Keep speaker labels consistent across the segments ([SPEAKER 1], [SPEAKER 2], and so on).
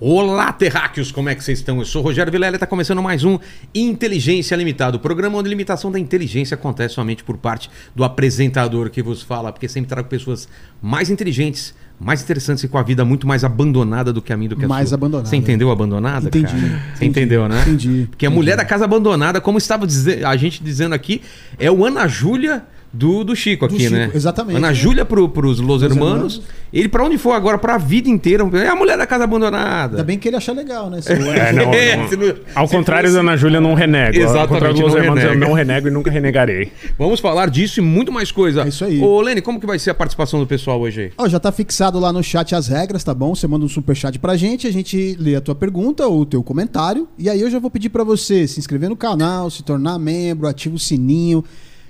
[SPEAKER 1] Olá, terráqueos, como é que vocês estão? Eu sou o Rogério Vilela e está começando mais um Inteligência Limitada, o programa onde a limitação da inteligência acontece somente por parte do apresentador que vos fala, porque sempre trago pessoas mais inteligentes, mais interessantes e com a vida muito mais abandonada do que a mim do que a
[SPEAKER 2] Mais
[SPEAKER 1] sua.
[SPEAKER 2] abandonada.
[SPEAKER 1] Você entendeu abandonada,
[SPEAKER 2] Entendi,
[SPEAKER 1] cara? Você
[SPEAKER 2] entendi,
[SPEAKER 1] entendeu, né?
[SPEAKER 2] entendi,
[SPEAKER 1] Porque a mulher da casa abandonada, como estava dize- a gente dizendo aqui, é o Ana Júlia do, do Chico aqui,
[SPEAKER 2] Chico,
[SPEAKER 1] né?
[SPEAKER 2] exatamente.
[SPEAKER 1] Ana
[SPEAKER 2] É.
[SPEAKER 1] Júlia pro, pros Los Hermanos.
[SPEAKER 2] Hermanos.
[SPEAKER 1] Ele pra onde for agora, pra vida inteira, é a mulher da casa abandonada.
[SPEAKER 2] Ainda bem que ele acha legal, né? Seu
[SPEAKER 3] É, não,
[SPEAKER 1] É,
[SPEAKER 3] não-
[SPEAKER 1] se não-
[SPEAKER 3] Ao
[SPEAKER 1] se
[SPEAKER 3] contrário
[SPEAKER 1] fosse-
[SPEAKER 3] da Ana Júlia, eu não renego. Ao
[SPEAKER 1] Exatamente,
[SPEAKER 3] contrário do Los
[SPEAKER 1] não
[SPEAKER 3] Hermanos, eu
[SPEAKER 1] renega.
[SPEAKER 3] não renego e nunca renegarei.
[SPEAKER 1] Vamos falar disso e muito mais coisa.
[SPEAKER 2] É isso aí.
[SPEAKER 1] Ô, Lene, como que vai ser a participação do pessoal hoje aí?
[SPEAKER 2] Ó, já tá fixado lá no chat as regras, tá bom? Você manda um superchat pra gente, a gente lê a tua pergunta ou o teu comentário. E aí eu já vou pedir pra você se inscrever no canal, se tornar membro, ativa o sininho,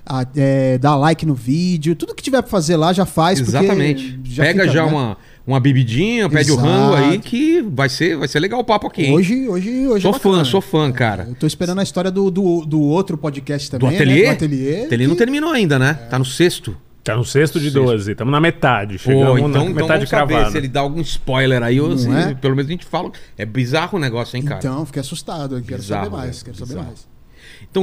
[SPEAKER 2] a- é, dar like no vídeo. Tudo que tiver pra fazer lá já faz. porque
[SPEAKER 1] Exatamente. Pega
[SPEAKER 2] fica,
[SPEAKER 1] já
[SPEAKER 2] né?
[SPEAKER 1] uma, uma bebidinha, pede o
[SPEAKER 2] Exato.
[SPEAKER 1] rango aí, que vai ser, vai ser legal o papo aqui, hein?
[SPEAKER 2] Hoje, hoje, hoje.
[SPEAKER 1] sou
[SPEAKER 2] é bacana.
[SPEAKER 1] fã, sou fã, cara.
[SPEAKER 2] Eu tô esperando a história do, do, do outro podcast
[SPEAKER 1] Do
[SPEAKER 2] também.
[SPEAKER 1] ateliê?
[SPEAKER 2] Né? Do ateliê.
[SPEAKER 1] Ateliê não terminou ainda, né? Tá no sexto.
[SPEAKER 3] Tá no sexto de
[SPEAKER 1] Sexto.
[SPEAKER 3] 12, estamos na metade. Chegamos
[SPEAKER 1] Pô,
[SPEAKER 3] na
[SPEAKER 1] então, então
[SPEAKER 3] metade
[SPEAKER 1] vamos saber se
[SPEAKER 3] cravada.
[SPEAKER 1] ele dá algum spoiler aí, ou
[SPEAKER 2] Não
[SPEAKER 1] se,
[SPEAKER 2] é?
[SPEAKER 1] pelo menos a gente fala. É bizarro o negócio, hein, cara? Então,
[SPEAKER 2] Então, fiquei assustado. eu Quero
[SPEAKER 1] Bizarro,
[SPEAKER 2] saber mais.
[SPEAKER 1] velho,
[SPEAKER 2] Quero saber
[SPEAKER 1] bizarro.
[SPEAKER 2] mais.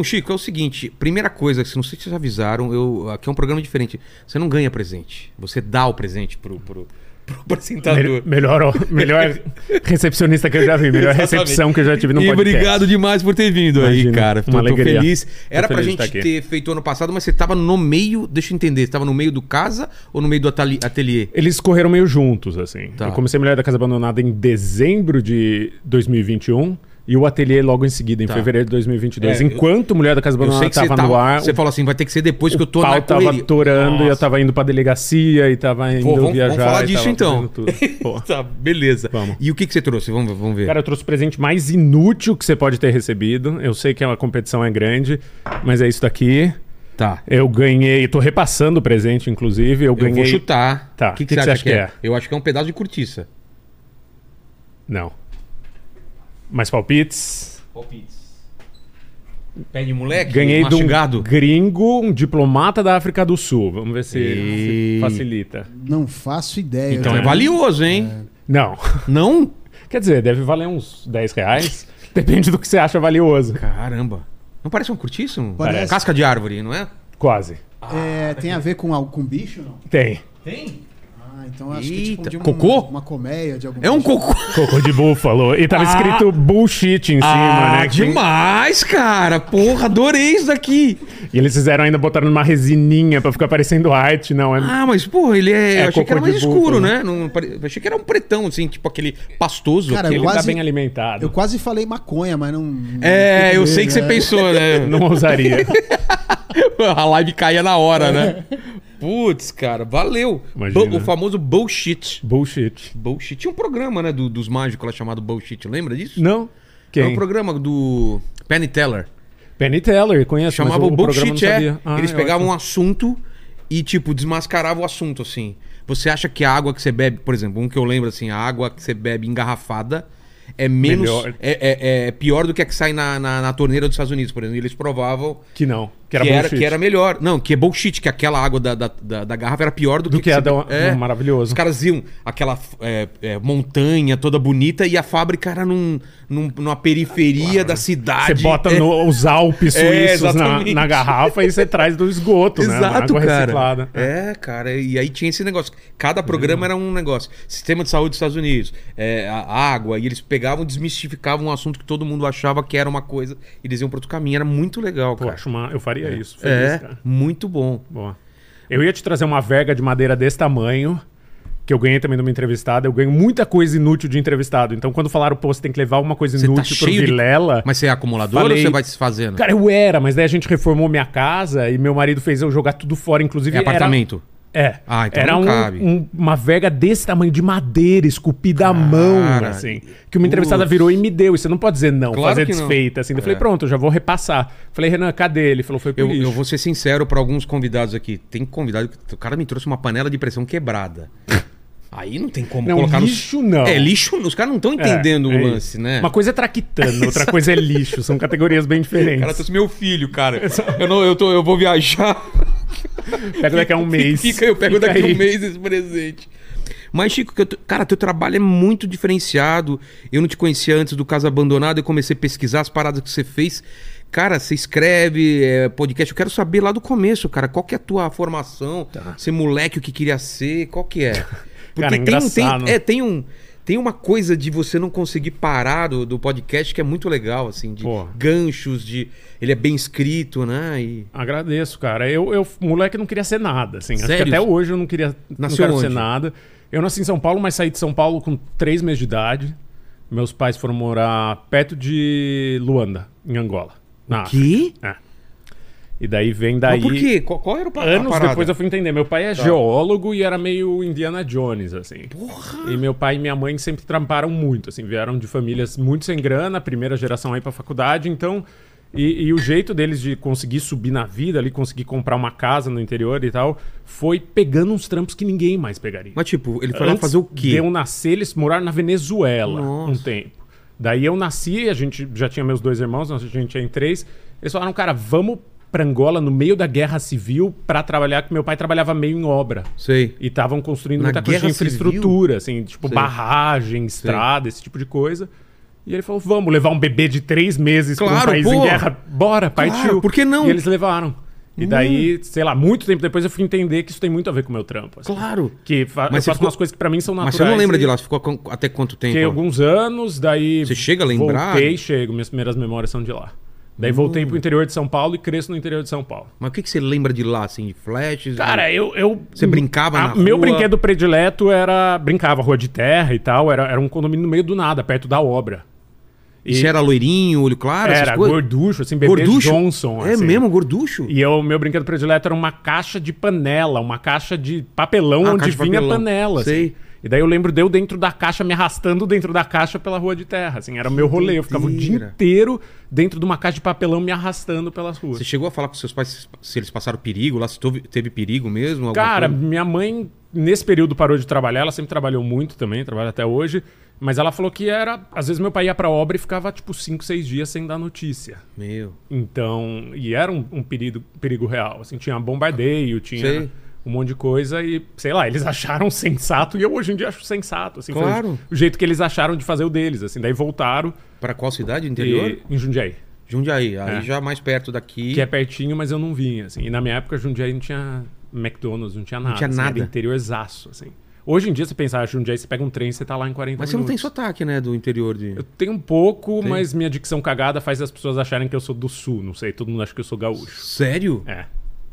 [SPEAKER 1] Chico, é o seguinte: primeira coisa, se não sei se vocês avisaram, eu, aqui é um programa diferente. Você não ganha presente, você dá o presente pro, pro, pro apresentador.
[SPEAKER 3] Mel- melhor, melhor recepcionista que eu já vi, melhor
[SPEAKER 1] Exatamente.
[SPEAKER 3] recepção que eu já tive no
[SPEAKER 1] E
[SPEAKER 3] podcast.
[SPEAKER 1] obrigado demais por ter vindo aí,
[SPEAKER 3] Imagina,
[SPEAKER 1] cara. Tô,
[SPEAKER 3] uma
[SPEAKER 1] tô
[SPEAKER 3] alegria.
[SPEAKER 1] feliz. Era
[SPEAKER 3] Tô
[SPEAKER 1] pra
[SPEAKER 3] feliz de
[SPEAKER 1] gente
[SPEAKER 3] estar aqui.
[SPEAKER 1] ter feito ano passado, mas você tava no meio, deixa eu entender, você tava no meio do casa ou no meio do atali- ateliê?
[SPEAKER 3] Eles correram meio juntos, assim.
[SPEAKER 1] Tá.
[SPEAKER 3] Eu comecei Melhor da Casa Abandonada em dezembro de 2021 e o ateliê logo em seguida, em
[SPEAKER 1] Tá.
[SPEAKER 3] feveiro de 2022.
[SPEAKER 1] É, eu-
[SPEAKER 3] Enquanto Mulher da Casa
[SPEAKER 1] Eu
[SPEAKER 3] Abandonada
[SPEAKER 1] sei que você,
[SPEAKER 3] estava
[SPEAKER 1] tava-
[SPEAKER 3] no ar,
[SPEAKER 1] você falou assim, vai ter que ser depois que eu tô
[SPEAKER 3] o pau
[SPEAKER 1] na
[SPEAKER 3] tava
[SPEAKER 1] correria.
[SPEAKER 3] atorando e eu
[SPEAKER 1] Nossa.
[SPEAKER 3] tava indo pra delegacia e tava indo
[SPEAKER 1] Pô, vamos- vamos
[SPEAKER 3] viajar.
[SPEAKER 1] falar
[SPEAKER 3] e
[SPEAKER 1] disso,
[SPEAKER 3] tava
[SPEAKER 1] então.
[SPEAKER 3] fazendo tudo. Pô.
[SPEAKER 1] Tá, beleza.
[SPEAKER 3] Vamos.
[SPEAKER 1] E o que, que você trouxe? Vamos, vamos ver.
[SPEAKER 3] Cara, eu trouxe o presente mais inútil que você pode ter recebido. Eu sei que a competição é grande, mas é isso daqui.
[SPEAKER 1] tá.
[SPEAKER 3] Eu ganhei, tô repassando o presente, inclusive. Eu
[SPEAKER 1] Eu
[SPEAKER 3] ganhei.
[SPEAKER 1] vou chutar.
[SPEAKER 3] Tá,
[SPEAKER 1] O que, que você acha que é? Eu acho que é um pedaço de cortiça.
[SPEAKER 3] Não. Mas palpites.
[SPEAKER 1] Palpites. Pé de moleque?
[SPEAKER 3] Ganhei de um
[SPEAKER 1] mastigado.
[SPEAKER 3] gringo, um diplomata da África do Sul. Vamos ver se,
[SPEAKER 1] E-
[SPEAKER 3] se facilita.
[SPEAKER 2] Não faço ideia.
[SPEAKER 1] Então é
[SPEAKER 2] cara.
[SPEAKER 1] valioso, hein?
[SPEAKER 3] Não.
[SPEAKER 1] Não?
[SPEAKER 3] Quer dizer, deve valer uns 10 reais. Depende do que você acha valioso.
[SPEAKER 1] Caramba. Não parece um cortiça? Um-
[SPEAKER 2] Parece.
[SPEAKER 1] Casca de árvore, não é?
[SPEAKER 3] Quase.
[SPEAKER 2] É, tem a ver com algum bicho, não?
[SPEAKER 3] Tem.
[SPEAKER 1] Tem.
[SPEAKER 2] Ah, então acho
[SPEAKER 1] Eita,
[SPEAKER 2] que tipo de um-
[SPEAKER 1] cocô?
[SPEAKER 2] uma colmeia de algum
[SPEAKER 1] É um
[SPEAKER 2] bicho.
[SPEAKER 1] cocô.
[SPEAKER 3] Cocô de búfalo. E tava escrito bullshit em cima, né? Que-
[SPEAKER 1] Ah, demais, cara. Porra, adorei isso daqui.
[SPEAKER 3] E eles fizeram ainda, botaram numa resininha pra ficar parecendo arte, não. É...
[SPEAKER 1] Ah, mas porra, ele é.
[SPEAKER 3] É
[SPEAKER 1] eu achei que
[SPEAKER 3] cocô
[SPEAKER 1] era mais
[SPEAKER 3] de
[SPEAKER 1] escuro,
[SPEAKER 3] búfalo.
[SPEAKER 1] né? Não pare- eu achei que era um pretão, assim, tipo aquele pastoso.
[SPEAKER 2] Cara,
[SPEAKER 1] aquele...
[SPEAKER 3] ele tá
[SPEAKER 2] quase-
[SPEAKER 3] bem alimentado.
[SPEAKER 2] Eu quase falei maconha, mas não.
[SPEAKER 1] É, eu sei que você
[SPEAKER 2] É.
[SPEAKER 1] pensou, né?
[SPEAKER 3] Não ousaria.
[SPEAKER 1] A live caía na hora, né? Putz, cara, valeu.
[SPEAKER 3] Imagina.
[SPEAKER 1] Bu- O famoso bullshit.
[SPEAKER 3] bullshit.
[SPEAKER 1] Bullshit. Tinha um programa, né, do- dos mágicos lá chamado Bullshit, lembra disso? É
[SPEAKER 3] Não.
[SPEAKER 1] um
[SPEAKER 3] Quem?
[SPEAKER 1] programa do Penny Teller.
[SPEAKER 3] Penny Teller, conheço.
[SPEAKER 1] Chamava
[SPEAKER 3] mas
[SPEAKER 1] o
[SPEAKER 3] programa
[SPEAKER 1] Bullshit,
[SPEAKER 3] não
[SPEAKER 1] é.
[SPEAKER 3] sabia. Ah,
[SPEAKER 1] Eles
[SPEAKER 3] é
[SPEAKER 1] pegavam um
[SPEAKER 3] ótimo.
[SPEAKER 1] assunto e, tipo, desmascaravam o assunto, assim. Você acha que a água que você bebe, por exemplo, um que eu lembro, assim, a água que você bebe engarrafada é menos.
[SPEAKER 3] Melhor.
[SPEAKER 1] É, é- é pior do que a que sai na, na, na torneira dos Estados Unidos, por exemplo. E Eles provavam
[SPEAKER 3] Que não. um
[SPEAKER 1] que
[SPEAKER 3] Que era
[SPEAKER 1] era, que, era,
[SPEAKER 3] bullshit.
[SPEAKER 1] melhor. Não, que é bullshit, que aquela água da, da, da, da garrafa era pior do,
[SPEAKER 3] Do que a
[SPEAKER 1] você
[SPEAKER 3] da-
[SPEAKER 1] be- É.
[SPEAKER 3] não, maravilhoso.
[SPEAKER 1] Os caras iam aquela é, é, montanha toda bonita e a fábrica era num, num- numa periferia da
[SPEAKER 3] Você
[SPEAKER 1] cidade.
[SPEAKER 3] bota
[SPEAKER 1] É.
[SPEAKER 3] no- os Alpes
[SPEAKER 1] É,
[SPEAKER 3] suíços na,
[SPEAKER 1] exatamente.
[SPEAKER 3] na garrafa e você traz do esgoto, né? Na
[SPEAKER 1] Exato,
[SPEAKER 3] água
[SPEAKER 1] cara.
[SPEAKER 3] reciclada. Uhum.
[SPEAKER 1] É, cara, e aí tinha esse negócio. Cada programa era um negócio. Sistema de saúde dos Estados Unidos, é, a água, e eles pegavam, desmistificavam um assunto que todo mundo achava que era uma coisa, e eles iam para outro caminho. Era muito legal,
[SPEAKER 3] Pô,
[SPEAKER 1] cara.
[SPEAKER 3] acho uma... Eu faria isso. Feliz,
[SPEAKER 1] é,
[SPEAKER 3] cara.
[SPEAKER 1] muito bom.
[SPEAKER 3] Boa. Eu ia te trazer uma verga de madeira desse tamanho, que eu ganhei também de uma entrevistada. Eu ganho muita coisa inútil de entrevistado. Então, quando falaram, pô, você tem que levar uma coisa
[SPEAKER 1] Você tá
[SPEAKER 3] inútil pro
[SPEAKER 1] cheio de-
[SPEAKER 3] Vilela.
[SPEAKER 1] Mas você é acumulador
[SPEAKER 3] Falei.
[SPEAKER 1] ou você vai se fazendo?
[SPEAKER 3] Cara, eu era, mas daí a gente reformou minha casa e meu marido fez eu jogar tudo fora, inclusive.
[SPEAKER 1] é
[SPEAKER 3] era-
[SPEAKER 1] apartamento.
[SPEAKER 3] É.
[SPEAKER 1] Ah, então
[SPEAKER 3] era
[SPEAKER 1] não
[SPEAKER 3] um-
[SPEAKER 1] cabe.
[SPEAKER 3] um- uma verga desse tamanho, de madeira, esculpida à mão, assim. Que uma entrevistada
[SPEAKER 1] Putz.
[SPEAKER 3] virou e me deu. E você não pode dizer não,
[SPEAKER 1] Claro
[SPEAKER 3] fazer
[SPEAKER 1] que não. É.
[SPEAKER 3] desfeita, assim. Eu falei, pronto, eu já vou repassar. Falei, Renan, cadê? Ele falou, foi pro
[SPEAKER 1] Eu,
[SPEAKER 3] lixo.
[SPEAKER 1] eu vou ser sincero pra alguns convidados aqui. Tem convidado que o cara me trouxe uma panela de pressão quebrada. Aí não tem como
[SPEAKER 3] Não,
[SPEAKER 1] colocar
[SPEAKER 3] lixo
[SPEAKER 1] no...
[SPEAKER 3] não.
[SPEAKER 1] É, lixo não. Os caras não estão entendendo
[SPEAKER 3] É, é
[SPEAKER 1] o lance,
[SPEAKER 3] isso.
[SPEAKER 1] né?
[SPEAKER 3] Uma coisa é traquitana, outra coisa é lixo. São categorias bem
[SPEAKER 1] O cara
[SPEAKER 3] diferentes.
[SPEAKER 1] trouxe meu filho, cara. Eu, não, eu, tô, eu vou viajar.
[SPEAKER 3] Pega daqui a um mês.
[SPEAKER 1] Fica, eu pego
[SPEAKER 3] Fica
[SPEAKER 1] daqui a
[SPEAKER 3] aí.
[SPEAKER 1] um mês esse presente. Mas, Chico, que eu tô- cara, teu trabalho é muito diferenciado. Eu não te conhecia antes do Caso Abandonado, eu comecei a pesquisar as paradas que você fez. Cara, você escreve é, podcast. Eu quero saber lá do começo, cara, qual que é a tua formação? Você moleque, o que queria ser? Qual que é?
[SPEAKER 3] Tá. Cara, é
[SPEAKER 1] tem,
[SPEAKER 3] engraçado.
[SPEAKER 1] tem, é, tem um... Tem uma coisa de você não conseguir parar do, do podcast que é muito legal, assim, de
[SPEAKER 3] Pô.
[SPEAKER 1] ganchos, de. Ele é bem escrito, né? E...
[SPEAKER 3] Agradeço, cara. Eu, eu, moleque, não queria ser nada, assim. Acho que
[SPEAKER 1] Sério?
[SPEAKER 3] até hoje eu não queria não
[SPEAKER 1] Nasceu
[SPEAKER 3] quero
[SPEAKER 1] onde?
[SPEAKER 3] ser nada. Eu nasci em São Paulo, mas saí de São Paulo com três meses de idade. Meus pais foram morar perto de Luanda, em Angola. Na África.
[SPEAKER 1] Que?
[SPEAKER 3] É. E daí vem daí...
[SPEAKER 1] Mas por quê? Qual, qual era o pa- a
[SPEAKER 3] Anos
[SPEAKER 1] parada?
[SPEAKER 3] depois eu fui entender. Meu pai é geólogo e era meio Indiana Jones, assim. Porra! E meu pai e minha mãe sempre tramparam muito, assim. Vieram de famílias muito sem grana, primeira geração aí pra faculdade, então... E, e o jeito deles de conseguir subir na vida ali, conseguir comprar uma casa no interior e tal, foi pegando uns trampos que ninguém mais pegaria.
[SPEAKER 1] Mas tipo, ele foi lá fazer o quê?
[SPEAKER 3] De eu nascer, eles moraram na Venezuela um
[SPEAKER 1] Nossa.
[SPEAKER 3] tempo. Daí eu nasci, a gente já tinha meus dois irmãos, nós- a gente tinha em três. Eles falaram, cara, vamos pra Angola no meio da guerra civil pra trabalhar, que meu pai trabalhava meio em obra.
[SPEAKER 1] Sei.
[SPEAKER 3] E estavam construindo
[SPEAKER 1] Na
[SPEAKER 3] muita coisa de
[SPEAKER 1] guerra civil?
[SPEAKER 3] infraestrutura, assim, tipo
[SPEAKER 1] Sei.
[SPEAKER 3] barragem, estrada, esse tipo de coisa. E ele falou, vamos levar um bebê de três meses pra um
[SPEAKER 1] Claro,
[SPEAKER 3] país em
[SPEAKER 1] pô.
[SPEAKER 3] guerra. Bora, pai
[SPEAKER 1] Claro,
[SPEAKER 3] tio.
[SPEAKER 1] por que não? Hum.
[SPEAKER 3] E eles levaram. E daí, sei lá, muito tempo depois eu fui entender que isso tem muito a ver com o meu trampo. assim.
[SPEAKER 1] Claro.
[SPEAKER 3] Que fa
[SPEAKER 1] Mas
[SPEAKER 3] eu
[SPEAKER 1] você
[SPEAKER 3] faço
[SPEAKER 1] ficou-
[SPEAKER 3] umas coisas que pra mim são
[SPEAKER 1] Mas
[SPEAKER 3] naturais.
[SPEAKER 1] você não lembra
[SPEAKER 3] e
[SPEAKER 1] de lá? Você ficou com- até quanto tempo?
[SPEAKER 3] Fiquei alguns anos, daí.
[SPEAKER 1] Você chega a lembrar? Hum.
[SPEAKER 3] Voltei, chego. Minhas primeiras memórias são de lá. Daí voltei pro interior de São Paulo e cresço no interior de São Paulo.
[SPEAKER 1] Mas o que, que você lembra de lá, assim, de flashes?
[SPEAKER 3] Cara,
[SPEAKER 1] de...
[SPEAKER 3] eu. eu
[SPEAKER 1] Você brincava na
[SPEAKER 3] Meu
[SPEAKER 1] rua?
[SPEAKER 3] brinquedo predileto era. Brincava, rua de terra e tal. Era, era um condomínio no meio do nada, perto da obra.
[SPEAKER 1] E você era loirinho, olho claro,
[SPEAKER 3] Era gorducho, assim, bebê Johnson.
[SPEAKER 1] é
[SPEAKER 3] assim.
[SPEAKER 1] mesmo, gorducho?
[SPEAKER 3] E o meu brinquedo predileto era uma caixa de panela, uma caixa de papelão
[SPEAKER 1] Ah,
[SPEAKER 3] onde
[SPEAKER 1] caixa de
[SPEAKER 3] vinha
[SPEAKER 1] papelão.
[SPEAKER 3] a panela. assim.
[SPEAKER 1] Sei.
[SPEAKER 3] E daí eu lembro de eu dentro da caixa, me arrastando dentro da caixa pela rua de terra. Assim, era o meu rolê. Eu ficava o dia
[SPEAKER 1] doideira.
[SPEAKER 3] inteiro dentro de uma caixa de papelão me arrastando pelas ruas.
[SPEAKER 1] Você chegou a falar com seus pais se eles passaram perigo lá, se teve, teve perigo mesmo? alguma
[SPEAKER 3] Cara,
[SPEAKER 1] coisa?
[SPEAKER 3] minha mãe, nesse período, parou de trabalhar. Ela sempre trabalhou muito também, trabalha até hoje. Mas ela falou que era. Às vezes meu pai ia pra obra e ficava, tipo, 5, 6 dias sem dar notícia.
[SPEAKER 1] Meu.
[SPEAKER 3] Então, e era um, um perigo, perigo real. Assim, tinha bombardeio, tinha
[SPEAKER 1] Sei.
[SPEAKER 3] um monte de coisa e, sei lá, eles acharam sensato e eu hoje em dia acho sensato. Assim, foi
[SPEAKER 1] Claro.
[SPEAKER 3] o, o jeito que eles acharam de fazer o deles, assim. Daí voltaram
[SPEAKER 1] Pra qual cidade? Interior?
[SPEAKER 3] e, em Jundiaí,
[SPEAKER 1] Jundiaí. Aí
[SPEAKER 3] É.
[SPEAKER 1] já mais perto daqui.
[SPEAKER 3] que é pertinho, mas eu não vinha, assim. E na minha época, Jundiaí não tinha McDonald's, não tinha nada.
[SPEAKER 1] tinha
[SPEAKER 3] assim,
[SPEAKER 1] nada.
[SPEAKER 3] Era interiorzaço, assim. Hoje em dia, você pensar, ah, Jundiaí, você pega um trem, você tá lá em 40
[SPEAKER 1] Mas você não tem
[SPEAKER 3] minutos.
[SPEAKER 1] sotaque, né, do interior de...
[SPEAKER 3] Eu tenho um pouco, mas minha dicção cagada faz as pessoas acharem que eu sou do sul, não sei. Todo mundo acha que eu sou gaúcho.
[SPEAKER 1] Sério?
[SPEAKER 3] É,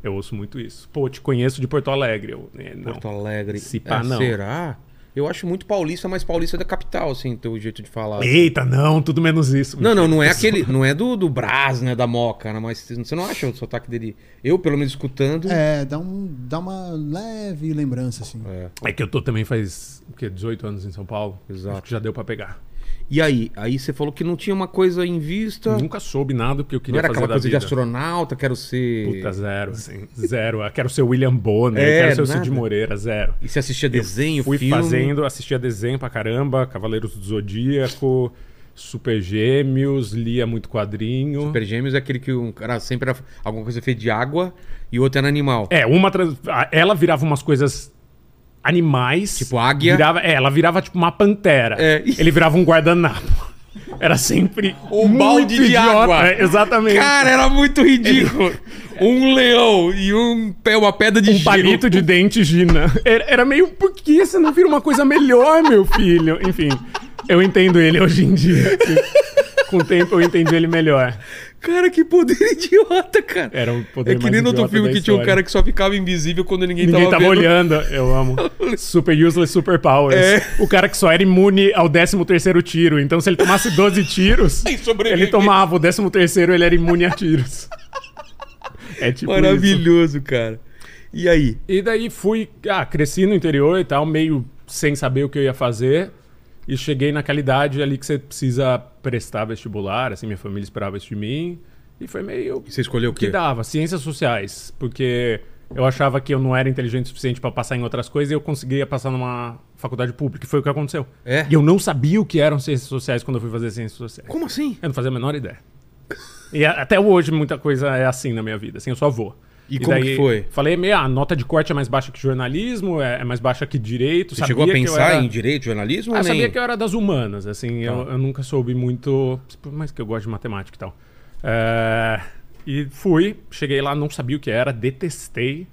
[SPEAKER 3] eu ouço muito isso. Pô, te conheço de Porto Alegre. Eu, né, não.
[SPEAKER 1] Porto Alegre.
[SPEAKER 3] Se pá,
[SPEAKER 1] É,
[SPEAKER 3] não.
[SPEAKER 1] Será? Eu acho muito paulista, mas paulista da capital, assim, teu jeito de falar.
[SPEAKER 3] Eita, não, tudo menos isso.
[SPEAKER 1] Não, não, não é aquele. Não é do, do Brás, né? Da Moca, né? Mas você não acha o sotaque dele. Eu, pelo menos, escutando.
[SPEAKER 2] É, dá, um, dá uma leve lembrança, assim.
[SPEAKER 3] É que eu tô também faz, o quê, 18 anos em São Paulo.
[SPEAKER 1] Exato.
[SPEAKER 3] Acho que já deu pra pegar.
[SPEAKER 1] E aí? Aí você falou que não tinha uma coisa em vista.
[SPEAKER 3] Nunca soube nada do que eu
[SPEAKER 1] não
[SPEAKER 3] queria
[SPEAKER 1] era
[SPEAKER 3] fazer
[SPEAKER 1] aquela
[SPEAKER 3] da
[SPEAKER 1] coisa
[SPEAKER 3] vida.
[SPEAKER 1] de astronauta, quero ser.
[SPEAKER 3] Puta, zero, assim, zero. Eu quero ser o William Bonner,
[SPEAKER 1] É,
[SPEAKER 3] eu quero ser o Cid
[SPEAKER 1] nada.
[SPEAKER 3] Moreira, zero.
[SPEAKER 1] E você assistia desenho,
[SPEAKER 3] Fui
[SPEAKER 1] filme.
[SPEAKER 3] fazendo, assistia desenho pra caramba, Cavaleiros do Zodíaco, Super Gêmeos, lia muito quadrinho.
[SPEAKER 1] Super Gêmeos é aquele que um cara sempre era alguma coisa feita de água e o outro era animal.
[SPEAKER 3] É, uma trans- a- ela virava umas coisas animais.
[SPEAKER 1] Tipo águia.
[SPEAKER 3] Virava... É, ela virava tipo uma pantera.
[SPEAKER 1] É.
[SPEAKER 3] Ele virava um guardanapo. Era sempre
[SPEAKER 1] Um
[SPEAKER 3] muito
[SPEAKER 1] balde de
[SPEAKER 3] idiota.
[SPEAKER 1] água.
[SPEAKER 3] É, exatamente.
[SPEAKER 1] Cara, era muito ridículo. Um leão e um pé, uma pedra de
[SPEAKER 3] É. um
[SPEAKER 1] giro.
[SPEAKER 3] palito de dente, Gina. Era, era meio, por que você não vira uma coisa melhor, meu filho? Enfim, eu entendo ele hoje em dia. assim. Com o tempo eu entendi ele melhor.
[SPEAKER 1] Cara, que poder idiota, cara.
[SPEAKER 3] Era o poder
[SPEAKER 1] É que
[SPEAKER 3] mais
[SPEAKER 1] nem no outro
[SPEAKER 3] idiota
[SPEAKER 1] filme
[SPEAKER 3] da
[SPEAKER 1] que tinha um
[SPEAKER 3] história.
[SPEAKER 1] cara que só ficava invisível quando ninguém,
[SPEAKER 3] Ninguém
[SPEAKER 1] tava,
[SPEAKER 3] tava
[SPEAKER 1] vendo.
[SPEAKER 3] olhando. Eu amo. Super useless super powers.
[SPEAKER 1] É.
[SPEAKER 3] O cara que só era imune ao 13 terceiro tiro. Então, se ele tomasse 12 tiros,
[SPEAKER 1] E sobrevive.
[SPEAKER 3] ele tomava o 13 terceiro, ele era imune a tiros. É tipo isso.
[SPEAKER 1] Maravilhoso, cara. E aí?
[SPEAKER 3] E daí fui, ah, cresci no interior e tal, meio sem saber o que eu ia fazer. E cheguei naquela idade ali que você precisa prestar vestibular, assim, minha família esperava isso de mim. E foi meio
[SPEAKER 1] Você escolheu o
[SPEAKER 3] que
[SPEAKER 1] quê?
[SPEAKER 3] dava, ciências sociais, porque eu achava que eu não era inteligente o suficiente pra passar em outras coisas e eu conseguia passar numa faculdade pública, e foi o que aconteceu.
[SPEAKER 1] É?
[SPEAKER 3] E eu não sabia o que eram ciências sociais quando eu fui fazer ciências sociais.
[SPEAKER 1] Como assim?
[SPEAKER 3] Eu não fazia a menor ideia. E a- até hoje muita coisa é assim na minha vida, assim, eu só vou.
[SPEAKER 1] E como que foi?
[SPEAKER 3] Falei, meio, ah, a nota de corte é mais baixa que jornalismo, é, é mais baixa que direito.
[SPEAKER 1] Você chegou a
[SPEAKER 3] sabia que eu
[SPEAKER 1] pensar
[SPEAKER 3] era-
[SPEAKER 1] em direito, jornalismo?
[SPEAKER 3] Ah,
[SPEAKER 1] ou
[SPEAKER 3] eu
[SPEAKER 1] nem...
[SPEAKER 3] sabia que eu era das humanas, assim,
[SPEAKER 1] Tá.
[SPEAKER 3] eu, eu nunca soube muito, por mais que eu gosto de matemática e tal. É, e fui, cheguei lá, não sabia o que era, detestei.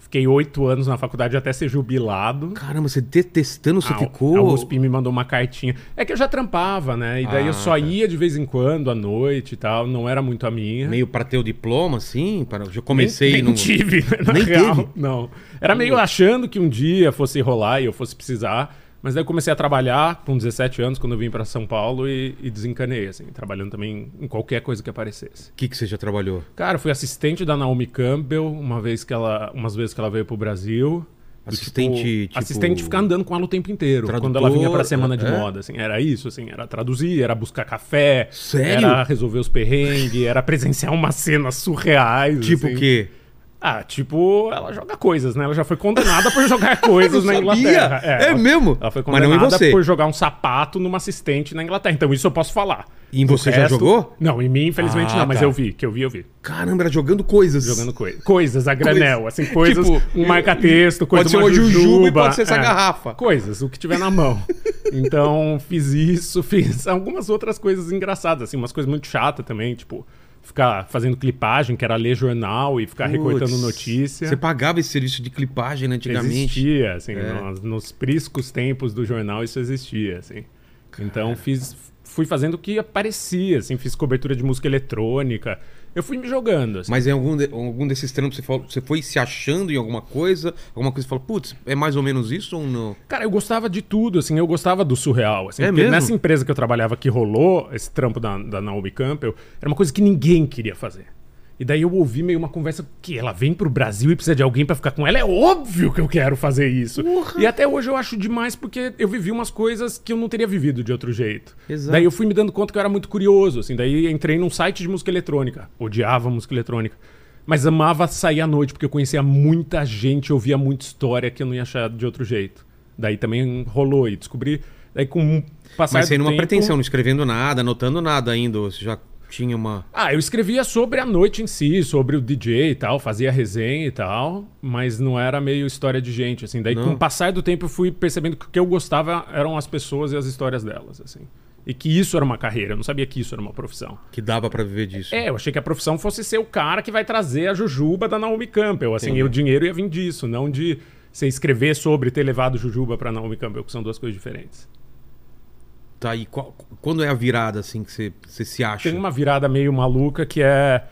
[SPEAKER 3] Fiquei oito anos na faculdade até ser jubilado.
[SPEAKER 1] Caramba, você detestando, você
[SPEAKER 3] Ah,
[SPEAKER 1] ficou...
[SPEAKER 3] A USP me mandou uma cartinha. É que eu já trampava, né? E daí
[SPEAKER 1] Ah,
[SPEAKER 3] eu só ia de vez em quando, à noite e tal, não era muito a minha.
[SPEAKER 1] Meio para ter o diploma, assim? Para... Eu comecei...
[SPEAKER 3] nem, nem
[SPEAKER 1] num-
[SPEAKER 3] tive, né, na
[SPEAKER 1] Nem
[SPEAKER 3] real.
[SPEAKER 1] teve?
[SPEAKER 3] Não. Era meio achando que um dia fosse rolar e eu fosse precisar. Mas daí eu comecei a trabalhar com 17 anos, quando eu vim pra São Paulo e, e desencanei, assim, trabalhando também em qualquer coisa que aparecesse.
[SPEAKER 1] O que, que você já trabalhou?
[SPEAKER 3] Cara, eu fui assistente da Naomi Campbell uma vez que ela, umas vezes que ela veio pro Brasil. Do
[SPEAKER 1] Assistente, tipo-
[SPEAKER 3] Assistente ficar andando com ela o tempo inteiro.
[SPEAKER 1] Tradutor,
[SPEAKER 3] quando ela vinha pra semana de
[SPEAKER 1] é?
[SPEAKER 3] moda, assim. Era isso, assim. Era traduzir, era buscar café.
[SPEAKER 1] Sério?
[SPEAKER 3] Era resolver os perrengues, era presenciar umas cenas surreais.
[SPEAKER 1] Tipo
[SPEAKER 3] assim.
[SPEAKER 1] o quê?
[SPEAKER 3] Ah, tipo, ela joga coisas, né? Ela já foi condenada por jogar coisas
[SPEAKER 1] Eu
[SPEAKER 3] na
[SPEAKER 1] sabia!
[SPEAKER 3] Inglaterra.
[SPEAKER 1] É
[SPEAKER 3] ela-
[SPEAKER 1] mesmo?
[SPEAKER 3] Ela foi
[SPEAKER 1] Mas não em
[SPEAKER 3] condenada
[SPEAKER 1] você.
[SPEAKER 3] por jogar um sapato numa assistente na Inglaterra. Então isso eu posso falar.
[SPEAKER 1] E em
[SPEAKER 3] O
[SPEAKER 1] você já jogou?
[SPEAKER 3] Não, em mim infelizmente
[SPEAKER 1] Ah,
[SPEAKER 3] não, mas
[SPEAKER 1] tá.
[SPEAKER 3] eu vi, que eu vi, eu vi.
[SPEAKER 1] Caramba, era jogando coisas.
[SPEAKER 3] Jogando coi- coisas a granel,
[SPEAKER 1] Coisas.
[SPEAKER 3] assim, coisas,
[SPEAKER 1] Tipo,
[SPEAKER 3] um marca-texto, coisa
[SPEAKER 1] pode ser
[SPEAKER 3] uma
[SPEAKER 1] uma jujuba e
[SPEAKER 3] jujuba, É.
[SPEAKER 1] pode ser essa garrafa.
[SPEAKER 3] Coisas, o que tiver na mão. Então, fiz isso, fiz algumas outras coisas engraçadas, assim, umas coisas muito chatas também, tipo, ficar fazendo clipagem, que era ler jornal e ficar recortando
[SPEAKER 1] Putz,
[SPEAKER 3] notícia.
[SPEAKER 1] Você pagava esse serviço de clipagem né, antigamente.
[SPEAKER 3] Existia, assim,
[SPEAKER 1] É.
[SPEAKER 3] nos, nos priscos tempos do jornal isso existia, assim. Então fiz, fui fazendo o que aparecia, assim, fiz cobertura de música eletrônica. Eu fui me jogando, assim.
[SPEAKER 1] Mas em algum, de- algum desses trampos você, falou, você foi se achando em alguma coisa? Alguma coisa que você falou, putz, é mais ou menos isso ou não?
[SPEAKER 3] Cara, eu gostava de tudo, assim, eu gostava do surreal, assim.
[SPEAKER 1] É
[SPEAKER 3] porque
[SPEAKER 1] mesmo?
[SPEAKER 3] Nessa empresa que eu trabalhava que rolou, esse trampo da, da Naomi Campbell, era uma coisa que ninguém queria fazer. E daí eu ouvi meio uma conversa que ela vem pro Brasil e precisa de alguém pra ficar com ela. É óbvio que eu quero fazer isso. E até hoje eu acho demais porque eu vivi umas coisas que eu não teria vivido de outro jeito.
[SPEAKER 1] Exato.
[SPEAKER 3] Daí eu fui me dando conta que eu era muito curioso, assim. Daí entrei num site de música eletrônica. Odiava música eletrônica. Mas amava sair à noite, porque eu conhecia muita gente, ouvia muita história que eu não ia achar de outro jeito. Daí também rolou e descobri. Daí com um passar
[SPEAKER 1] Mas sem
[SPEAKER 3] do
[SPEAKER 1] nenhuma
[SPEAKER 3] tempo-
[SPEAKER 1] pretensão, não escrevendo nada, anotando nada ainda. ou Você já tinha uma.
[SPEAKER 3] Ah, eu escrevia sobre a noite em si, sobre o DJ e tal, fazia resenha e tal, mas não era meio história de gente, assim. Daí,
[SPEAKER 1] Não.
[SPEAKER 3] com o passar do tempo, eu fui percebendo que o que eu gostava eram as pessoas e as histórias delas, assim. E que isso era uma carreira, eu não sabia que isso era uma profissão.
[SPEAKER 1] que dava pra viver disso.
[SPEAKER 3] É, eu achei que a profissão fosse ser o cara que vai trazer a jujuba da Naomi Campbell, assim, e o dinheiro ia vir disso, não de você escrever sobre ter levado jujuba pra Naomi Campbell, que são duas coisas diferentes.
[SPEAKER 1] Tá, e qual- quando é a virada, assim, que você, você se acha?
[SPEAKER 3] Tem uma virada meio maluca que é.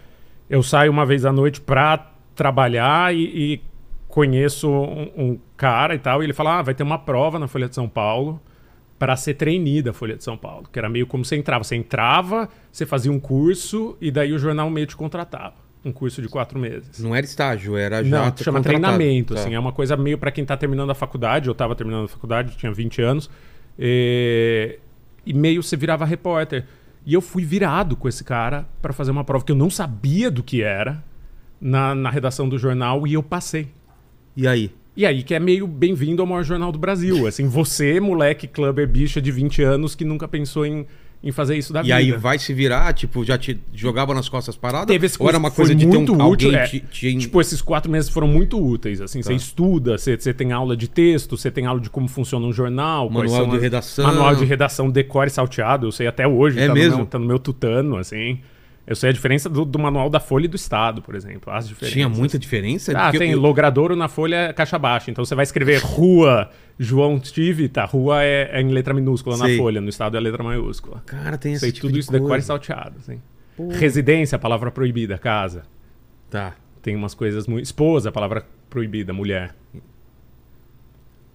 [SPEAKER 3] Eu saio uma vez à noite pra trabalhar e, e conheço um, um cara e tal. E ele fala: ah, vai ter uma prova na Folha de São Paulo pra ser trainee da Folha de São Paulo. Que era meio como você entrava. Você entrava, você fazia um curso e daí o jornal meio te contratava. Um curso de quatro meses.
[SPEAKER 1] Não era estágio, era já.
[SPEAKER 3] Não,
[SPEAKER 1] ter
[SPEAKER 3] chama
[SPEAKER 1] contratado.
[SPEAKER 3] treinamento,
[SPEAKER 1] Tá.
[SPEAKER 3] assim. É uma coisa meio pra quem tá terminando a faculdade. Eu tava terminando a faculdade, tinha 20 anos. E, e meio você virava repórter. E eu fui virado com esse cara pra fazer uma prova que eu não sabia do que era na, na redação do jornal e eu passei.
[SPEAKER 1] E aí?
[SPEAKER 3] E aí que é meio bem-vindo ao maior jornal do Brasil. Assim, você, moleque clubber bicha de 20 anos que nunca pensou em, em fazer isso da
[SPEAKER 1] E
[SPEAKER 3] vida.
[SPEAKER 1] aí vai se virar, tipo, já te jogava nas costas parada?
[SPEAKER 3] Teve esse
[SPEAKER 1] Ou era uma
[SPEAKER 3] curso que
[SPEAKER 1] coisa
[SPEAKER 3] foi
[SPEAKER 1] de ter
[SPEAKER 3] muito
[SPEAKER 1] um,
[SPEAKER 3] útil,
[SPEAKER 1] alguém
[SPEAKER 3] é.
[SPEAKER 1] te, te-
[SPEAKER 3] Tipo, esses quatro meses foram muito úteis, assim.
[SPEAKER 1] Tá.
[SPEAKER 3] Você estuda, você, você tem aula de texto, você tem aula de como funciona um jornal. quais
[SPEAKER 1] Manual
[SPEAKER 3] são
[SPEAKER 1] de
[SPEAKER 3] as-
[SPEAKER 1] redação.
[SPEAKER 3] Manual de redação, decore salteado. Eu sei até hoje.
[SPEAKER 1] É
[SPEAKER 3] tá
[SPEAKER 1] mesmo?
[SPEAKER 3] No meu, tá no meu tutano, assim. Eu sei a diferença do, do manual da Folha e do Estado, por exemplo. As diferenças.
[SPEAKER 1] Tinha muita diferença?
[SPEAKER 3] Ah,
[SPEAKER 1] Porque
[SPEAKER 3] tem
[SPEAKER 1] eu-
[SPEAKER 3] logradouro na folha caixa baixa. Então você vai escrever rua João Tivita. Rua é, é em letra minúscula
[SPEAKER 1] Sei.
[SPEAKER 3] na folha. No estado é letra maiúscula.
[SPEAKER 1] Cara, tem esse
[SPEAKER 3] Sei
[SPEAKER 1] tipo
[SPEAKER 3] tudo
[SPEAKER 1] de
[SPEAKER 3] isso, né, decore
[SPEAKER 1] coisa.
[SPEAKER 3] salteado. Assim. Residência, palavra proibida, casa.
[SPEAKER 1] Tá.
[SPEAKER 3] Tem umas coisas muito. Esposa, palavra proibida, mulher.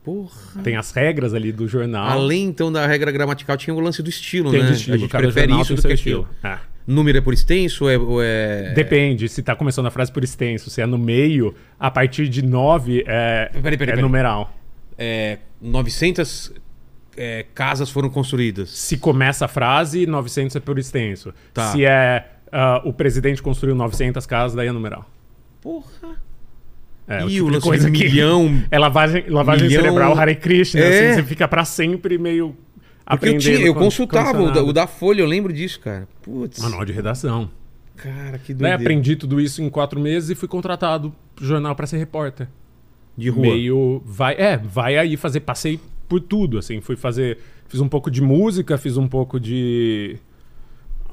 [SPEAKER 1] Porra.
[SPEAKER 3] Tem as regras ali do jornal.
[SPEAKER 1] Além, então, da regra gramatical, tinha o lance do estilo,
[SPEAKER 3] Ah. tem
[SPEAKER 1] né?
[SPEAKER 3] de
[SPEAKER 1] A
[SPEAKER 3] estilo.
[SPEAKER 1] gente
[SPEAKER 3] Cada
[SPEAKER 1] prefere
[SPEAKER 3] jornal
[SPEAKER 1] isso
[SPEAKER 3] tem
[SPEAKER 1] do
[SPEAKER 3] seu
[SPEAKER 1] que
[SPEAKER 3] estilo.
[SPEAKER 1] aquilo.
[SPEAKER 3] Ah.
[SPEAKER 1] Número é por extenso ou é... ou é...
[SPEAKER 3] Depende, se tá começando a frase por extenso, se é no meio, a partir de 9 é,
[SPEAKER 1] Peraí, peraí,
[SPEAKER 3] é
[SPEAKER 1] peraí.
[SPEAKER 3] numeral.
[SPEAKER 1] é, 900 é, casas foram construídas.
[SPEAKER 3] Se começa a frase, 900 é por extenso.
[SPEAKER 1] Tá.
[SPEAKER 3] Se é ah, o presidente construiu 900 casas, daí é numeral.
[SPEAKER 1] Porra.
[SPEAKER 3] É,
[SPEAKER 1] Ih,
[SPEAKER 3] tipo
[SPEAKER 1] o
[SPEAKER 3] de
[SPEAKER 1] lance de
[SPEAKER 3] que-
[SPEAKER 1] milhão.
[SPEAKER 3] É lavagem, lavagem
[SPEAKER 1] Milhão.
[SPEAKER 3] cerebral, Hare Krishna,
[SPEAKER 1] É.
[SPEAKER 3] assim, você fica pra sempre meio
[SPEAKER 1] Porque eu,
[SPEAKER 3] aprendendo.
[SPEAKER 1] tinha, eu
[SPEAKER 3] con-
[SPEAKER 1] consultava o da,
[SPEAKER 3] condicionado.
[SPEAKER 1] o da Folha, eu lembro disso, cara. Putz.
[SPEAKER 3] Manual de redação.
[SPEAKER 1] Cara, que
[SPEAKER 3] Né?
[SPEAKER 1] doideira.
[SPEAKER 3] Aprendi tudo isso em quatro meses e fui contratado pro jornal pra ser repórter.
[SPEAKER 1] De rua.
[SPEAKER 3] Meio vai, é, vai aí fazer passei por tudo, assim, fui fazer, fiz um pouco de música, fiz um pouco de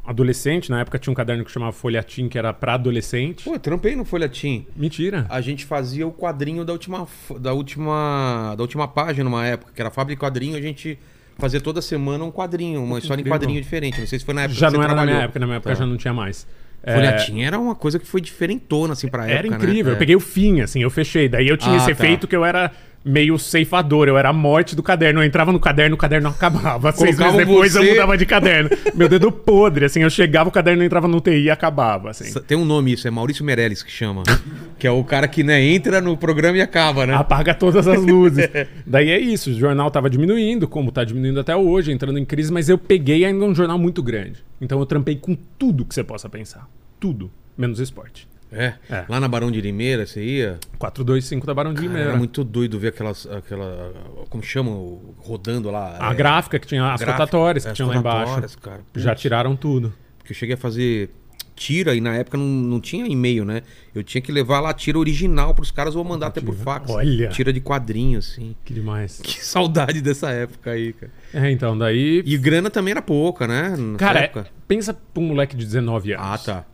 [SPEAKER 3] adolescente, na época tinha um caderno que chamava Folhetim, que era pra adolescente.
[SPEAKER 1] Pô, eu trampei no Folhetim.
[SPEAKER 3] Mentira.
[SPEAKER 1] A gente fazia o quadrinho da última, f- da última, da última página, numa época, que era a Fábrica de Quadrinho, a gente fazia toda semana um quadrinho, uma história em
[SPEAKER 3] incrível.
[SPEAKER 1] quadrinho diferente. Não sei se foi na época
[SPEAKER 3] Já
[SPEAKER 1] que
[SPEAKER 3] não
[SPEAKER 1] você
[SPEAKER 3] era na
[SPEAKER 1] trabalhou. Tá.
[SPEAKER 3] minha época, na minha época já não tinha mais. É,
[SPEAKER 1] Folhetim era uma coisa que foi diferentona, assim, pra
[SPEAKER 3] Era
[SPEAKER 1] época,
[SPEAKER 3] incrível.
[SPEAKER 1] né?
[SPEAKER 3] Eu peguei o fim, assim, eu fechei. Daí eu tinha
[SPEAKER 1] Ah,
[SPEAKER 3] esse
[SPEAKER 1] tá.
[SPEAKER 3] efeito que eu era meio ceifador, eu era a morte do caderno. Eu entrava no caderno, o caderno acabava. Seis meses
[SPEAKER 1] Colocava
[SPEAKER 3] depois eu
[SPEAKER 1] você-
[SPEAKER 3] mudava de caderno. Meu dedo podre, assim, eu chegava, o caderno entrava no TI e acabava, assim.
[SPEAKER 1] Sa- Tem um nome isso, é Maurício Meirelles que chama. que é o cara que né, entra no programa e acaba, né?
[SPEAKER 3] Apaga todas as luzes. Daí é isso, o jornal tava diminuindo, como tá diminuindo até hoje, entrando em crise, mas eu peguei ainda um jornal muito grande. Então eu trampei com tudo que você possa pensar. Tudo, menos esporte.
[SPEAKER 1] É.
[SPEAKER 3] É.
[SPEAKER 1] Lá na Barão de Limeira, você ia.
[SPEAKER 3] 425 da Barão de Limeira.
[SPEAKER 1] Era muito doido ver aquelas. Aquela, como chamam? Rodando lá.
[SPEAKER 3] A
[SPEAKER 1] é,
[SPEAKER 3] gráfica que tinha, as
[SPEAKER 1] gráfica,
[SPEAKER 3] rotatórias que
[SPEAKER 1] as
[SPEAKER 3] tinham lá
[SPEAKER 1] rotatórias,
[SPEAKER 3] embaixo.
[SPEAKER 1] cara.
[SPEAKER 3] Já tiraram tudo.
[SPEAKER 1] Porque é, eu cheguei a fazer tira e na época não, não tinha e-mail, né? Eu tinha que levar lá a tira original pros caras ou mandar até por fax.
[SPEAKER 3] Olha.
[SPEAKER 1] Tira de quadrinho, assim.
[SPEAKER 3] Que demais.
[SPEAKER 1] Que saudade dessa época aí, cara.
[SPEAKER 3] É, então, daí.
[SPEAKER 1] E grana também era pouca, né? Nessa
[SPEAKER 3] cara, é-
[SPEAKER 1] época.
[SPEAKER 3] pensa pra um moleque de 19 anos.
[SPEAKER 1] Ah, tá.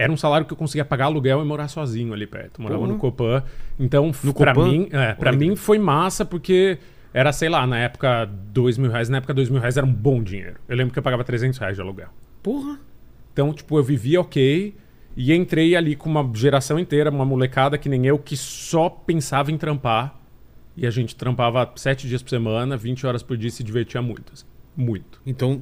[SPEAKER 3] Era um salário que eu conseguia pagar aluguel e morar sozinho ali perto. Morava
[SPEAKER 1] Porra.
[SPEAKER 3] no Copan. Então, f-
[SPEAKER 1] No
[SPEAKER 3] pra
[SPEAKER 1] Copan?
[SPEAKER 3] mim, é, pra
[SPEAKER 1] Olha que
[SPEAKER 3] mim foi massa porque era, sei lá, na época, dois mil reais. Na época, dois mil reais era um bom dinheiro. Eu lembro que eu pagava 300 reais de aluguel.
[SPEAKER 1] Porra.
[SPEAKER 3] Então, tipo, eu vivia ok e entrei ali com uma geração inteira, uma molecada que nem eu, que só pensava em trampar. E a gente trampava sete dias por semana, 20 horas por dia e se divertia muito. assim. Muito.
[SPEAKER 1] Então,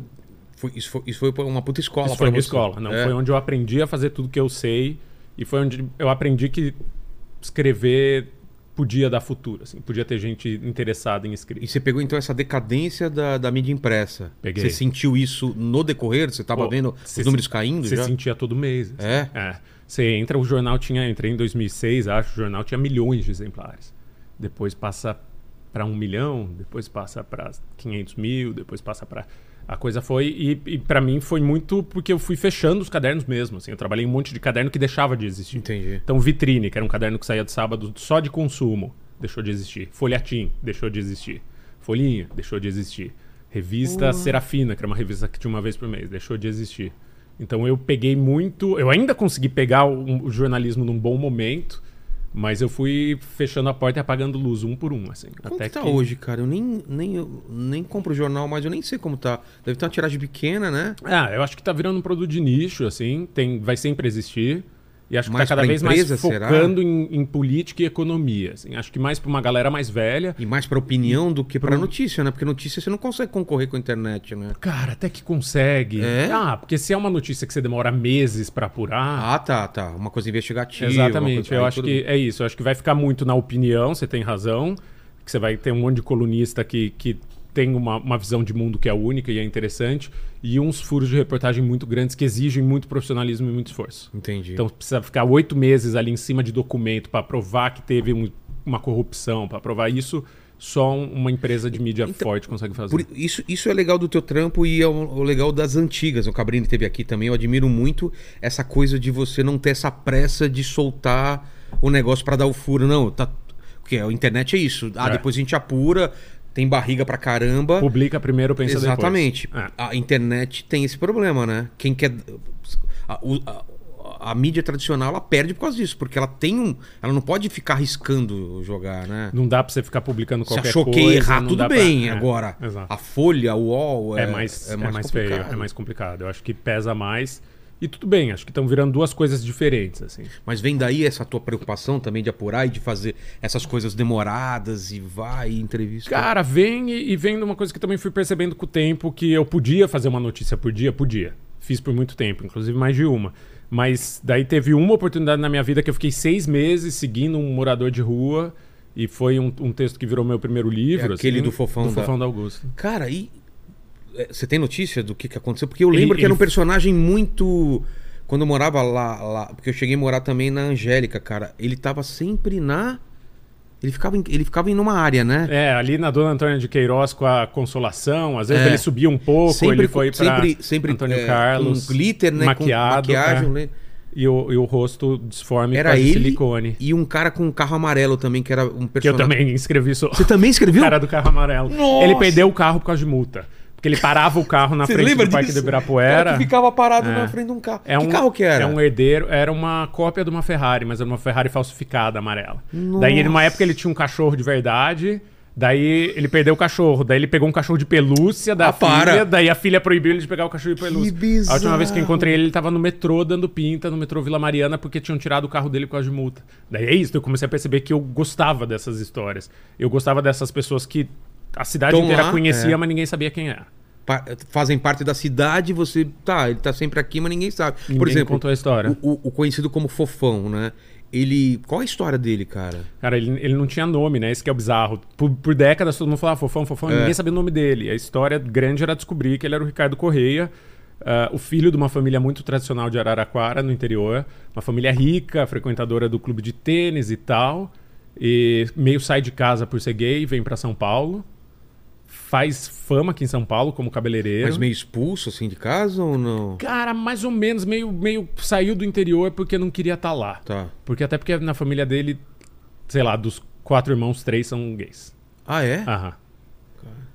[SPEAKER 1] foi- isso, foi, isso foi uma puta escola.
[SPEAKER 3] Isso foi
[SPEAKER 1] pra
[SPEAKER 3] minha
[SPEAKER 1] você.
[SPEAKER 3] escola. Não,
[SPEAKER 1] É.
[SPEAKER 3] Foi onde eu aprendi a fazer tudo que eu sei. E foi onde eu aprendi que escrever podia dar futuro. Assim. Podia ter gente interessada em
[SPEAKER 1] E
[SPEAKER 3] escrever.
[SPEAKER 1] você pegou então essa decadência da, da mídia impressa.
[SPEAKER 3] Peguei.
[SPEAKER 1] Você sentiu isso no decorrer? Você tava
[SPEAKER 3] Pô,
[SPEAKER 1] vendo
[SPEAKER 3] você
[SPEAKER 1] os números
[SPEAKER 3] se-
[SPEAKER 1] caindo
[SPEAKER 3] Você
[SPEAKER 1] já?
[SPEAKER 3] sentia todo mês. assim.
[SPEAKER 1] É?
[SPEAKER 3] É. Você entra, o jornal tinha. Entrei em 2006, acho. O jornal tinha milhões de exemplares. Depois passa para um milhão, depois passa para 500 mil, depois passa para. A coisa foi. E, e para mim foi muito porque eu fui fechando os cadernos mesmo. Assim, eu trabalhei em um monte de caderno que deixava de existir.
[SPEAKER 1] Entendi.
[SPEAKER 3] Então, Vitrine, que era um caderno que saía de sábado só de consumo, deixou de existir. Folhetim, deixou de existir. Folhinha, deixou de existir. Revista Serafina, que era uma revista que tinha uma vez por mês, deixou de existir. Então, eu peguei muito. Eu ainda consegui pegar o, o jornalismo num bom momento, mas eu fui fechando a porta e apagando luz um por um, assim.
[SPEAKER 1] Quanto tá hoje, cara? Eu nem, nem, eu nem compro jornal, mas eu nem sei como tá. Deve ter uma tiragem pequena, né?
[SPEAKER 3] Ah, eu acho que tá virando um produto de nicho, assim. Tem, vai sempre existir. E acho que
[SPEAKER 1] Mais
[SPEAKER 3] tá cada
[SPEAKER 1] pra
[SPEAKER 3] vez
[SPEAKER 1] empresa,
[SPEAKER 3] mais
[SPEAKER 1] será?
[SPEAKER 3] focando em, em política e economia. Assim. Acho que mais pra uma galera mais velha.
[SPEAKER 1] E mais pra opinião do que pra notícia, né? Porque notícia você não consegue concorrer com a internet, né?
[SPEAKER 3] Cara, até que consegue.
[SPEAKER 1] É?
[SPEAKER 3] Ah, porque se é uma notícia que você demora meses pra apurar.
[SPEAKER 1] Ah, tá, tá. Uma coisa investigativa. uma
[SPEAKER 3] exatamente.
[SPEAKER 1] coisa-
[SPEAKER 3] Eu
[SPEAKER 1] aí
[SPEAKER 3] acho
[SPEAKER 1] tudo
[SPEAKER 3] que
[SPEAKER 1] bem.
[SPEAKER 3] é isso. Eu acho que vai ficar muito na opinião, você tem razão. Que você vai ter um monte de colunista que, que tem uma, uma visão de mundo que é única e é interessante. E uns furos de reportagem muito grandes que exigem muito profissionalismo e muito esforço.
[SPEAKER 1] Entendi.
[SPEAKER 3] Então precisa ficar oito meses ali em cima de documento para provar que teve um- uma corrupção, para provar isso. Só um- uma empresa de mídia forte consegue fazer.
[SPEAKER 1] Então, Por- isso, isso é legal do teu trampo e é o, o legal das antigas. O Cabrini teve aqui também. Eu admiro muito essa coisa de você não ter essa pressa de soltar o negócio pra dar o furo. Não, tá. Porque a internet é isso. Ah,
[SPEAKER 3] É.
[SPEAKER 1] depois a gente apura, tem barriga pra caramba.
[SPEAKER 3] Publica primeiro, pensa
[SPEAKER 1] Exatamente.
[SPEAKER 3] depois. É.
[SPEAKER 1] A internet tem esse problema, né? Quem quer. A, o- a- a mídia tradicional ela perde por causa disso, porque ela tem um. Ela não pode ficar arriscando jogar, né?
[SPEAKER 3] Não dá pra você ficar publicando
[SPEAKER 1] Se
[SPEAKER 3] qualquer
[SPEAKER 1] achou
[SPEAKER 3] coisa.
[SPEAKER 1] que ia errar,
[SPEAKER 3] não
[SPEAKER 1] tudo
[SPEAKER 3] dá pra-
[SPEAKER 1] bem.
[SPEAKER 3] é,
[SPEAKER 1] Agora,
[SPEAKER 3] exato.
[SPEAKER 1] a folha, o UOL.
[SPEAKER 3] É, mais, é mais, feio,
[SPEAKER 1] complicado.
[SPEAKER 3] é mais complicado. Eu acho que pesa mais. E tudo bem, acho que estão virando duas coisas diferentes, assim.
[SPEAKER 1] Mas vem daí essa tua preocupação também de apurar e de fazer essas coisas demoradas e vai, e entrevista.
[SPEAKER 3] Cara, vem e, e vem de uma coisa que também fui percebendo com o tempo que eu podia fazer uma notícia por dia, podia. Fiz por muito tempo, inclusive mais de uma. Mas daí teve uma oportunidade na minha vida que eu fiquei seis meses seguindo um morador de rua e foi um, um texto que virou meu primeiro livro.
[SPEAKER 1] É
[SPEAKER 3] assim.
[SPEAKER 1] aquele do Fofão
[SPEAKER 3] do
[SPEAKER 1] da-
[SPEAKER 3] Fofão da Augusto.
[SPEAKER 1] Cara, e. é, Você tem notícia do que, que aconteceu? Porque eu
[SPEAKER 3] Ele-
[SPEAKER 1] lembro que era um
[SPEAKER 3] ele-
[SPEAKER 1] personagem muito. Quando eu morava lá, lá. Porque eu cheguei a morar também na Angélica, cara. Ele tava sempre na. Ele ficava em, ele ficava em uma área, né?
[SPEAKER 3] É, ali na Dona Antônia de Queiroz com a Consolação, às vezes
[SPEAKER 1] É.
[SPEAKER 3] ele subia um pouco, ele
[SPEAKER 1] com-
[SPEAKER 3] foi pra
[SPEAKER 1] sempre, sempre
[SPEAKER 3] Antônio
[SPEAKER 1] é,
[SPEAKER 3] Carlos.
[SPEAKER 1] Com glitter, né?
[SPEAKER 3] Maquiado.
[SPEAKER 1] com maquiagem,
[SPEAKER 3] é.
[SPEAKER 1] né?
[SPEAKER 3] e o, e o rosto disforme
[SPEAKER 1] Era
[SPEAKER 3] quase
[SPEAKER 1] ele
[SPEAKER 3] silicone.
[SPEAKER 1] e um cara com um carro amarelo também, que era um
[SPEAKER 3] Que eu
[SPEAKER 1] personagem.
[SPEAKER 3] também escrevi só.
[SPEAKER 1] Você também escreveu?
[SPEAKER 3] cara do carro amarelo.
[SPEAKER 1] Nossa!
[SPEAKER 3] Ele perdeu o carro por causa de multa. Porque ele parava o carro na
[SPEAKER 1] Você
[SPEAKER 3] frente
[SPEAKER 1] lembra
[SPEAKER 3] do Parque
[SPEAKER 1] disso?
[SPEAKER 3] do Ibirapuera.
[SPEAKER 1] Cara que ficava parado na frente de um carro.
[SPEAKER 3] É
[SPEAKER 1] que
[SPEAKER 3] um-
[SPEAKER 1] carro que era?
[SPEAKER 3] É um herdeiro, era uma cópia de uma Ferrari, mas era uma Ferrari falsificada, amarela. Daí, numa época, ele tinha um cachorro de verdade. Daí ele perdeu o cachorro, daí ele pegou um cachorro de pelúcia da
[SPEAKER 1] Ah,
[SPEAKER 3] filha,
[SPEAKER 1] para.
[SPEAKER 3] daí a filha proibiu ele de pegar o cachorro de pelúcia.
[SPEAKER 1] bizarro.
[SPEAKER 3] A última vez que eu encontrei ele, ele tava no metrô dando pinta, no metrô Vila Mariana, porque tinham tirado o carro dele por causa de multa. Daí é isso, eu comecei a perceber que eu gostava dessas histórias. Eu gostava dessas pessoas que a cidade
[SPEAKER 1] Tão
[SPEAKER 3] inteira
[SPEAKER 1] lá,
[SPEAKER 3] conhecia,
[SPEAKER 1] é.
[SPEAKER 3] mas ninguém sabia quem era.
[SPEAKER 1] Pa- Fazem parte da cidade, você. Tá, ele tá sempre aqui, mas ninguém sabe. Por
[SPEAKER 3] Ninguém
[SPEAKER 1] exemplo,
[SPEAKER 3] contou a história.
[SPEAKER 1] O, o- o conhecido como Fofão, né? Ele. Qual a história dele, cara?
[SPEAKER 3] Cara, ele, ele não tinha nome, né? Esse que é o bizarro. Por, por décadas todo mundo falava fofão, fofão,
[SPEAKER 1] É.
[SPEAKER 3] ninguém sabia o nome dele. A história grande era descobrir que ele era o Ricardo Correia, ah, o filho de uma família muito tradicional de Araraquara, no interior. Uma família rica, frequentadora do clube de tênis e tal. E meio sai de casa por ser gay, vem pra São Paulo. Faz fama aqui em São Paulo como cabeleireiro.
[SPEAKER 1] Mas meio expulso, assim, de casa ou não?
[SPEAKER 3] Cara, mais ou menos, meio, meio saiu do interior porque não queria estar lá.
[SPEAKER 1] Tá.
[SPEAKER 3] Porque até porque na família dele, sei lá, dos quatro irmãos, três são gays.
[SPEAKER 1] Ah, é?
[SPEAKER 3] Aham.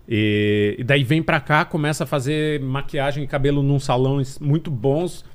[SPEAKER 3] E, e daí vem pra cá, começa a fazer maquiagem e cabelo num salões muito bons.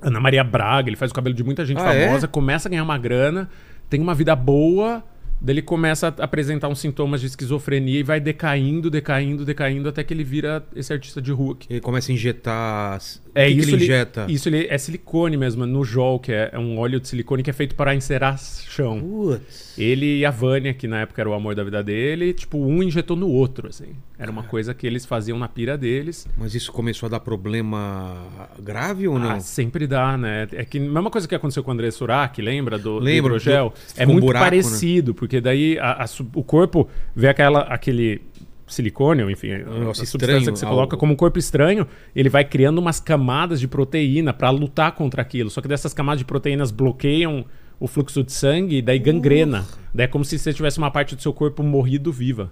[SPEAKER 3] Ana Maria Braga, ele faz o cabelo de muita gente
[SPEAKER 1] Ah,
[SPEAKER 3] famosa,
[SPEAKER 1] é?
[SPEAKER 3] começa a ganhar uma grana, tem uma vida boa, daí ele começa a apresentar uns sintomas de esquizofrenia e vai decaindo, decaindo, decaindo, até que ele vira esse artista de rua que
[SPEAKER 1] Ele começa a injetar. O
[SPEAKER 3] é
[SPEAKER 1] que que
[SPEAKER 3] isso
[SPEAKER 1] ele injeta?
[SPEAKER 3] Isso ele é silicone mesmo, é no Jol, que é, é um óleo de silicone que é feito para encerar chão.
[SPEAKER 1] Putz.
[SPEAKER 3] Ele e a Vânia, que na época era o amor da vida dele, tipo, um injetou no outro, assim. Era uma coisa que eles faziam na pira deles.
[SPEAKER 1] Mas isso começou a dar problema grave ou não?
[SPEAKER 3] Ah, sempre dá, né? É que a mesma coisa que aconteceu com o André Surak, lembra do, do
[SPEAKER 1] Lembro,
[SPEAKER 3] hidrogel?
[SPEAKER 1] do- ficou
[SPEAKER 3] É
[SPEAKER 1] um
[SPEAKER 3] muito
[SPEAKER 1] buraco, né?
[SPEAKER 3] parecido, porque daí a- a su- o corpo vê aquela, aquele silicone, ou enfim, a
[SPEAKER 1] negócio
[SPEAKER 3] substância
[SPEAKER 1] estranho,
[SPEAKER 3] que você coloca
[SPEAKER 1] algo-
[SPEAKER 3] como um corpo estranho, ele vai criando umas camadas de proteína pra lutar contra aquilo. Só que dessas camadas de proteínas bloqueiam o fluxo de sangue e daí gangrena. Daí é como se você tivesse uma parte do seu corpo morrido viva.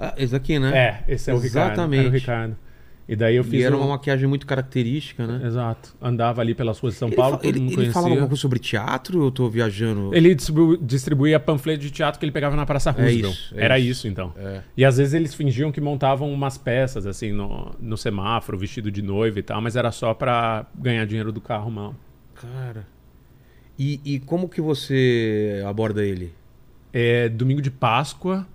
[SPEAKER 1] Ah, esse aqui, né?
[SPEAKER 3] É, esse é o
[SPEAKER 1] Exatamente.
[SPEAKER 3] Ricardo. Era o Ricardo. E daí eu fiz
[SPEAKER 1] E era
[SPEAKER 3] um-
[SPEAKER 1] uma maquiagem muito característica, né?
[SPEAKER 3] Exato. Andava ali pelas ruas de São
[SPEAKER 1] Ele,
[SPEAKER 3] Paulo,
[SPEAKER 1] fa-
[SPEAKER 3] todo
[SPEAKER 1] ele-
[SPEAKER 3] mundo
[SPEAKER 1] ele
[SPEAKER 3] conhecia.
[SPEAKER 1] falava alguma coisa sobre teatro ou eu tô viajando?
[SPEAKER 3] Ele distribu- distribuía panfleto de teatro que ele pegava na Praça Roosevelt.
[SPEAKER 1] isso, é
[SPEAKER 3] Era
[SPEAKER 1] isso.
[SPEAKER 3] isso, então. E às vezes eles fingiam que montavam umas peças, assim, no, no semáforo, vestido de noiva e tal, mas era só pra ganhar dinheiro do carro, mal.
[SPEAKER 1] Cara. E, e como que você aborda ele?
[SPEAKER 3] É, domingo de Páscoa,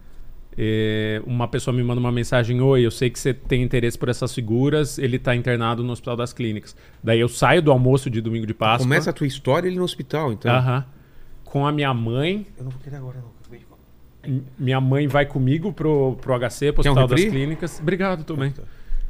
[SPEAKER 3] é, uma pessoa me manda uma mensagem: Oi, eu sei que você tem interesse por essas figuras, ele tá internado no Hospital das Clínicas. Daí eu saio do almoço de domingo de Páscoa.
[SPEAKER 1] Começa a tua história ele no hospital, então.
[SPEAKER 3] Aham. com a minha mãe.
[SPEAKER 1] Eu não vou querer agora, não. Acabei de falar.
[SPEAKER 3] M- Minha mãe vai comigo pro, pro HC, pro
[SPEAKER 1] Quer um
[SPEAKER 3] Hospital das
[SPEAKER 1] refri? Tá,
[SPEAKER 3] Clínicas. Obrigado, tudo bem.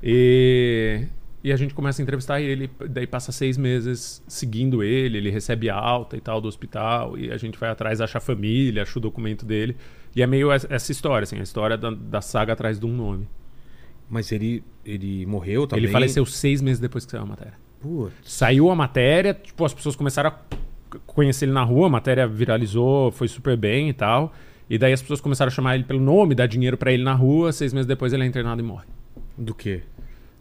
[SPEAKER 3] E, e a gente começa a entrevistar ele, daí passa seis meses seguindo ele, ele recebe alta e tal do hospital, e a gente vai atrás, acha a família, acha o documento dele. E é meio es- essa história, assim, a história da, da saga atrás de um nome.
[SPEAKER 1] Mas ele, ele morreu também?
[SPEAKER 3] Ele faleceu seis meses depois que saiu a matéria.
[SPEAKER 1] Putz.
[SPEAKER 3] Saiu a matéria, tipo, as pessoas começaram a c- conhecer ele na rua, a matéria viralizou, foi super bem e tal. E daí as pessoas começaram a chamar ele pelo nome, dar dinheiro pra ele na rua, seis meses depois ele é internado e morre.
[SPEAKER 1] Do quê?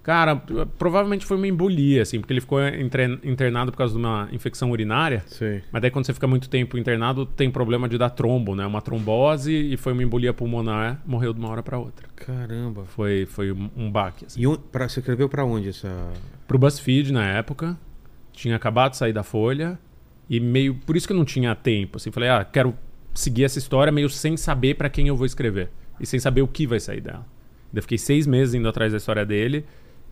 [SPEAKER 3] Cara, p- provavelmente foi uma embolia, assim, porque ele ficou entre- internado por causa de uma infecção urinária.
[SPEAKER 1] Sei.
[SPEAKER 3] Mas daí quando você fica muito tempo internado, tem problema de dar trombo, né? Uma trombose e foi uma embolia pulmonar, morreu de uma hora pra outra.
[SPEAKER 1] Caramba.
[SPEAKER 3] Foi, foi um um baque, assim.
[SPEAKER 1] E on- pra, você escreveu pra onde essa...
[SPEAKER 3] pro BuzzFeed na época. Tinha acabado de sair da Folha. E meio. Por isso que eu não tinha tempo. Assim, falei, ah, quero seguir essa história meio sem saber pra quem eu vou escrever. E sem saber o que vai sair dela. Daí eu fiquei seis meses indo atrás da história dele.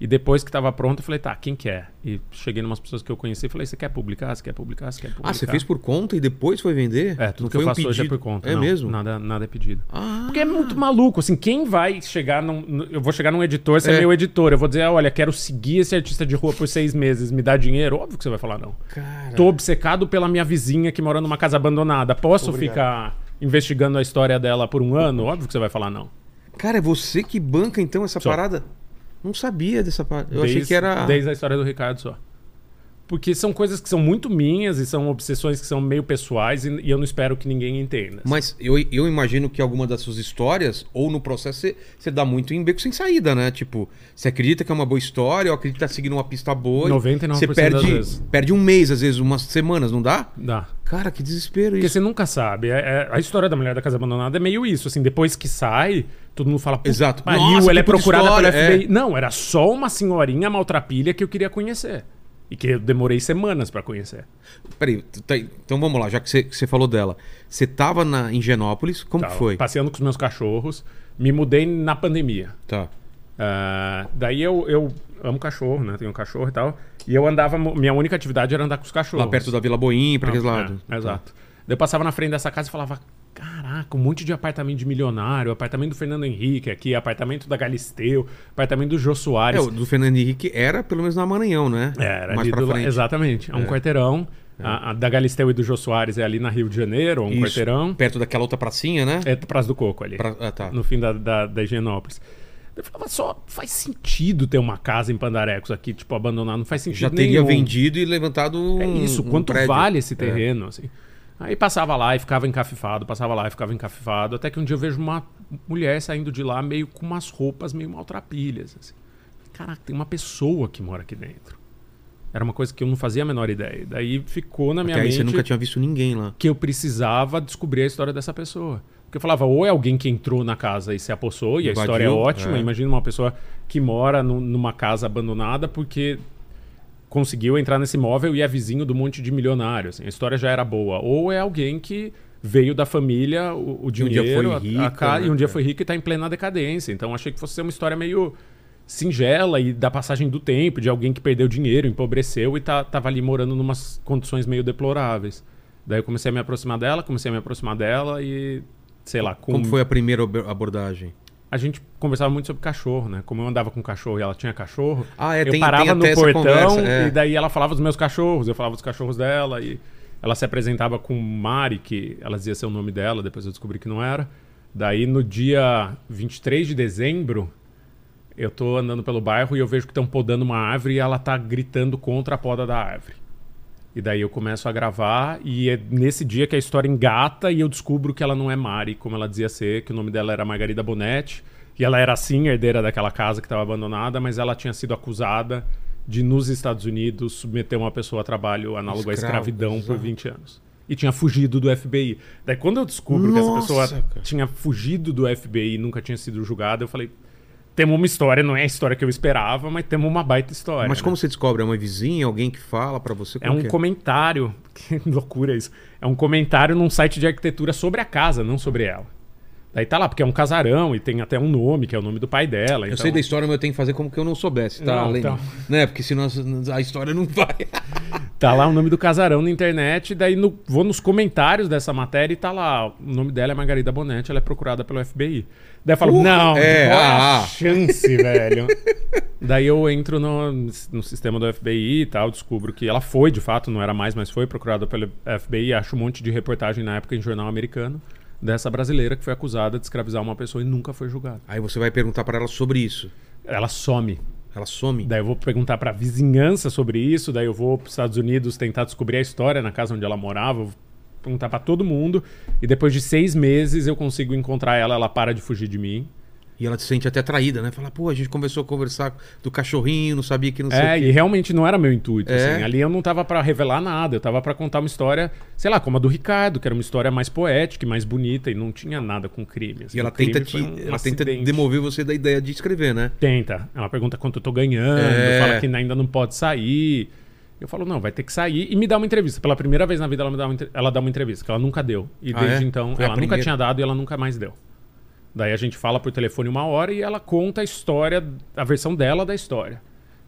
[SPEAKER 3] E depois que tava pronto, eu falei, tá, quem quer? E cheguei numas pessoas que eu conheci e falei, você quer publicar? Você quer publicar? Você quer publicar?
[SPEAKER 1] Ah, você fez por conta e depois foi vender?
[SPEAKER 3] É, tudo
[SPEAKER 1] Não
[SPEAKER 3] que eu
[SPEAKER 1] foi um
[SPEAKER 3] faço hoje é
[SPEAKER 1] pedido?
[SPEAKER 3] por conta.
[SPEAKER 1] É
[SPEAKER 3] não,
[SPEAKER 1] mesmo?
[SPEAKER 3] Nada, nada é pedido.
[SPEAKER 1] Ah,
[SPEAKER 3] Porque é muito maluco, assim, quem vai chegar num. no- Eu vou chegar num editor, você é.
[SPEAKER 1] É.
[SPEAKER 3] meu editor, eu vou dizer, "Ah, olha, quero seguir esse artista de rua por seis meses, me dá dinheiro? Óbvio que você vai falar não.
[SPEAKER 1] cara.
[SPEAKER 3] Tô obcecado pela minha vizinha que mora numa casa abandonada. Posso ficar investigando a história dela por um ano? Óbvio que você vai falar não.
[SPEAKER 1] Cara, é você que banca então essa
[SPEAKER 3] Só.
[SPEAKER 1] parada? Não sabia dessa parada. Eu achei que era...
[SPEAKER 3] Desde a história do Ricardo só. porque são coisas que são muito minhas e são obsessões que são meio pessoais e, e eu não espero que ninguém entenda.
[SPEAKER 1] Mas eu, eu imagino que alguma das suas histórias, ou no processo, você- você dá muito em beco sem saída, né? Tipo, você acredita que é uma boa história, ou acredita que tá seguindo uma pista boa. e
[SPEAKER 3] 99%
[SPEAKER 1] você
[SPEAKER 3] das
[SPEAKER 1] perde,
[SPEAKER 3] vezes.
[SPEAKER 1] perde um mês, às vezes, umas semanas, não dá?
[SPEAKER 3] Dá.
[SPEAKER 1] Cara, que desespero
[SPEAKER 3] Porque
[SPEAKER 1] isso.
[SPEAKER 3] você nunca sabe. É- é- a história da Mulher da Casa Abandonada é meio isso. Assim, depois que sai, todo mundo fala... "Puta
[SPEAKER 1] Exato.
[SPEAKER 3] que Pariu,
[SPEAKER 1] Nossa,
[SPEAKER 3] ela é
[SPEAKER 1] que puta
[SPEAKER 3] procurada
[SPEAKER 1] história, é.
[SPEAKER 3] pela FBI. Não, era só uma senhorinha maltrapilha que eu queria conhecer. E que eu demorei semanas pra conhecer.
[SPEAKER 1] Peraí, tu tá- então vamos lá, já que você, que você falou dela. Você tava na, em Genópolis, como
[SPEAKER 3] Tava
[SPEAKER 1] que foi?
[SPEAKER 3] Passeando com os meus cachorros. Me mudei na pandemia.
[SPEAKER 1] Tá.
[SPEAKER 3] Ah, daí eu, eu amo cachorro, né? Tenho um cachorro e tal. E eu andava... mu- Minha única atividade era andar com os cachorros.
[SPEAKER 1] Lá perto da Vila Boim, pra aqueles
[SPEAKER 3] Não,
[SPEAKER 1] lados. Tá.
[SPEAKER 3] é, exato. Daí eu passava na frente dessa casa e falava: Caraca, um monte de apartamento de milionário, apartamento do Fernando Henrique aqui, apartamento da Galisteu, apartamento do Jô
[SPEAKER 1] É,
[SPEAKER 3] Soares.
[SPEAKER 1] o do Fernando Henrique era pelo menos na Maranhão, né?
[SPEAKER 3] Era
[SPEAKER 1] Mais
[SPEAKER 3] ali
[SPEAKER 1] pra
[SPEAKER 3] do,
[SPEAKER 1] frente. É.
[SPEAKER 3] Exatamente, é um quarteirão. A, a da Galisteu e do Jô Soares é ali na Rio de Janeiro, é um
[SPEAKER 1] Isso,
[SPEAKER 3] quarteirão.
[SPEAKER 1] Perto daquela outra pracinha, né?
[SPEAKER 3] É Praça do Coco ali.
[SPEAKER 1] Pra- ah, tá.
[SPEAKER 3] No fim da, da, da Higienópolis. Eu falava, só faz sentido ter uma casa em Pandarecos aqui, tipo, abandonar. Não faz sentido
[SPEAKER 1] Já teria
[SPEAKER 3] nenhum.
[SPEAKER 1] vendido e levantado um.
[SPEAKER 3] um. É isso,
[SPEAKER 1] um
[SPEAKER 3] quanto
[SPEAKER 1] prédio.
[SPEAKER 3] vale esse terreno, assim. Aí passava lá e ficava encafifado, passava lá e ficava encafifado, até que um dia eu vejo uma mulher saindo de lá meio com umas roupas meio maltrapilhas, assim. Caraca, tem uma pessoa que mora aqui dentro. Era uma coisa que eu não fazia a menor ideia. Daí ficou na minha
[SPEAKER 1] Porque aí
[SPEAKER 3] mente
[SPEAKER 1] você nunca tinha visto ninguém lá.
[SPEAKER 3] que eu precisava descobrir a história dessa pessoa. Porque eu falava, ou é alguém que entrou na casa e se apossou, e a
[SPEAKER 1] Invadiu,
[SPEAKER 3] história é ótima.
[SPEAKER 1] é.
[SPEAKER 3] Imagina uma pessoa que mora nu- numa casa abandonada porque conseguiu entrar nesse imóvel e é vizinho do monte de milionário. assim, a história já era boa. Ou é alguém que veio da família, o, o
[SPEAKER 1] um dia
[SPEAKER 3] dinheiro,
[SPEAKER 1] foi
[SPEAKER 3] a,
[SPEAKER 1] rica,
[SPEAKER 3] a ca-
[SPEAKER 1] né,
[SPEAKER 3] e um dia
[SPEAKER 1] cara?
[SPEAKER 3] foi rico e está em plena decadência. Então achei que fosse ser uma história meio singela e da passagem do tempo, de alguém que perdeu dinheiro, empobreceu e tá, tava ali morando numas condições meio deploráveis. Daí eu comecei a me aproximar dela, comecei a me aproximar dela e, sei lá, com...
[SPEAKER 1] Como foi a primeira ob- abordagem?
[SPEAKER 3] a gente conversava muito sobre cachorro, né? Como eu andava com cachorro e ela tinha cachorro,
[SPEAKER 1] Ah, é,
[SPEAKER 3] eu
[SPEAKER 1] tem-
[SPEAKER 3] parava
[SPEAKER 1] tem até
[SPEAKER 3] no
[SPEAKER 1] essa
[SPEAKER 3] portão
[SPEAKER 1] conversa, é.
[SPEAKER 3] e daí ela falava dos meus cachorros, eu falava dos cachorros dela e ela se apresentava com Mari, que ela dizia ser o nome dela, depois eu descobri que não era. Daí no dia 23 de dezembro, eu tô andando pelo bairro e eu vejo que estão podando uma árvore e ela tá gritando contra a poda da árvore. E daí eu começo a gravar e é nesse dia que a história engata e eu descubro que ela não é Mari, como ela dizia ser, que o nome dela era Margarida Bonetti. E ela era sim herdeira daquela casa que estava abandonada, mas ela tinha sido acusada de, nos Estados Unidos, submeter uma pessoa a trabalho análogo à
[SPEAKER 1] Escravo,
[SPEAKER 3] escravidão por
[SPEAKER 1] exato.
[SPEAKER 3] 20 anos. E tinha fugido do FBI. Daí quando eu descubro que essa
[SPEAKER 1] Nossa,
[SPEAKER 3] pessoa
[SPEAKER 1] cara.
[SPEAKER 3] tinha fugido do FBI e nunca tinha sido julgada, eu falei, temos uma história, não é a história que eu esperava, mas temos uma baita história.
[SPEAKER 1] Mas
[SPEAKER 3] né?
[SPEAKER 1] como você descobre? É uma vizinha, alguém que fala pra você?
[SPEAKER 3] É
[SPEAKER 1] Como
[SPEAKER 3] um
[SPEAKER 1] que
[SPEAKER 3] comentário. Que loucura isso. É um comentário num site de arquitetura sobre a casa, não sobre ela. Daí tá lá, porque é um casarão e tem até um nome, que é o nome do pai dela.
[SPEAKER 1] Eu
[SPEAKER 3] então-
[SPEAKER 1] sei da história, mas eu tenho que fazer como que eu não soubesse, tá?
[SPEAKER 3] Não,
[SPEAKER 1] Além,
[SPEAKER 3] então.
[SPEAKER 1] Né? Porque senão a a história não vai.
[SPEAKER 3] Tá
[SPEAKER 1] É.
[SPEAKER 3] lá o nome do casarão na internet, daí no- vou nos comentários dessa matéria e tá lá. O nome dela é Margarida Bonetti, ela é procurada pelo FBI. Daí eu falo,
[SPEAKER 1] Uh,
[SPEAKER 3] não,
[SPEAKER 1] é,
[SPEAKER 3] qual
[SPEAKER 1] ah,
[SPEAKER 3] a
[SPEAKER 1] ah."
[SPEAKER 3] chance, velho. daí eu entro no, no sistema do FBI e tal, descubro que ela foi, de fato, não era mais, mas foi procurada pelo FBI. Acho um monte de reportagem na época em jornal americano dessa brasileira que foi acusada de escravizar uma pessoa e nunca foi julgada.
[SPEAKER 1] Aí você vai perguntar pra ela sobre isso.
[SPEAKER 3] Ela some
[SPEAKER 1] Ela some.
[SPEAKER 3] Daí eu vou perguntar pra vizinhança sobre isso, daí eu vou pros Estados Unidos tentar descobrir a história na casa onde ela morava, eu vou perguntar pra todo mundo, e depois de seis meses eu consigo encontrar ela, ela para de fugir de mim.
[SPEAKER 1] E ela se sente até traída, né? Fala, pô, a gente começou a conversar do cachorrinho, não sabia que não sei o
[SPEAKER 3] É, e realmente não era meu intuito,
[SPEAKER 1] É.
[SPEAKER 3] assim, ali eu não tava pra revelar nada, eu tava pra contar uma história, sei lá, como a do Ricardo, que era uma história mais poética e mais bonita, e não tinha nada com crime. assim,
[SPEAKER 1] E ela
[SPEAKER 3] o crime
[SPEAKER 1] tenta te,
[SPEAKER 3] foi um
[SPEAKER 1] ela tenta
[SPEAKER 3] acidente.
[SPEAKER 1] demover você da ideia de escrever, né?
[SPEAKER 3] Tenta. Ela pergunta quanto eu tô ganhando,
[SPEAKER 1] É.
[SPEAKER 3] fala que ainda não pode sair. Eu falo, não, vai ter que sair e me dá uma entrevista. Pela primeira vez na vida ela, me dá, uma, entre- ela dá uma entrevista, que ela nunca deu. E
[SPEAKER 1] Ah,
[SPEAKER 3] desde
[SPEAKER 1] é?
[SPEAKER 3] então,
[SPEAKER 1] Foi a
[SPEAKER 3] ela nunca
[SPEAKER 1] primeira.
[SPEAKER 3] tinha dado e ela nunca mais deu. Daí a gente fala por telefone uma hora e ela conta a história, a versão dela da história.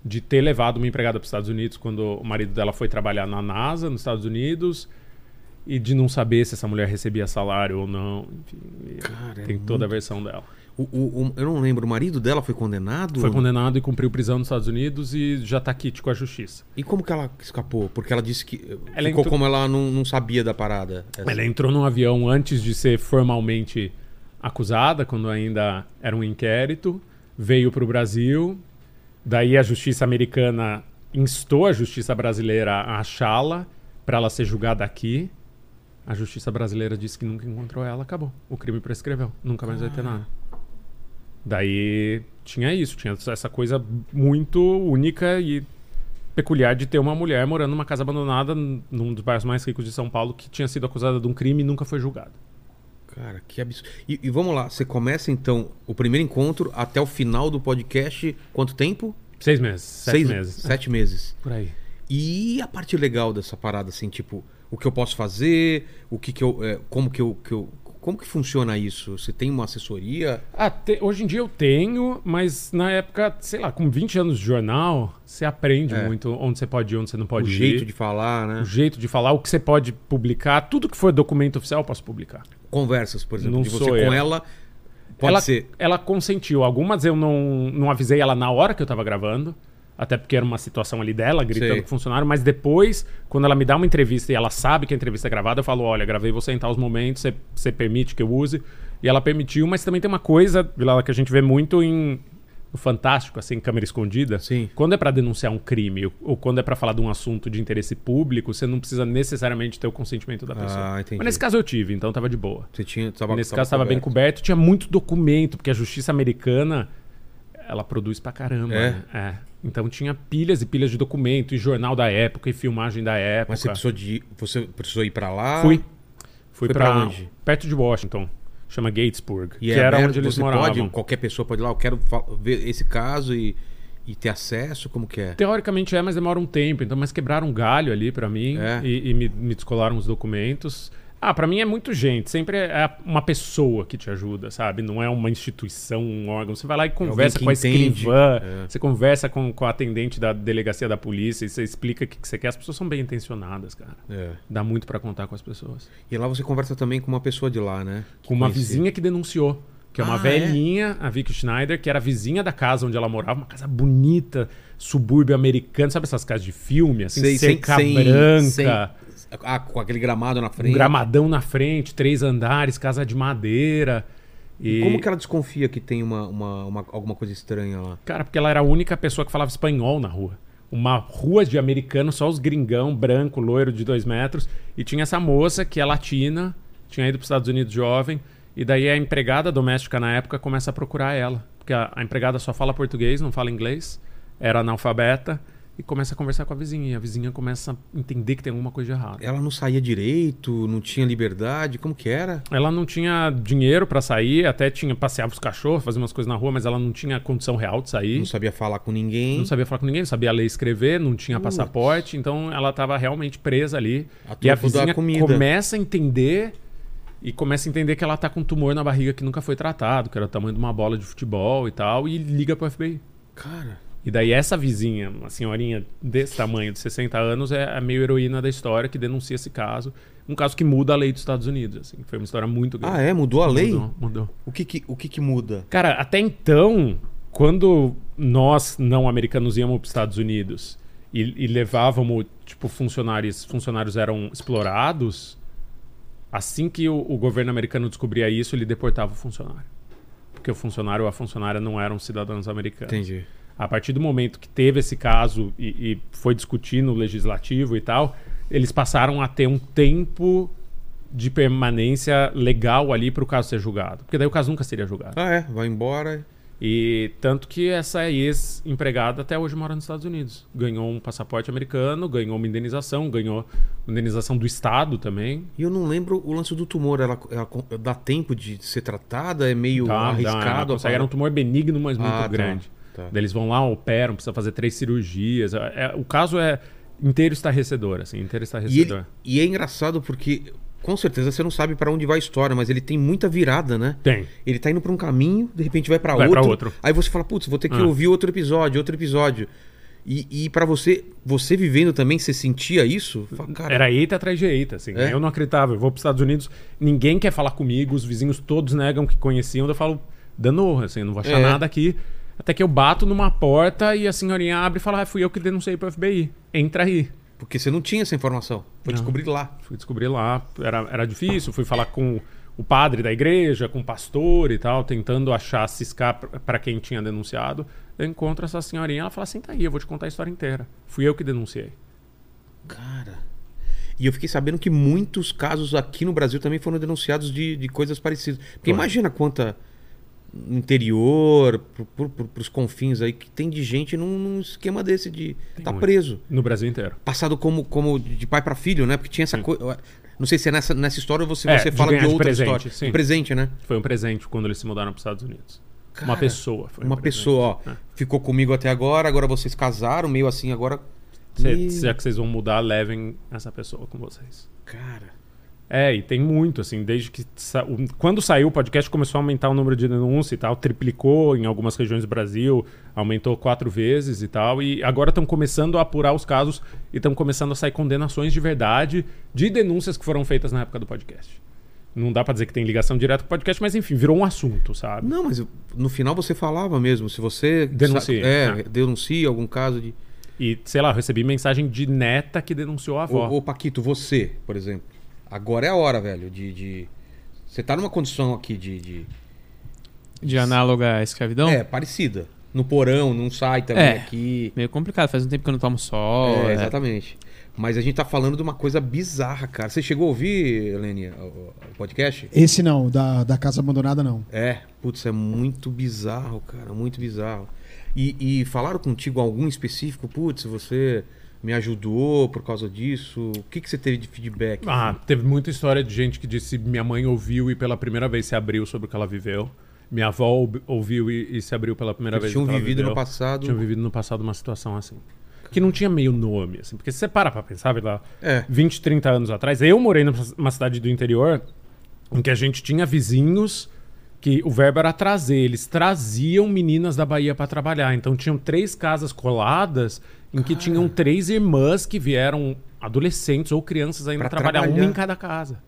[SPEAKER 3] De ter levado uma empregada para os Estados Unidos quando o marido dela foi trabalhar na NASA, nos Estados Unidos, e de não saber se essa mulher recebia salário ou não. Enfim,
[SPEAKER 1] Cara, é
[SPEAKER 3] tem toda a versão dela.
[SPEAKER 1] O, o- o- eu não lembro, o marido dela foi condenado?
[SPEAKER 3] Foi condenado e cumpriu prisão nos Estados Unidos e já tá quite com a justiça.
[SPEAKER 1] E como que ela escapou? Porque ela disse que eh,
[SPEAKER 3] Ela
[SPEAKER 1] ficou
[SPEAKER 3] entrou-
[SPEAKER 1] como ela não, não sabia da parada. Essa-
[SPEAKER 3] Ela é- entrou num avião antes de ser formalmente acusada, quando ainda era um inquérito, veio pro Brasil, daí a justiça americana instou a justiça brasileira a achá-la para ela ser julgada aqui. A justiça brasileira disse que nunca encontrou ela, acabou. O crime prescreveu, nunca mais vai ter nada. Daí tinha isso, tinha essa coisa muito única e peculiar de ter uma mulher morando numa casa abandonada num dos bairros mais ricos de São Paulo que tinha sido acusada de um crime e nunca foi julgada.
[SPEAKER 1] Cara, que absurdo. E, e vamos lá, você começa então o primeiro encontro até o final do podcast, quanto tempo?
[SPEAKER 3] Seis meses, sete
[SPEAKER 1] Seis-
[SPEAKER 3] meses.
[SPEAKER 1] Sete meses.
[SPEAKER 3] Por aí.
[SPEAKER 1] E a parte legal dessa parada, assim, tipo, o que eu posso fazer, o que que eu, é, como que eu, que eu- como que funciona isso? Você tem uma assessoria?
[SPEAKER 3] Ah, te- hoje em dia eu tenho, mas na época, sei lá, com 20 anos de jornal, você aprende
[SPEAKER 1] É.
[SPEAKER 3] muito onde você pode ir, onde você não pode
[SPEAKER 1] o
[SPEAKER 3] ir.
[SPEAKER 1] Um jeito de falar, né?
[SPEAKER 3] o jeito de falar, o que você pode publicar, tudo que for documento oficial eu posso publicar.
[SPEAKER 1] Conversas, por exemplo,
[SPEAKER 3] Não
[SPEAKER 1] de você
[SPEAKER 3] sou
[SPEAKER 1] com
[SPEAKER 3] eu.
[SPEAKER 1] ela, pode
[SPEAKER 3] ela,
[SPEAKER 1] ser.
[SPEAKER 3] Ela consentiu. Algumas eu não, não avisei ela na hora que eu tava gravando. Até porque era uma situação ali dela, gritando
[SPEAKER 1] Sei.
[SPEAKER 3] com o funcionário. Mas depois, quando ela me dá uma entrevista e ela sabe que a entrevista é gravada, eu falo: olha, gravei você em tais momentos, você, você permite que eu use. E ela permitiu, mas também tem uma coisa, Vilela, que a gente vê muito em. No Fantástico, assim, câmera escondida.
[SPEAKER 1] Sim.
[SPEAKER 3] Quando é pra denunciar um crime ou- ou quando é pra falar de um assunto de interesse público, você não precisa necessariamente ter o consentimento da pessoa.
[SPEAKER 1] Ah, entendi.
[SPEAKER 3] Mas nesse caso eu tive, então tava de boa.
[SPEAKER 1] Você tinha, tava,
[SPEAKER 3] Nesse caso estava bem coberto, tinha muito documento, porque a justiça americana ela produz pra caramba.
[SPEAKER 1] É?
[SPEAKER 3] né? É. Então tinha pilhas e pilhas de documento, e jornal da época, e filmagem da época.
[SPEAKER 1] Mas você precisou de, você precisou ir pra lá?
[SPEAKER 3] Fui. Fui
[SPEAKER 1] Foi
[SPEAKER 3] pra,
[SPEAKER 1] pra onde?
[SPEAKER 3] Perto de Washington. Chama Gatesburg.
[SPEAKER 1] E
[SPEAKER 3] que
[SPEAKER 1] é
[SPEAKER 3] era
[SPEAKER 1] aberto,
[SPEAKER 3] onde eles
[SPEAKER 1] você
[SPEAKER 3] moravam.
[SPEAKER 1] Pode, qualquer pessoa pode ir lá, eu quero fa- ver esse caso e, e ter acesso, como que é?
[SPEAKER 3] Teoricamente é, mas demora um tempo. Então, mas quebraram um galho ali pra mim
[SPEAKER 1] É.
[SPEAKER 3] e, e me, me descolaram os documentos. Ah, pra mim é muito gente. Sempre é uma pessoa que te ajuda, sabe? Não é uma instituição, um órgão. Você vai lá e
[SPEAKER 1] É
[SPEAKER 3] conversa
[SPEAKER 1] que
[SPEAKER 3] com a
[SPEAKER 1] entende.
[SPEAKER 3] escrivã,
[SPEAKER 1] É.
[SPEAKER 3] você conversa com, com a atendente da delegacia da polícia e você explica o que, que você quer. As pessoas são bem intencionadas, cara.
[SPEAKER 1] É.
[SPEAKER 3] Dá muito pra contar com as pessoas.
[SPEAKER 1] E lá você conversa também com uma pessoa de lá, né? Que
[SPEAKER 3] Com uma
[SPEAKER 1] conhecia.
[SPEAKER 3] vizinha que denunciou. Que é uma
[SPEAKER 1] Ah, é?
[SPEAKER 3] velhinha, a Vicky Schneider, que era vizinha da casa onde ela morava, uma casa bonita, subúrbio americano, sabe essas casas de filme, assim,
[SPEAKER 1] Sei, sem-
[SPEAKER 3] cerca
[SPEAKER 1] sem-
[SPEAKER 3] branca,
[SPEAKER 1] sem- ah, com aquele gramado na
[SPEAKER 3] um
[SPEAKER 1] frente.
[SPEAKER 3] gramadão na frente, três andares, casa de madeira. E...
[SPEAKER 1] Como que ela desconfia que tem uma, uma, uma- alguma coisa estranha lá?
[SPEAKER 3] Cara, porque ela era a única pessoa que falava espanhol na rua. Uma rua de americano, só os gringão, branco, loiro de dois metros. E tinha essa moça que é latina, tinha ido para os Estados Unidos jovem. E daí a empregada doméstica na época começa a procurar ela. Porque a, a empregada só fala português, não fala inglês, era analfabeta. E começa a conversar com a vizinha. E a vizinha começa a entender que tem alguma coisa de errado.
[SPEAKER 1] Ela não saía direito, não tinha liberdade, como que era?
[SPEAKER 3] Ela não tinha dinheiro pra sair, até tinha passeava os cachorros, fazia umas coisas na rua, mas ela não tinha condição real de sair.
[SPEAKER 1] Não sabia falar com ninguém.
[SPEAKER 3] Não sabia falar com ninguém, não sabia ler e escrever, não tinha passaporte, então ela estava realmente presa ali.
[SPEAKER 1] A
[SPEAKER 3] e a
[SPEAKER 1] troco da
[SPEAKER 3] vizinha
[SPEAKER 1] comida.
[SPEAKER 3] começa a entender e começa a entender que ela tá com um tumor na barriga que nunca foi tratado, que era o tamanho de uma bola de futebol e tal, e liga pro FBI.
[SPEAKER 1] Cara,
[SPEAKER 3] E daí essa vizinha, uma senhorinha desse tamanho, de 60 anos, é a meio heroína da história que denuncia esse caso. Um caso que muda a lei dos Estados Unidos, assim. Foi uma história muito grande.
[SPEAKER 1] ah é? Mudou a lei?
[SPEAKER 3] Mudou, mudou.
[SPEAKER 1] O, que que, o que que muda?
[SPEAKER 3] Cara, até então, quando nós não americanos íamos para os Estados Unidos e, e levávamos, tipo, funcionários, funcionários eram explorados, assim que o, o governo americano descobria isso, ele deportava o funcionário. Porque o funcionário ou a funcionária não eram cidadãos americanos.
[SPEAKER 1] Entendi.
[SPEAKER 3] A partir do momento que teve esse caso e, e foi discutido no legislativo e tal, eles passaram a ter um tempo de permanência legal ali para o caso ser julgado. Porque daí o caso nunca seria julgado.
[SPEAKER 1] Ah, é? Vai embora.
[SPEAKER 3] E tanto que essa ex-empregada até hoje mora nos Estados Unidos. Ganhou um passaporte americano, ganhou uma indenização, ganhou indenização do Estado também.
[SPEAKER 1] E eu não lembro o lance do tumor. Ela, ela con- dá tempo de ser tratada? É meio
[SPEAKER 3] Tá,
[SPEAKER 1] arriscado? a
[SPEAKER 3] Era um tumor benigno, mas muito
[SPEAKER 1] Ah, tá.
[SPEAKER 3] grande.
[SPEAKER 1] Tá.
[SPEAKER 3] Daí eles vão lá, operam, precisa fazer três cirurgias. É- é- o caso é inteiro estarrecedor, assim, inteiro
[SPEAKER 1] E, ele-
[SPEAKER 3] estarrecedor.
[SPEAKER 1] e é engraçado porque, com certeza, você não sabe pra onde vai a história, mas ele tem muita virada, né?
[SPEAKER 3] Tem.
[SPEAKER 1] Ele tá indo pra um caminho, de repente vai pra
[SPEAKER 3] Vai
[SPEAKER 1] outro,
[SPEAKER 3] pra outro.
[SPEAKER 1] Aí você fala, putz, vou ter que
[SPEAKER 3] Ah.
[SPEAKER 1] ouvir outro episódio, outro episódio. E, e para você, você vivendo também, você sentia isso? Fala, cara,
[SPEAKER 3] Era eita atrás de eita, assim.
[SPEAKER 1] É?
[SPEAKER 3] Eu não acreditava. Eu vou para os Estados Unidos, ninguém quer falar comigo, os vizinhos todos negam que conheciam. daí Eu falo, danorra, assim, eu não vou achar
[SPEAKER 1] É.
[SPEAKER 3] nada aqui. Até que eu bato numa porta e a senhorinha abre e fala, ah, fui eu que denunciei pro FBI. Entra aí.
[SPEAKER 1] porque você não tinha essa informação. Foi
[SPEAKER 3] Não.
[SPEAKER 1] descobrir lá.
[SPEAKER 3] Fui descobrir lá, era, era difícil. Fui falar com o padre da igreja, com o pastor e tal, tentando achar, ciscar para quem tinha denunciado. Eu encontro essa senhorinha, ela fala assim, tá aí, eu vou te contar a história inteira. Fui eu que denunciei.
[SPEAKER 1] Cara. E eu fiquei sabendo que muitos casos aqui no Brasil também foram denunciados de, de coisas parecidas. Porque
[SPEAKER 3] Foi.
[SPEAKER 1] imagina quanta no interior, pro, pro, pros confins aí, que tem de gente num, num esquema desse de tá
[SPEAKER 3] muito.
[SPEAKER 1] preso.
[SPEAKER 3] No Brasil inteiro.
[SPEAKER 1] Passado como, como de pai pra filho, né? Porque tinha essa coisa. Não sei se é nessa, nessa história ou se
[SPEAKER 3] É,
[SPEAKER 1] você
[SPEAKER 3] de
[SPEAKER 1] fala
[SPEAKER 3] ganhar
[SPEAKER 1] de
[SPEAKER 3] de
[SPEAKER 1] outra
[SPEAKER 3] presente,
[SPEAKER 1] história.
[SPEAKER 3] sim.
[SPEAKER 1] De presente, né?
[SPEAKER 3] Foi um presente quando eles se mudaram para os Estados Unidos. uma
[SPEAKER 1] Cara,
[SPEAKER 3] pessoa foi um
[SPEAKER 1] Uma
[SPEAKER 3] presente.
[SPEAKER 1] pessoa, ó,
[SPEAKER 3] É.
[SPEAKER 1] ficou comigo até agora, agora vocês casaram, meio assim, agora.
[SPEAKER 3] Se,
[SPEAKER 1] Ih,
[SPEAKER 3] se é que vocês vão mudar, levem essa pessoa com vocês.
[SPEAKER 1] Cara.
[SPEAKER 3] É, e tem muito, assim, desde que. sa- o- Quando saiu o podcast, começou a aumentar o número de denúncias e tal, triplicou em algumas regiões do Brasil, aumentou quatro vezes e tal, e agora estão começando a apurar os casos e estão começando a sair condenações de verdade de denúncias que foram feitas na época do podcast. Não dá pra dizer que tem ligação direta com o podcast, mas enfim, virou um assunto, sabe?
[SPEAKER 1] Não, mas eu- no final você falava mesmo, se você.
[SPEAKER 3] Denuncia,
[SPEAKER 1] É,
[SPEAKER 3] né?
[SPEAKER 1] denuncia algum caso de.
[SPEAKER 3] E, sei lá, eu recebi mensagem de neta que denunciou a avó.
[SPEAKER 1] Ô, ô, Paquito, você, por exemplo. Agora é a hora, velho, de. de- Você tá numa condição aqui de. de-
[SPEAKER 4] De análoga à escravidão?
[SPEAKER 1] É, parecida. No porão, não sai também
[SPEAKER 4] É.
[SPEAKER 1] aqui.
[SPEAKER 4] Meio complicado, faz um tempo que eu não tomo sol.
[SPEAKER 1] é,
[SPEAKER 4] né?
[SPEAKER 1] exatamente. Mas a gente tá falando de uma coisa bizarra, cara. Você chegou a ouvir, Helene, o, o podcast?
[SPEAKER 2] Esse não, da, da casa abandonada não.
[SPEAKER 1] É, putz, é muito bizarro, cara, muito bizarro. E, e falaram contigo algum específico? Putz, você me ajudou por causa disso? O que, que você teve de feedback?
[SPEAKER 3] Ah, teve muita história de gente que disse minha mãe ouviu e pela primeira vez se abriu sobre o que ela viveu. Minha avó ou- ouviu e, e se abriu pela primeira
[SPEAKER 1] Eles
[SPEAKER 3] vez.
[SPEAKER 1] tinham
[SPEAKER 3] que ela
[SPEAKER 1] vivido
[SPEAKER 3] viveu.
[SPEAKER 1] no passado-
[SPEAKER 3] Tinham vivido no passado uma situação assim. Que não tinha meio nome, assim. Porque se você para pra pensar, vai lá,
[SPEAKER 1] É.
[SPEAKER 3] 20, 30 anos atrás, eu morei numa numa cidade do interior em que a gente tinha vizinhos que o verbo era trazer. Eles traziam meninas da Bahia pra trabalhar. Então tinham três casas coladas em que tinham três irmãs que vieram adolescentes ou crianças ainda
[SPEAKER 1] Pra
[SPEAKER 3] trabalhar,
[SPEAKER 1] trabalhar.
[SPEAKER 3] uma em cada casa.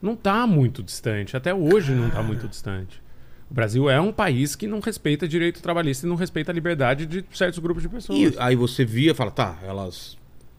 [SPEAKER 3] Não tá muito distante. Até hoje não tá muito distante. O Brasil é um país que não respeita direito trabalhista e não respeita a liberdade de certos grupos de pessoas.
[SPEAKER 1] E aí você via e fala, tá, elas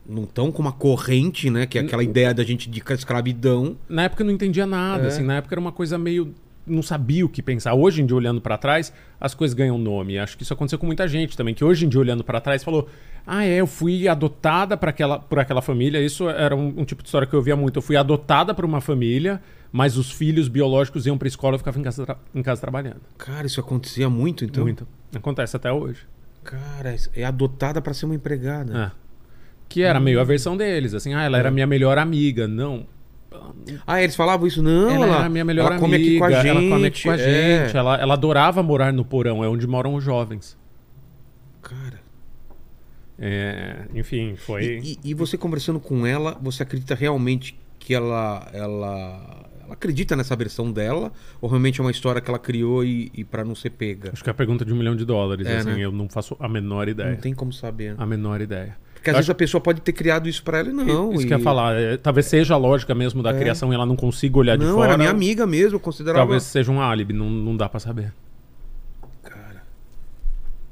[SPEAKER 1] não estão com uma corrente, né? Que é
[SPEAKER 3] Hum.
[SPEAKER 1] aquela ideia da gente de escravidão.
[SPEAKER 3] Na época eu não entendia
[SPEAKER 1] É.
[SPEAKER 3] nada, assim, na época era uma coisa meio não sabia o que pensar. Hoje em dia olhando pra trás, as coisas ganham nome. Acho que isso aconteceu com muita gente também, que hoje em dia olhando pra trás falou: "Ah, é, eu fui adotada para aquela por aquela família". Isso era um, um tipo de história que eu ouvia muito. Eu fui adotada por uma família, mas os filhos biológicos iam pra escola e eu ficava em casa, tra- em casa trabalhando.
[SPEAKER 1] Cara, isso acontecia muito, então.
[SPEAKER 3] Muito. Acontece até hoje.
[SPEAKER 1] Cara, é adotada pra ser uma empregada.
[SPEAKER 3] É. Que era
[SPEAKER 1] Hum.
[SPEAKER 3] meio a versão deles, assim: "Ah, ela
[SPEAKER 1] É.
[SPEAKER 3] era minha melhor amiga". Não.
[SPEAKER 1] Ah, eles falavam isso? Não,
[SPEAKER 3] É. ela, era a minha melhor
[SPEAKER 1] ela
[SPEAKER 3] amiga.
[SPEAKER 1] come aqui com a gente.
[SPEAKER 3] Ela come aqui com a
[SPEAKER 1] é.
[SPEAKER 3] gente. Ela, ela adorava morar no porão, é onde moram os jovens.
[SPEAKER 1] Cara.
[SPEAKER 3] É, enfim, foi.
[SPEAKER 1] E, e- e você conversando com ela, você acredita realmente que ela, ela, ela acredita nessa versão dela? Ou realmente é uma história que ela criou e, e para não ser pega?
[SPEAKER 3] Acho que é a pergunta de um milhão de dólares,
[SPEAKER 1] É,
[SPEAKER 3] assim,
[SPEAKER 1] né?
[SPEAKER 3] eu não faço a menor
[SPEAKER 1] Não
[SPEAKER 3] ideia.
[SPEAKER 1] tem como saber. né?
[SPEAKER 3] A menor ideia.
[SPEAKER 1] Porque às
[SPEAKER 3] É. Ah, Eu
[SPEAKER 1] vezes a pessoa pode ter criado isso pra ela e não.
[SPEAKER 3] Isso
[SPEAKER 1] e...
[SPEAKER 3] que eu ia falar. é, talvez seja a lógica mesmo da
[SPEAKER 1] É.
[SPEAKER 3] criação e ela não consiga olhar de
[SPEAKER 1] não,
[SPEAKER 3] fora.
[SPEAKER 1] era minha amiga mesmo, eu considerava.
[SPEAKER 3] Talvez seja um álibi, não, não dá pra saber.
[SPEAKER 1] Cara.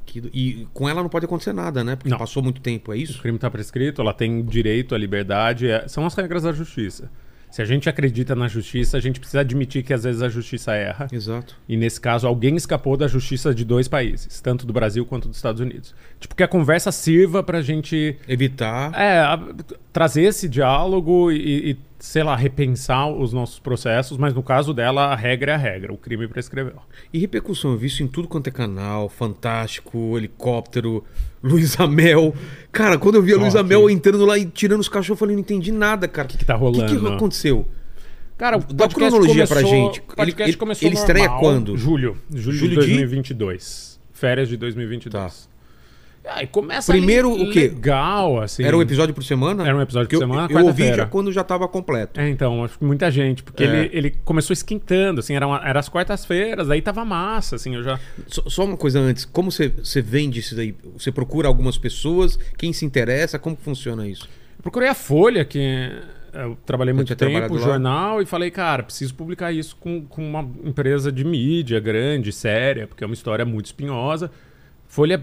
[SPEAKER 1] que do- E com ela não pode acontecer nada, né? Porque
[SPEAKER 3] Não.
[SPEAKER 1] passou muito tempo, é
[SPEAKER 3] O
[SPEAKER 1] isso?
[SPEAKER 3] crime tá prescrito, ela tem direito à liberdade, é- são as regras da justiça. Se a gente acredita na justiça, a gente precisa admitir que às vezes a justiça erra.
[SPEAKER 1] Exato.
[SPEAKER 3] E nesse caso, alguém escapou da justiça de dois países, tanto do Brasil quanto dos Estados Unidos. Tipo, que a conversa sirva pra gente
[SPEAKER 1] Evitar.
[SPEAKER 3] é, a- trazer esse diálogo e, e, sei lá, repensar os nossos processos, mas no caso dela, a regra é a regra, o crime prescreveu.
[SPEAKER 1] E repercussão, eu vi isso em tudo quanto é canal, Fantástico, Helicóptero, Luiz Amel. Cara, quando eu vi a Luiz
[SPEAKER 3] Ó,
[SPEAKER 1] Amel
[SPEAKER 3] que-
[SPEAKER 1] entrando lá e tirando os cachorros, eu falei, não entendi nada, cara. O que,
[SPEAKER 3] que tá
[SPEAKER 1] O que,
[SPEAKER 3] rolando?
[SPEAKER 1] aconteceu?
[SPEAKER 3] Cara, o
[SPEAKER 1] Dá cronologia pra gente.
[SPEAKER 3] O
[SPEAKER 1] Ele-
[SPEAKER 3] podcast
[SPEAKER 1] ele-
[SPEAKER 3] começou
[SPEAKER 1] ele estreia
[SPEAKER 3] normal.
[SPEAKER 1] quando?
[SPEAKER 3] Julho. Julho,
[SPEAKER 1] Julho de-
[SPEAKER 3] de 2022. Férias de 2022. Ah, e começa
[SPEAKER 1] Tá. Primeiro,
[SPEAKER 3] ali
[SPEAKER 1] o quê?
[SPEAKER 3] Legal, assim.
[SPEAKER 1] Era um episódio por semana?
[SPEAKER 3] Era um episódio por
[SPEAKER 1] Que eu-
[SPEAKER 3] semana,
[SPEAKER 1] Eu, ouvi
[SPEAKER 3] quarta-feira.
[SPEAKER 1] já quando já tava completo.
[SPEAKER 3] É, então, acho que muita gente, porque
[SPEAKER 1] É.
[SPEAKER 3] ele, ele começou esquentando, assim, eram era as quartas-feiras, aí tava massa, assim, eu já...
[SPEAKER 1] Só, só uma coisa antes, como você, você vende isso daí? Você procura algumas pessoas? Quem se interessa? Como que funciona isso?
[SPEAKER 3] Eu procurei a Folha, que é, eu trabalhei muito
[SPEAKER 1] tinha trabalhado
[SPEAKER 3] tempo, o
[SPEAKER 1] lá?
[SPEAKER 3] jornal, e falei, cara, preciso publicar isso com, com uma empresa de mídia grande, séria, porque é uma história muito espinhosa. Folha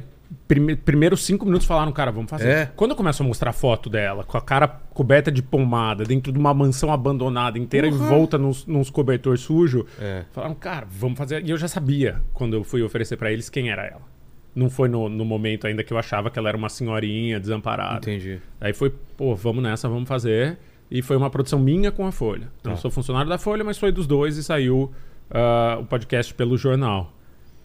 [SPEAKER 3] prime- primeiros cinco minutos falaram, cara, vamos fazer.
[SPEAKER 1] É.
[SPEAKER 3] Quando eu começo a mostrar foto dela, com a cara coberta de pomada, dentro de uma mansão abandonada inteira e volta nos, nos cobertores sujos,
[SPEAKER 1] É.
[SPEAKER 3] falaram, cara, vamos fazer. E eu já sabia, quando eu fui oferecer pra eles, quem era ela. Não foi no, no momento ainda que eu achava que ela era uma senhorinha desamparada.
[SPEAKER 1] Entendi.
[SPEAKER 3] Aí foi, pô, vamos nessa, vamos fazer. E foi uma produção minha com a Folha.
[SPEAKER 1] Tá.
[SPEAKER 3] Então eu sou funcionário da Folha, mas foi dos dois e saiu ah, o podcast pelo jornal.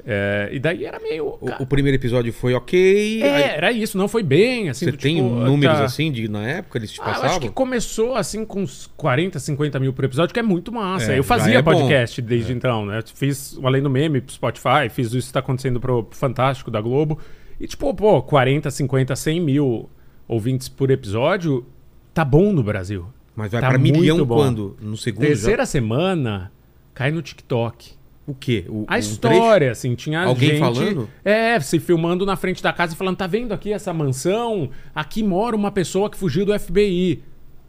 [SPEAKER 3] É, e daí era meio.
[SPEAKER 1] O, o primeiro episódio foi ok.
[SPEAKER 3] É,
[SPEAKER 1] aí-
[SPEAKER 3] era isso, não foi bem. Assim,
[SPEAKER 1] você
[SPEAKER 3] do
[SPEAKER 1] tem
[SPEAKER 3] tipo,
[SPEAKER 1] números
[SPEAKER 3] tá-
[SPEAKER 1] assim de na época eles te
[SPEAKER 3] Ah, eu
[SPEAKER 1] passavam?
[SPEAKER 3] acho que começou assim com uns 40, 50 mil por episódio, que é muito massa.
[SPEAKER 1] É,
[SPEAKER 3] eu
[SPEAKER 1] já
[SPEAKER 3] fazia
[SPEAKER 1] é bom.
[SPEAKER 3] podcast desde então, né? Fiz o Além do Meme pro Spotify, fiz o Isso Tá Acontecendo pro Fantástico da Globo. E tipo, pô, 40, 50, 100 mil ouvintes por episódio, tá bom no Brasil.
[SPEAKER 1] Mas vai
[SPEAKER 3] Tá
[SPEAKER 1] pra milhão
[SPEAKER 3] muito bom.
[SPEAKER 1] quando? No segundo
[SPEAKER 3] Terceira semana, cai no TikTok.
[SPEAKER 1] já? O quê? O,
[SPEAKER 3] A
[SPEAKER 1] um
[SPEAKER 3] história, assim, tinha
[SPEAKER 1] Alguém
[SPEAKER 3] gente-
[SPEAKER 1] falando?
[SPEAKER 3] É, se filmando na frente da casa e falando, tá vendo aqui essa mansão? Aqui mora uma pessoa que fugiu do FBI.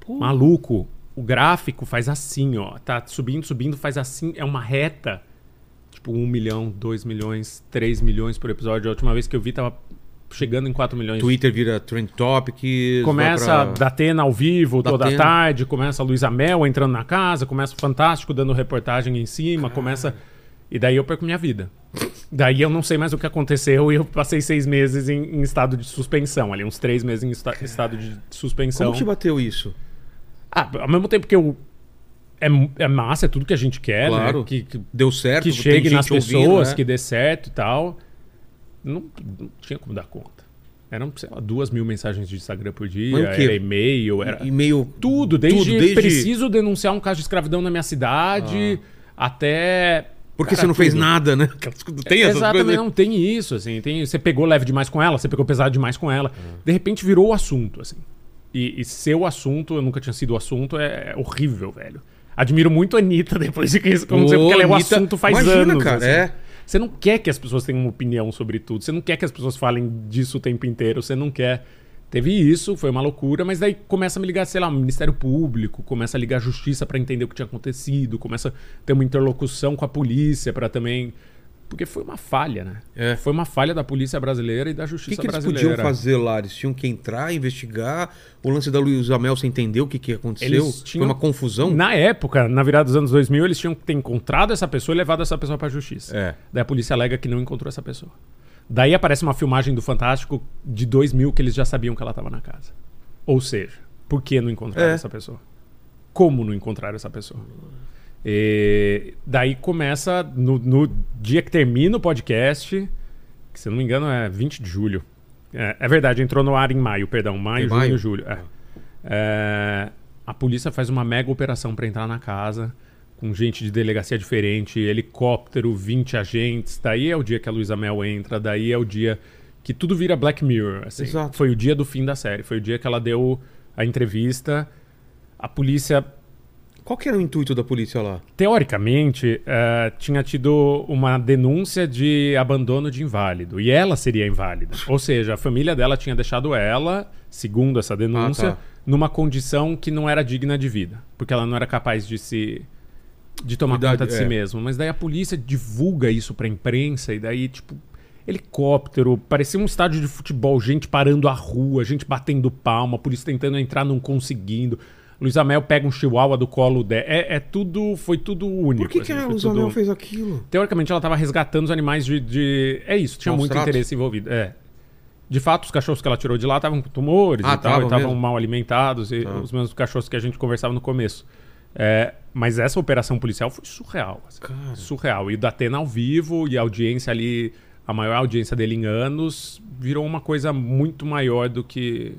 [SPEAKER 3] Maluco, o gráfico faz assim, ó. Tá subindo, subindo, faz assim. É uma reta. Tipo, um milhão, dois milhões, três milhões por episódio. A última vez que eu vi tava chegando em 4 milhões.
[SPEAKER 1] trecho? Twitter vira trend topic.
[SPEAKER 3] Começa
[SPEAKER 1] vai pra-
[SPEAKER 3] Datena ao vivo toda
[SPEAKER 1] Datena.
[SPEAKER 3] tarde, começa a Luísa Mel entrando na casa, começa o Fantástico dando reportagem em cima, começa. E daí eu perco minha vida. Daí eu não sei mais o que aconteceu e eu passei seis meses em, em estado de suspensão, ali, uns três meses em esta- estado de suspensão.
[SPEAKER 1] Como te bateu isso?
[SPEAKER 3] Ah, ao mesmo tempo que eu. É, mu- é massa, é tudo que a gente quer,
[SPEAKER 1] Claro.
[SPEAKER 3] né? Que, que,
[SPEAKER 1] Deu certo?
[SPEAKER 3] que
[SPEAKER 1] Tem
[SPEAKER 3] chegue
[SPEAKER 1] gente
[SPEAKER 3] nas
[SPEAKER 1] ouvindo,
[SPEAKER 3] pessoas,
[SPEAKER 1] né?
[SPEAKER 3] que dê certo e tal. Não, não tinha como dar conta. Eram, sei lá, duas mil mensagens de Instagram por dia,
[SPEAKER 1] Mas o quê?
[SPEAKER 3] era e-mail, era
[SPEAKER 1] E meio...
[SPEAKER 3] tudo, desde,
[SPEAKER 1] Tudo, desde-
[SPEAKER 3] preciso denunciar um caso de escravidão na minha cidade, até...
[SPEAKER 1] Por que Ah.
[SPEAKER 3] Cara,
[SPEAKER 1] você não fez
[SPEAKER 3] tudo.
[SPEAKER 1] nada, né? Aquelas coisas- Tem essas
[SPEAKER 3] Exatamente,
[SPEAKER 1] coisas.
[SPEAKER 3] não tem isso, assim, tem, você pegou leve demais com ela, você pegou pesado demais com ela,
[SPEAKER 1] Uhum.
[SPEAKER 3] de repente virou o assunto, assim. E, e ser o assunto, eu nunca tinha sido o assunto, é, é horrível, velho. Admiro muito a Anitta depois de que isso aconteceu,
[SPEAKER 1] Ô,
[SPEAKER 3] porque ela é o
[SPEAKER 1] Anitta,
[SPEAKER 3] assunto faz
[SPEAKER 1] imagina,
[SPEAKER 3] anos.
[SPEAKER 1] cara,
[SPEAKER 3] assim.
[SPEAKER 1] é.
[SPEAKER 3] Você não quer que as pessoas tenham uma opinião sobre tudo, você não quer que as pessoas falem disso o tempo inteiro, você não quer. Teve isso, foi uma loucura, mas daí começa a me ligar, sei lá, o Ministério Público, começa a ligar a justiça pra entender o que tinha acontecido, começa a ter uma interlocução com a polícia pra também. Porque foi uma falha, né?
[SPEAKER 1] É.
[SPEAKER 3] Foi uma falha da polícia brasileira e da
[SPEAKER 1] O que,
[SPEAKER 3] justiça
[SPEAKER 1] que eles
[SPEAKER 3] brasileira.
[SPEAKER 1] podiam fazer lá? Eles tinham que entrar, investigar. O lance da Luísa Mel, você entendeu o que, que aconteceu?
[SPEAKER 3] Eles
[SPEAKER 1] Foi
[SPEAKER 3] tinham-
[SPEAKER 1] uma confusão?
[SPEAKER 3] Na época, na virada dos anos 2000, eles tinham que ter encontrado essa pessoa e levado essa pessoa pra justiça.
[SPEAKER 1] É.
[SPEAKER 3] Daí a polícia alega que não encontrou essa pessoa. Daí aparece uma filmagem do Fantástico de 2000 que eles já sabiam que ela estava na casa. Ou seja, por que não encontraram
[SPEAKER 1] É.
[SPEAKER 3] essa pessoa? Como não encontraram essa pessoa? E daí começa, no, no dia que termina o podcast, que se eu não me engano é 20 de julho. É, é verdade, entrou no ar em maio, perdão. Maio,
[SPEAKER 1] Em
[SPEAKER 3] junho,
[SPEAKER 1] maio?
[SPEAKER 3] julho. é. É, a polícia faz uma mega operação pra entrar na casa, com gente de delegacia diferente, helicóptero, 20 agentes. Daí é o dia que a Luísa Mel entra, daí é o dia que tudo vira Black Mirror. assim.
[SPEAKER 1] Exato.
[SPEAKER 3] Foi o dia do fim da série, foi o dia que ela deu a entrevista. A polícia
[SPEAKER 1] Qual que era o intuito da polícia lá?
[SPEAKER 3] Teoricamente, eh, tinha tido uma denúncia de abandono de inválido. E ela seria inválida. Ou seja, a família dela tinha deixado ela, segundo essa denúncia,
[SPEAKER 1] Ah, tá.
[SPEAKER 3] numa condição que não era digna de vida. Porque ela não era capaz de se. de tomar
[SPEAKER 1] Cuidar
[SPEAKER 3] conta
[SPEAKER 1] de-
[SPEAKER 3] de si
[SPEAKER 1] é.
[SPEAKER 3] mesma. Mas daí a polícia divulga isso pra imprensa, e daí, tipo. Helicóptero, parecia um estádio de futebol, gente parando a rua, gente batendo palma, a polícia tentando entrar, não conseguindo. Luísa Mel pega um chihuahua do colo dela. É, é tudo. Foi tudo único.
[SPEAKER 1] Por que, que
[SPEAKER 3] assim,
[SPEAKER 1] a
[SPEAKER 3] foi
[SPEAKER 1] Luísa
[SPEAKER 3] tudo-
[SPEAKER 1] Mel fez aquilo?
[SPEAKER 3] Teoricamente, ela tava resgatando os animais de. de- É isso, tinha
[SPEAKER 1] Maus
[SPEAKER 3] muito
[SPEAKER 1] tratos.
[SPEAKER 3] interesse envolvido. É. De fato, os cachorros que ela tirou de lá estavam com tumores
[SPEAKER 1] Ah,
[SPEAKER 3] e tal,
[SPEAKER 1] tavam
[SPEAKER 3] e estavam
[SPEAKER 1] mesmo? Tá.
[SPEAKER 3] mal alimentados, e os mesmos cachorros que a gente conversava no começo. É, mas essa operação policial foi surreal. assim,
[SPEAKER 1] Cara.
[SPEAKER 3] Surreal. E o Datena ao vivo, e a audiência ali, a maior audiência dele em anos, virou uma coisa muito maior do que.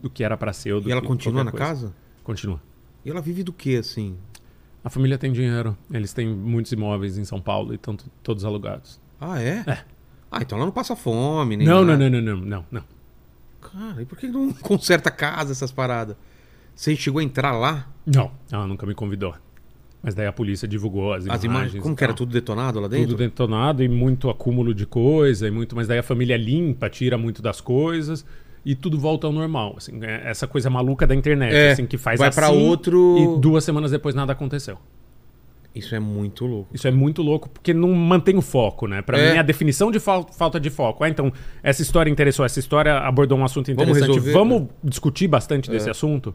[SPEAKER 3] do que era pra ser. ou do
[SPEAKER 1] E ela
[SPEAKER 3] que
[SPEAKER 1] continua
[SPEAKER 3] qualquer
[SPEAKER 1] na
[SPEAKER 3] coisa.
[SPEAKER 1] casa?
[SPEAKER 3] Continua.
[SPEAKER 1] E ela vive do que, assim?
[SPEAKER 3] A família tem dinheiro. Eles têm muitos imóveis em São Paulo e estão t- todos alugados.
[SPEAKER 1] Ah, é? Ah, então ela não passa fome, nem
[SPEAKER 3] Não, não,
[SPEAKER 1] nada.
[SPEAKER 3] não, não, não, não, não.
[SPEAKER 1] Cara, e por que não conserta a casa, essas paradas? Você chegou a entrar lá?
[SPEAKER 3] Não, ela nunca me convidou. Mas daí a polícia divulgou as imagens.
[SPEAKER 1] As imagens,
[SPEAKER 3] e
[SPEAKER 1] como que era?
[SPEAKER 3] tal.
[SPEAKER 1] Tudo detonado lá dentro?
[SPEAKER 3] Tudo detonado e muito acúmulo de coisa e muito, mas daí a família limpa, tira muito das coisas e tudo volta ao normal, assim, é essa coisa maluca da internet,
[SPEAKER 1] É,
[SPEAKER 3] assim, que faz
[SPEAKER 1] vai
[SPEAKER 3] assim
[SPEAKER 1] pra outro-
[SPEAKER 3] e duas semanas depois nada aconteceu.
[SPEAKER 1] Isso é muito louco.
[SPEAKER 3] Isso é muito louco, porque não mantém o foco, né? Pra
[SPEAKER 1] É.
[SPEAKER 3] mim, a definição de fal- falta de foco. Ah, então, essa história interessou, essa história abordou um assunto
[SPEAKER 1] Vamos
[SPEAKER 3] interessante. Vamos,
[SPEAKER 1] resolver, né? É.
[SPEAKER 3] discutir bastante desse assunto?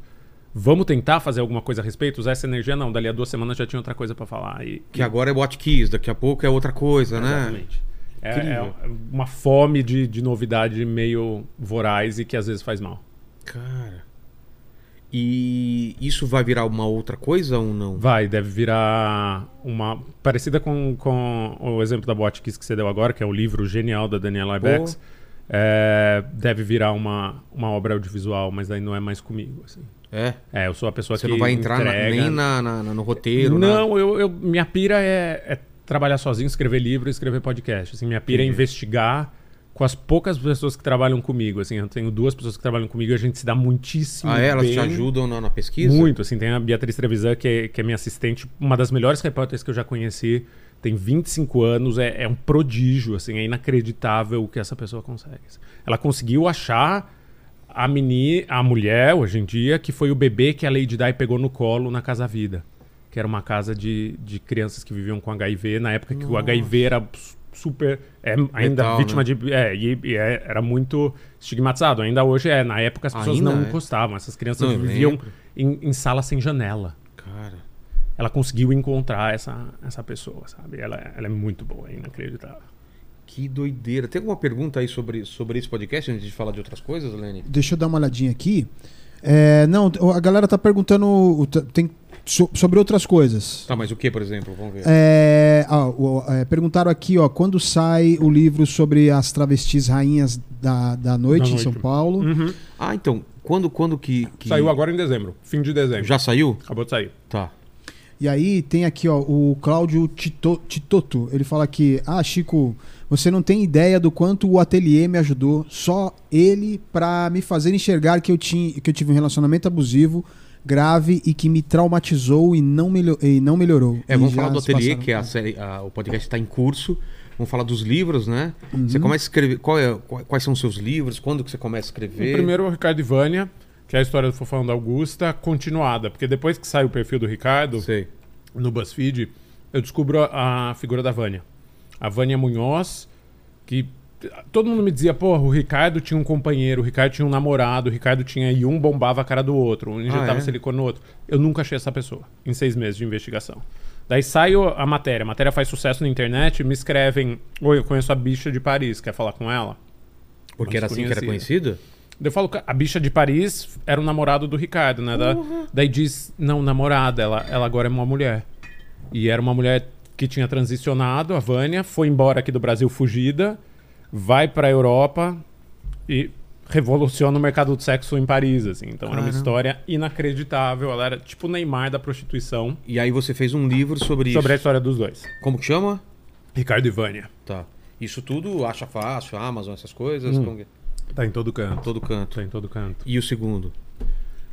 [SPEAKER 3] Vamos tentar fazer alguma coisa a respeito? Usar essa energia? Não, dali a duas semanas já tinha outra coisa pra falar. E,
[SPEAKER 1] Que agora é Watch Kiss, daqui a pouco é outra coisa, né?
[SPEAKER 3] Exatamente. É,
[SPEAKER 1] Incrível.
[SPEAKER 3] é uma fome de, de novidade meio voraz e que às vezes faz mal.
[SPEAKER 1] Cara. E isso vai virar uma outra coisa ou não?
[SPEAKER 3] Vai, deve virar uma. Parecida com, com o exemplo da Botkiss que você deu agora, que é o livro genial da Daniela Ibex. É, deve virar uma, uma obra audiovisual, mas daí não é mais comigo. assim.
[SPEAKER 1] É.
[SPEAKER 3] É, eu sou a pessoa
[SPEAKER 1] Você
[SPEAKER 3] que.
[SPEAKER 1] não vai entrar na-
[SPEAKER 3] entrega.
[SPEAKER 1] nem na, na- na- no roteiro, nada.
[SPEAKER 3] Não, eu, eu- minha pira é, é trabalhar sozinho, escrever livro e escrever podcast. Assim, minha pira é investigar com as poucas pessoas que trabalham comigo. Assim, eu tenho duas pessoas que trabalham comigo e a gente se dá muitíssimo
[SPEAKER 1] Ah, é? elas
[SPEAKER 3] bem.
[SPEAKER 1] te ajudam na, na pesquisa?
[SPEAKER 3] Muito, assim, tem a Beatriz Trevisan, que é, que é minha assistente, uma das melhores repórteres que eu já conheci, tem 25 anos, é, é um prodígio, assim, é inacreditável o que essa pessoa consegue. assim. Ela conseguiu achar a meni, a mulher, hoje em dia, que foi o bebê que a Lady Di pegou no colo na Casa Vida, que era uma casa de, de crianças que viviam com HIV, na época que o HIV era su- super... É, ainda
[SPEAKER 1] Letal,
[SPEAKER 3] vítima
[SPEAKER 1] né?
[SPEAKER 3] de... É, e, e é- era muito estigmatizado, ainda hoje é. Na época as pessoas
[SPEAKER 1] Ainda
[SPEAKER 3] não
[SPEAKER 1] é.
[SPEAKER 3] encostavam, essas crianças
[SPEAKER 1] Não, eu
[SPEAKER 3] viviam
[SPEAKER 1] lembro.
[SPEAKER 3] em, em sala sem janela.
[SPEAKER 1] Cara.
[SPEAKER 3] Ela conseguiu encontrar essa, essa pessoa, sabe? Ela, ela é muito boa, é inacreditável.
[SPEAKER 1] Que doideira. Tem alguma pergunta aí sobre, sobre esse podcast antes de falar de outras coisas, Lenny?
[SPEAKER 2] Deixa eu dar uma olhadinha aqui. É, não, a galera tá perguntando o- tá- tem, so- sobre outras coisas.
[SPEAKER 1] Tá, mas o que, por exemplo? Vamos ver.
[SPEAKER 2] É, ah, o- é, perguntaram aqui, ó, quando sai o livro sobre as travestis rainhas da, da noite
[SPEAKER 3] Da
[SPEAKER 2] em
[SPEAKER 3] noite. Hum.
[SPEAKER 2] São Paulo?
[SPEAKER 1] Ah, então, quando, quando que, que-
[SPEAKER 3] Saiu agora em dezembro, fim de dezembro.
[SPEAKER 1] Já saiu?
[SPEAKER 3] Acabou de sair.
[SPEAKER 1] Tá.
[SPEAKER 2] E aí tem aqui, ó, o Cláudio Tito- Titoto. Ele fala que, ah, Chico, você não tem ideia do quanto o ateliê me ajudou, só ele, pra me fazer enxergar que eu, tinha, que eu tive um relacionamento abusivo, grave e que me traumatizou e não, melho- e não melhorou.
[SPEAKER 1] É,
[SPEAKER 2] E
[SPEAKER 1] vamos
[SPEAKER 2] já
[SPEAKER 1] falar do
[SPEAKER 2] se
[SPEAKER 1] ateliê,
[SPEAKER 2] passaram-
[SPEAKER 1] que é a série, a- o podcast está em curso. Vamos falar dos livros, né?
[SPEAKER 2] Uhum.
[SPEAKER 1] Você começa a escrever. Qual é, qual- quais são os seus livros? Quando que você começa a escrever?
[SPEAKER 3] O primeiro é o Ricardo e Vânia, que é a história do Fofão da Augusta, continuada. Porque depois que sai o perfil do Ricardo
[SPEAKER 1] Sei.
[SPEAKER 3] no BuzzFeed, eu descubro a, a figura da Vânia. A Vânia Munhoz, que todo mundo me dizia, porra, o Ricardo tinha um companheiro, o Ricardo tinha um namorado, o Ricardo tinha... E um bombava a cara do outro, um injetava
[SPEAKER 1] é?
[SPEAKER 3] silicone no outro. Eu nunca achei essa pessoa, em seis meses de investigação. Daí sai o- a matéria, a matéria faz sucesso na internet, me escrevem, oi, eu conheço a bicha de Paris, quer falar com ela?
[SPEAKER 1] Porque
[SPEAKER 3] Mas
[SPEAKER 1] era assim que era
[SPEAKER 3] conhecia.
[SPEAKER 1] conhecido?
[SPEAKER 3] Daí Eu falo, "Ca- a bicha de Paris era o namorado do Ricardo, né? Da- daí diz, não, namorada, ela, ela agora é uma mulher. E era uma mulher que tinha transicionado, a Vânia, foi embora aqui do Brasil fugida, vai pra Europa e revoluciona o mercado do sexo em Paris, assim. Então era uma história inacreditável, ela era tipo o Neymar da prostituição,
[SPEAKER 1] E aí você fez um livro sobre,
[SPEAKER 3] sobre a
[SPEAKER 1] isso.
[SPEAKER 3] história dos dois,
[SPEAKER 1] Como que chama?
[SPEAKER 3] Ricardo e Vânia.
[SPEAKER 1] Tá. Isso tudo acha fácil, Amazon, essas coisas, como-
[SPEAKER 3] Tá em todo canto.
[SPEAKER 1] todo canto.
[SPEAKER 3] Tá em todo canto.
[SPEAKER 1] E o segundo?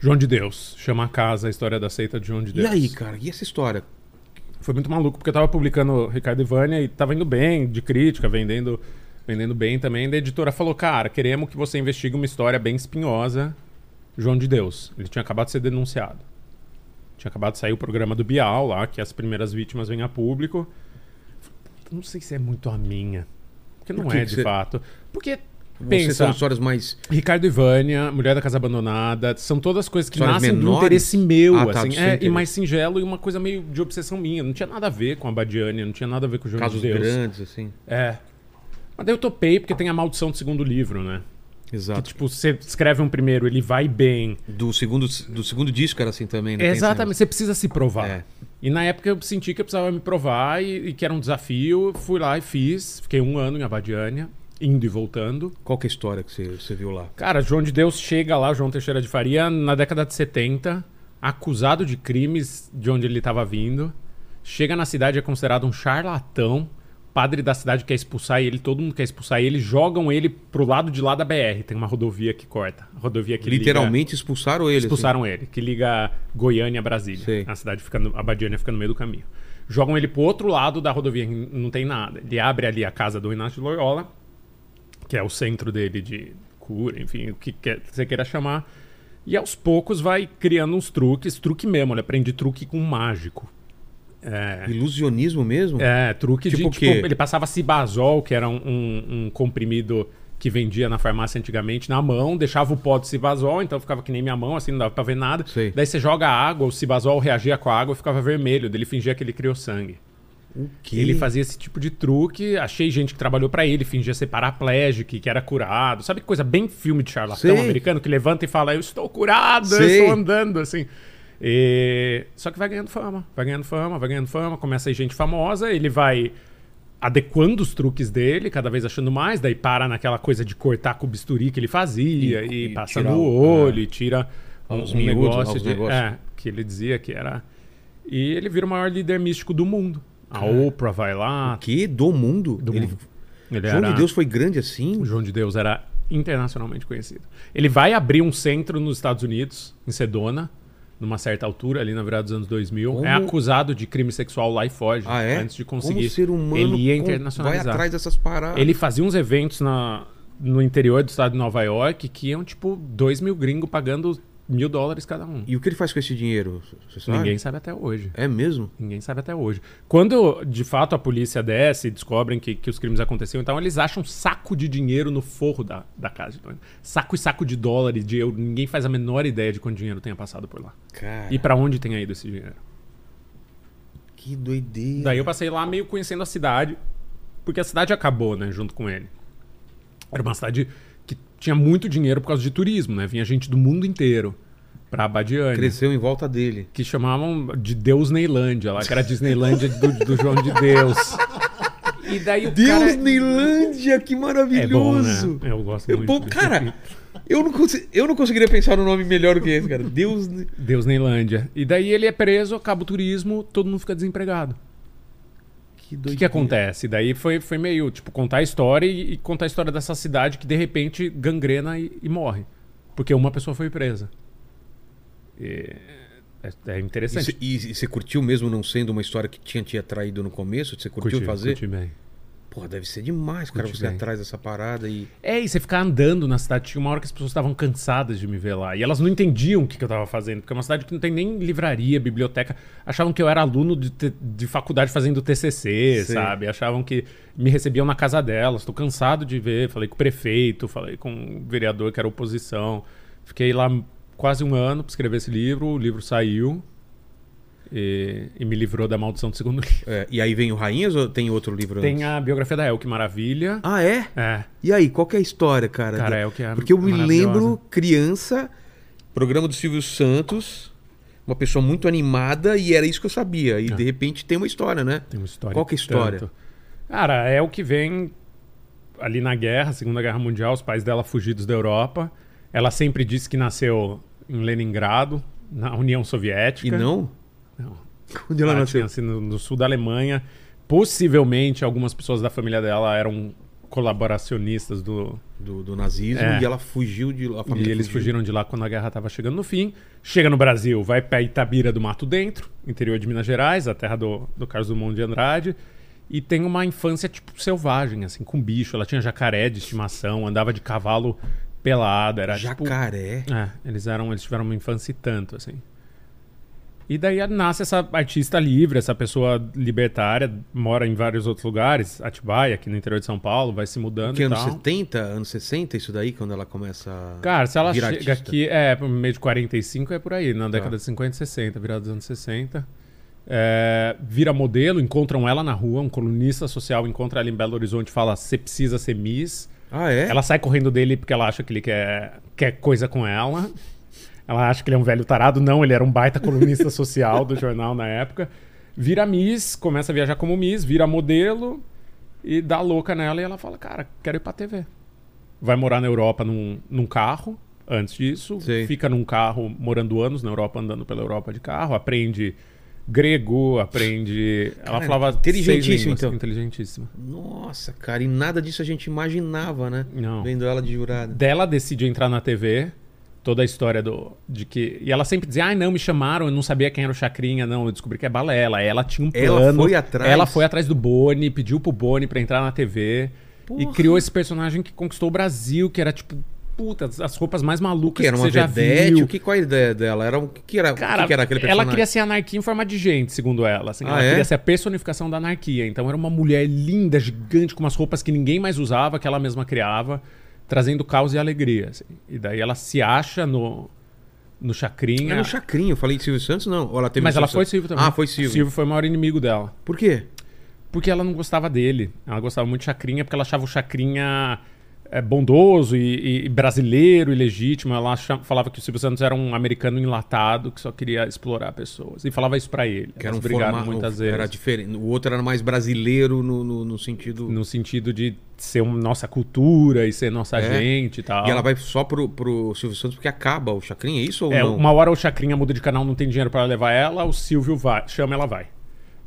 [SPEAKER 3] João de Deus, chama a casa, a história da seita de João de
[SPEAKER 1] E
[SPEAKER 3] Deus.
[SPEAKER 1] aí, cara? E essa história?
[SPEAKER 3] foi muito maluco, porque eu tava publicando Ricardo e Vânia e tava indo bem, de crítica, vendendo, vendendo bem também. Daí a editora falou, cara, queremos que você investigue uma história bem espinhosa, João de Deus. Ele tinha acabado de ser denunciado. Tinha acabado de sair o programa do Bial lá, que as primeiras vítimas vêm a público. Puta, Não sei se é muito a minha. Porque não
[SPEAKER 1] Por que
[SPEAKER 3] é,
[SPEAKER 1] que
[SPEAKER 3] de
[SPEAKER 1] você-
[SPEAKER 3] fato. Porque,
[SPEAKER 1] Vocês
[SPEAKER 3] pensa...
[SPEAKER 1] são histórias mais.
[SPEAKER 3] Ricardo e Vânia, Mulher da Casa Abandonada, são todas coisas que
[SPEAKER 1] Histórias
[SPEAKER 3] nascem do
[SPEAKER 1] menores?
[SPEAKER 3] interesse meu,
[SPEAKER 1] Ah, tá, do
[SPEAKER 3] assim,
[SPEAKER 1] seu
[SPEAKER 3] é, e
[SPEAKER 1] interesse.
[SPEAKER 3] mais singelo e uma coisa meio de obsessão minha. Não tinha nada a ver com a Badiane, não tinha nada a ver com o João
[SPEAKER 1] Casos
[SPEAKER 3] de Deus.
[SPEAKER 1] grandes, assim.
[SPEAKER 3] É. Mas daí eu topei porque tem a maldição do segundo livro, né? Que,
[SPEAKER 1] Exato.
[SPEAKER 3] tipo, você escreve um primeiro, ele vai bem.
[SPEAKER 1] tipo, Do segundo, do segundo disco era assim também, né?
[SPEAKER 3] É,
[SPEAKER 1] Tem esse
[SPEAKER 3] Exatamente, você precisa se provar.
[SPEAKER 1] É.
[SPEAKER 3] E na época eu senti que eu precisava me provar e, e que era um desafio. Fui lá e fiz. Fiquei um ano em Abadiânia, indo e voltando.
[SPEAKER 1] negócio. Qual que é a história que você, você viu lá?
[SPEAKER 3] Cara, João de Deus chega lá, João Teixeira de Faria, na década de 70, acusado de crimes de onde ele estava vindo. Chega na cidade, é considerado um charlatão. Padre da cidade quer expulsar ele, todo mundo quer expulsar ele. Jogam ele pro lado de lá da BR. Tem uma rodovia que corta. a Rodovia que liga-
[SPEAKER 1] Literalmente expulsaram ele.
[SPEAKER 3] expulsaram ele, que liga Goiânia a Brasília.
[SPEAKER 1] assim. Sei.
[SPEAKER 3] A cidade fica no, a Badiânia fica no meio do caminho. Jogam ele pro outro lado da rodovia, que n- não tem nada. Ele abre ali a casa do Inácio de Loyola, que é o centro dele de cura, enfim, o que quer- você queira chamar. E aos poucos vai criando uns truques, truque mesmo, ele aprende truque com um mágico. É.
[SPEAKER 1] Ilusionismo mesmo?
[SPEAKER 3] É, truque
[SPEAKER 1] Tipo o
[SPEAKER 3] de.
[SPEAKER 1] quê?
[SPEAKER 3] Tipo, ele passava Cibazol, que era um, um- um comprimido que vendia na farmácia antigamente, na mão, deixava o pó de Cibazol, então ficava que nem minha mão, assim, não dava pra ver nada.
[SPEAKER 1] Sei.
[SPEAKER 3] Daí você joga a água, o Cibazol reagia com a água e ficava vermelho, daí ele fingia que ele criou sangue.
[SPEAKER 1] O quê?
[SPEAKER 3] Ele fazia esse tipo de truque, achei gente que trabalhou pra ele, fingia ser paraplégico, que era curado. Sabe que coisa bem filme de charlatão
[SPEAKER 1] Sei.
[SPEAKER 3] americano que levanta e fala: Eu estou curado, eu
[SPEAKER 1] Sei.
[SPEAKER 3] estou andando, assim. E- Só que vai ganhando fama, vai ganhando fama, vai ganhando fama, começa aí gente famosa, ele vai adequando os truques dele, cada vez achando mais, daí para naquela coisa de cortar com o bisturi que ele fazia
[SPEAKER 1] E-
[SPEAKER 3] e,
[SPEAKER 1] e
[SPEAKER 3] passa
[SPEAKER 1] tirar
[SPEAKER 3] no
[SPEAKER 1] o-
[SPEAKER 3] olho, e tira um,
[SPEAKER 1] Aos
[SPEAKER 3] um
[SPEAKER 1] miúdos,
[SPEAKER 3] negócio,
[SPEAKER 1] aos
[SPEAKER 3] de,
[SPEAKER 1] negócios.
[SPEAKER 3] é, que ele dizia que era. E ele vira o maior líder místico do mundo. A
[SPEAKER 1] É.
[SPEAKER 3] Oprah vai lá.
[SPEAKER 1] Que do mundo?
[SPEAKER 3] Do
[SPEAKER 1] Ele-
[SPEAKER 3] mundo. Ele
[SPEAKER 1] João
[SPEAKER 3] era...
[SPEAKER 1] de Deus foi grande assim?
[SPEAKER 3] O João de Deus era internacionalmente conhecido. Ele vai abrir um centro nos Estados Unidos, em Sedona, numa certa altura, ali na virada dos anos 2000.
[SPEAKER 1] Como-
[SPEAKER 3] É acusado de crime sexual lá e foge.
[SPEAKER 1] Ah, é?
[SPEAKER 3] Antes de conseguir.
[SPEAKER 1] Como ser humano
[SPEAKER 3] ele ia
[SPEAKER 1] com-
[SPEAKER 3] internacionalizar.
[SPEAKER 1] vai atrás dessas paradas.
[SPEAKER 3] Ele fazia uns eventos na- no interior do estado de Nova York que iam, tipo, 2 mil gringos pagando mil dólares cada um.
[SPEAKER 1] E o que ele faz com esse dinheiro? Você sabe?
[SPEAKER 3] Ninguém sabe até hoje.
[SPEAKER 1] É mesmo?
[SPEAKER 3] Ninguém sabe até hoje. Quando, de fato, a polícia desce e descobrem que, que os crimes aconteciam, então eles acham um saco de dinheiro no forro da, da casa. Então, saco e saco de dólares, de euro. Ninguém faz a menor ideia de quanto dinheiro tenha passado por lá.
[SPEAKER 1] Cara,
[SPEAKER 3] E pra onde tenha ido esse dinheiro.
[SPEAKER 1] que doideira.
[SPEAKER 3] Daí eu passei lá meio conhecendo a cidade, porque a cidade acabou, né, junto com ele. Era uma cidade que tinha muito dinheiro por causa de turismo, né? Vinha gente do mundo inteiro pra Abadiânia.
[SPEAKER 1] Cresceu em volta dele.
[SPEAKER 3] que chamavam de Deus Neilândia lá, que era a Disneylândia do, do João de Deus. E daí o
[SPEAKER 1] Deus
[SPEAKER 3] cara...
[SPEAKER 1] Neilândia, que
[SPEAKER 3] É bom, né?
[SPEAKER 1] maravilhoso.
[SPEAKER 3] Eu gosto
[SPEAKER 1] É
[SPEAKER 3] muito.
[SPEAKER 1] bom,
[SPEAKER 3] desse
[SPEAKER 1] cara, eu não, consi- eu não conseguiria pensar no nome melhor do que esse, cara. Deus. Ne-
[SPEAKER 3] Deus Neilândia. E daí ele é preso, acaba o turismo, todo mundo fica desempregado.
[SPEAKER 1] Que
[SPEAKER 3] O
[SPEAKER 1] doideira.
[SPEAKER 3] que, que acontece? Daí foi, foi meio, tipo, contar a história e, e contar a história dessa cidade que de repente gangrena e, e morre. Porque uma pessoa foi presa. E- É, é
[SPEAKER 1] E
[SPEAKER 3] interessante.
[SPEAKER 1] cê- E e você curtiu mesmo não sendo uma história que tinha te atraído no começo? Você curtiu
[SPEAKER 3] Curti,
[SPEAKER 1] fazer?
[SPEAKER 3] curti bem.
[SPEAKER 1] Pô, deve ser demais, cara,
[SPEAKER 3] Curti
[SPEAKER 1] você ir
[SPEAKER 3] bem.
[SPEAKER 1] atrás dessa parada e.
[SPEAKER 3] É, e você ficar andando na cidade. Tinha uma hora que as pessoas estavam cansadas de me ver lá. E elas não entendiam o que, que eu tava fazendo, porque é uma cidade que não tem nem livraria, biblioteca. Achavam que eu era aluno de, te- de faculdade fazendo TCC,
[SPEAKER 1] Sei.
[SPEAKER 3] sabe? Achavam que me recebiam na casa delas. Tô cansado de ver. Falei com o prefeito, falei com o vereador que era oposição. Fiquei lá quase um ano pra escrever esse livro. O livro saiu. E, e me livrou da maldição do segundo livro.
[SPEAKER 1] É, e aí vem o Rainhas ou tem outro livro
[SPEAKER 3] Tem
[SPEAKER 1] antes?
[SPEAKER 3] a biografia da El, que maravilha.
[SPEAKER 1] Ah, é?
[SPEAKER 3] É.
[SPEAKER 1] E aí, qual que é a história, cara?
[SPEAKER 3] Cara,
[SPEAKER 1] Da-
[SPEAKER 3] é o que é
[SPEAKER 1] Porque eu me
[SPEAKER 3] maravilhosa.
[SPEAKER 1] lembro, criança, programa do Silvio Santos, uma pessoa muito animada e era isso que eu sabia. E de repente tem uma história, né?
[SPEAKER 3] Ah. Tem uma história.
[SPEAKER 1] Qual que é a história?
[SPEAKER 3] tanto. Cara, é o que vem ali na guerra, Segunda Guerra Mundial, os pais dela fugidos da Europa. Ela sempre disse que nasceu em Leningrado, na União
[SPEAKER 1] E
[SPEAKER 3] Soviética.
[SPEAKER 1] não?
[SPEAKER 3] Não.
[SPEAKER 1] Onde ela
[SPEAKER 3] Ela
[SPEAKER 1] nasceu?
[SPEAKER 3] tinha nascido no sul da Alemanha. Possivelmente algumas pessoas da família dela eram colaboracionistas do.
[SPEAKER 1] Do, do nazismo
[SPEAKER 3] É.
[SPEAKER 1] e ela fugiu de lá. a
[SPEAKER 3] E
[SPEAKER 1] família
[SPEAKER 3] eles
[SPEAKER 1] é fugiu.
[SPEAKER 3] fugiram de lá quando a guerra estava chegando no fim. Chega no Brasil, vai pra Itabira do Mato Dentro, interior de Minas Gerais, a terra do, do Carlos Drummond de Andrade. E tem uma infância, tipo, selvagem, assim, com bicho. Ela tinha jacaré de estimação, andava de cavalo pelado, era tipo...
[SPEAKER 1] Jacaré.
[SPEAKER 3] É, eles eram, eles tiveram uma infância e tanto, assim. E daí nasce essa artista livre, essa pessoa libertária, mora em vários outros lugares, Atibaia, aqui no interior de São Paulo, vai se mudando
[SPEAKER 1] Que
[SPEAKER 3] e
[SPEAKER 1] anos
[SPEAKER 3] tal.
[SPEAKER 1] 70, anos 60, isso daí, quando ela começa. a
[SPEAKER 3] Cara, se ela
[SPEAKER 1] virar
[SPEAKER 3] chega
[SPEAKER 1] artista?
[SPEAKER 3] aqui, é, pro meio de 45 é por aí, na década de 50 e 60, virada dos anos 60. É, vira modelo, encontram ela na rua, um colunista social encontra ela em Belo Horizonte e fala: você precisa ser Miss.
[SPEAKER 1] Ah, é?
[SPEAKER 3] Ela sai correndo dele porque ela acha que ele quer, quer coisa com ela. Ela acha que ele é um velho tarado. Não, ele era um baita colunista social do jornal na época. Vira Miss, começa a viajar como Miss, vira modelo e dá louca nela. E ela fala: Cara, quero ir pra TV. Vai morar na Europa num, num carro. Antes disso,
[SPEAKER 1] Sei.
[SPEAKER 3] fica num carro morando anos na Europa, andando pela Europa de carro, aprende grego, aprende. ela
[SPEAKER 1] Cara,
[SPEAKER 3] falava
[SPEAKER 1] inteligentíssima,
[SPEAKER 3] seis línguas,
[SPEAKER 1] então.
[SPEAKER 3] Inteligentíssima.
[SPEAKER 1] Nossa, cara, e nada disso a gente imaginava, né?
[SPEAKER 3] Não.
[SPEAKER 1] Vendo ela de jurada.
[SPEAKER 3] dela decide entrar na TV, toda a história do de que e ela sempre dizia: "Ai, não, me chamaram, eu não sabia quem era o Chacrinha, não, eu descobri que é balela". Ela tinha um
[SPEAKER 1] Ela
[SPEAKER 3] plano.
[SPEAKER 1] foi atrás?
[SPEAKER 3] Ela foi atrás do Boni, pediu pro Boni pra entrar na TV e
[SPEAKER 1] Porra.
[SPEAKER 3] criou esse personagem que conquistou o Brasil, que era tipo puta, as roupas mais malucas
[SPEAKER 1] que era
[SPEAKER 3] que
[SPEAKER 1] uma
[SPEAKER 3] você já
[SPEAKER 1] vedete?
[SPEAKER 3] viu.
[SPEAKER 1] O que, qual a ideia dela? Era, o que, era, o
[SPEAKER 3] Cara,
[SPEAKER 1] que que era aquele personagem?
[SPEAKER 3] ela queria ser anarquia em forma de gente, segundo ela. assim.
[SPEAKER 1] Ah,
[SPEAKER 3] ela
[SPEAKER 1] é?
[SPEAKER 3] queria ser a personificação da anarquia. Então era uma mulher linda, gigante, com umas roupas que ninguém mais usava, que ela mesma criava, trazendo caos e alegria. assim. E daí ela se acha no, no Chacrinha.
[SPEAKER 1] Era um chacrinho. Eu falei Silvio Santos, não. Ou ela teve
[SPEAKER 3] mas
[SPEAKER 1] no
[SPEAKER 3] ela foi
[SPEAKER 1] Silvio
[SPEAKER 3] Silvio
[SPEAKER 1] Santos?
[SPEAKER 3] também.
[SPEAKER 1] Ah, foi Silvio.
[SPEAKER 3] Silvio foi o maior inimigo dela.
[SPEAKER 1] Por quê?
[SPEAKER 3] Porque ela não gostava dele. Ela gostava muito de Chacrinha, porque ela achava o Chacrinha é, bondoso e, e brasileiro e legítimo. Ela acha- falava que o Silvio Santos era um americano enlatado que só queria explorar pessoas. E falava isso pra ele.
[SPEAKER 1] Que era
[SPEAKER 3] Elas
[SPEAKER 1] um
[SPEAKER 3] brigaram
[SPEAKER 1] formato-
[SPEAKER 3] muitas vezes.
[SPEAKER 1] era diferente. O outro era mais brasileiro no, no- no sentido...
[SPEAKER 3] No sentido de ser um- nossa cultura e ser nossa
[SPEAKER 1] É.
[SPEAKER 3] gente e tal.
[SPEAKER 1] E ela vai só pro, pro Silvio Santos porque acaba o chacrinho, é isso ou
[SPEAKER 3] É,
[SPEAKER 1] não?
[SPEAKER 3] uma hora o Chacrinha muda de canal, não tem dinheiro pra levar ela, o Silvio vai, chama ela vai.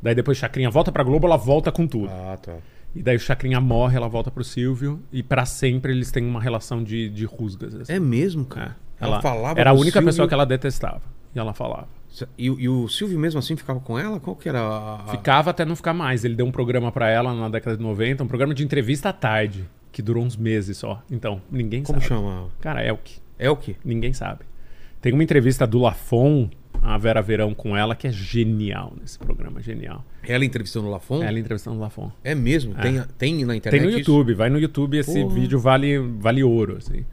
[SPEAKER 3] Daí depois Chacrinha volta pra Globo, ela volta com tudo.
[SPEAKER 1] Ah, tá.
[SPEAKER 3] E daí o Chacrinha morre, ela volta pro Silvio. E pra sempre eles têm uma relação de, de rusgas. assim.
[SPEAKER 1] É mesmo, cara?
[SPEAKER 3] Ela, Era a
[SPEAKER 1] Ah, do
[SPEAKER 3] única
[SPEAKER 1] Silvio-
[SPEAKER 3] pessoa que ela detestava. E ela falava.
[SPEAKER 1] E, e o Silvio mesmo assim ficava com ela? Qual que era a... a-
[SPEAKER 3] Ficava até não ficar mais. Ele deu um programa pra ela na década de 90, um programa de entrevista à tarde, que durou uns meses só. Então, ninguém
[SPEAKER 1] Como
[SPEAKER 3] sabe.
[SPEAKER 1] chama? É
[SPEAKER 3] Cara, Elk.
[SPEAKER 1] Elke?
[SPEAKER 3] Ninguém sabe. Tem uma entrevista do Lafon, a Vera Verão, com ela, que é genial nesse programa, genial.
[SPEAKER 1] Ela entrevistando o Lafon?
[SPEAKER 3] Ela entrevistando o Lafon.
[SPEAKER 1] É mesmo? Tem, tem na
[SPEAKER 3] Tem
[SPEAKER 1] internet
[SPEAKER 3] no
[SPEAKER 1] isso?
[SPEAKER 3] YouTube, vai no YouTube, esse
[SPEAKER 1] Porra.
[SPEAKER 3] vídeo vale, vale ouro, assim.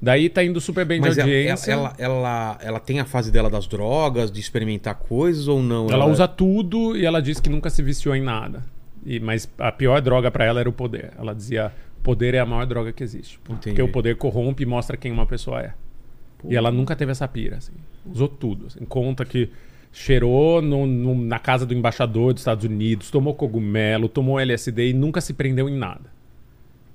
[SPEAKER 3] Daí tá indo super bem
[SPEAKER 1] Mas
[SPEAKER 3] de
[SPEAKER 1] ela, ela,
[SPEAKER 3] audiência.
[SPEAKER 1] ela, ela, ela tem a fase dela das drogas, de experimentar coisas ou não?
[SPEAKER 3] Ela usa tudo e ela diz que nunca se viciou em nada. E, mas a pior droga pra ela era o poder. Ela dizia: poder é a maior droga que existe.
[SPEAKER 1] Entendi.
[SPEAKER 3] Porque o poder corrompe e mostra quem uma pessoa é. E ela nunca teve essa pira. assim. Usou tudo. assim. Conta que cheirou no- no- na casa do embaixador dos Estados Unidos, tomou cogumelo, tomou LSD e nunca se prendeu em nada.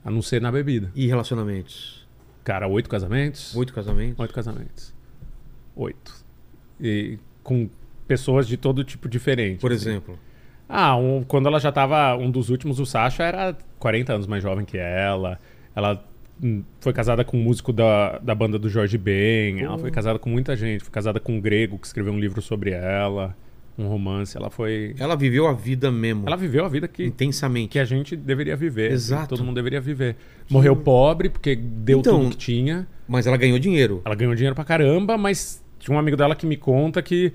[SPEAKER 3] A não ser na bebida.
[SPEAKER 1] E relacionamentos?
[SPEAKER 3] Cara, oito casamentos?
[SPEAKER 1] Oito casamentos?
[SPEAKER 3] Oito casamentos. Oito. E com pessoas de todo tipo diferente.
[SPEAKER 1] Por exemplo.
[SPEAKER 3] Ah, um- quando ela já tava. Um dos últimos, o Sasha era 40 anos mais jovem que ela. Ela hum, foi casada com um músico da, da banda do Jorge Ben. Ela
[SPEAKER 1] Hum.
[SPEAKER 3] foi casada com muita gente. Foi casada com um grego que escreveu um livro sobre ela, um romance. Ela foi.
[SPEAKER 1] Ela viveu a vida mesmo.
[SPEAKER 3] Ela viveu a vida que,
[SPEAKER 1] Intensamente.
[SPEAKER 3] que é- a gente deveria viver. assim,
[SPEAKER 1] Exato.
[SPEAKER 3] Todo mundo deveria viver. Morreu pobre, porque deu
[SPEAKER 1] Então-
[SPEAKER 3] tudo que tinha.
[SPEAKER 1] Mas ela ganhou dinheiro.
[SPEAKER 3] Ela ganhou dinheiro pra caramba, mas tinha um amigo dela que me conta que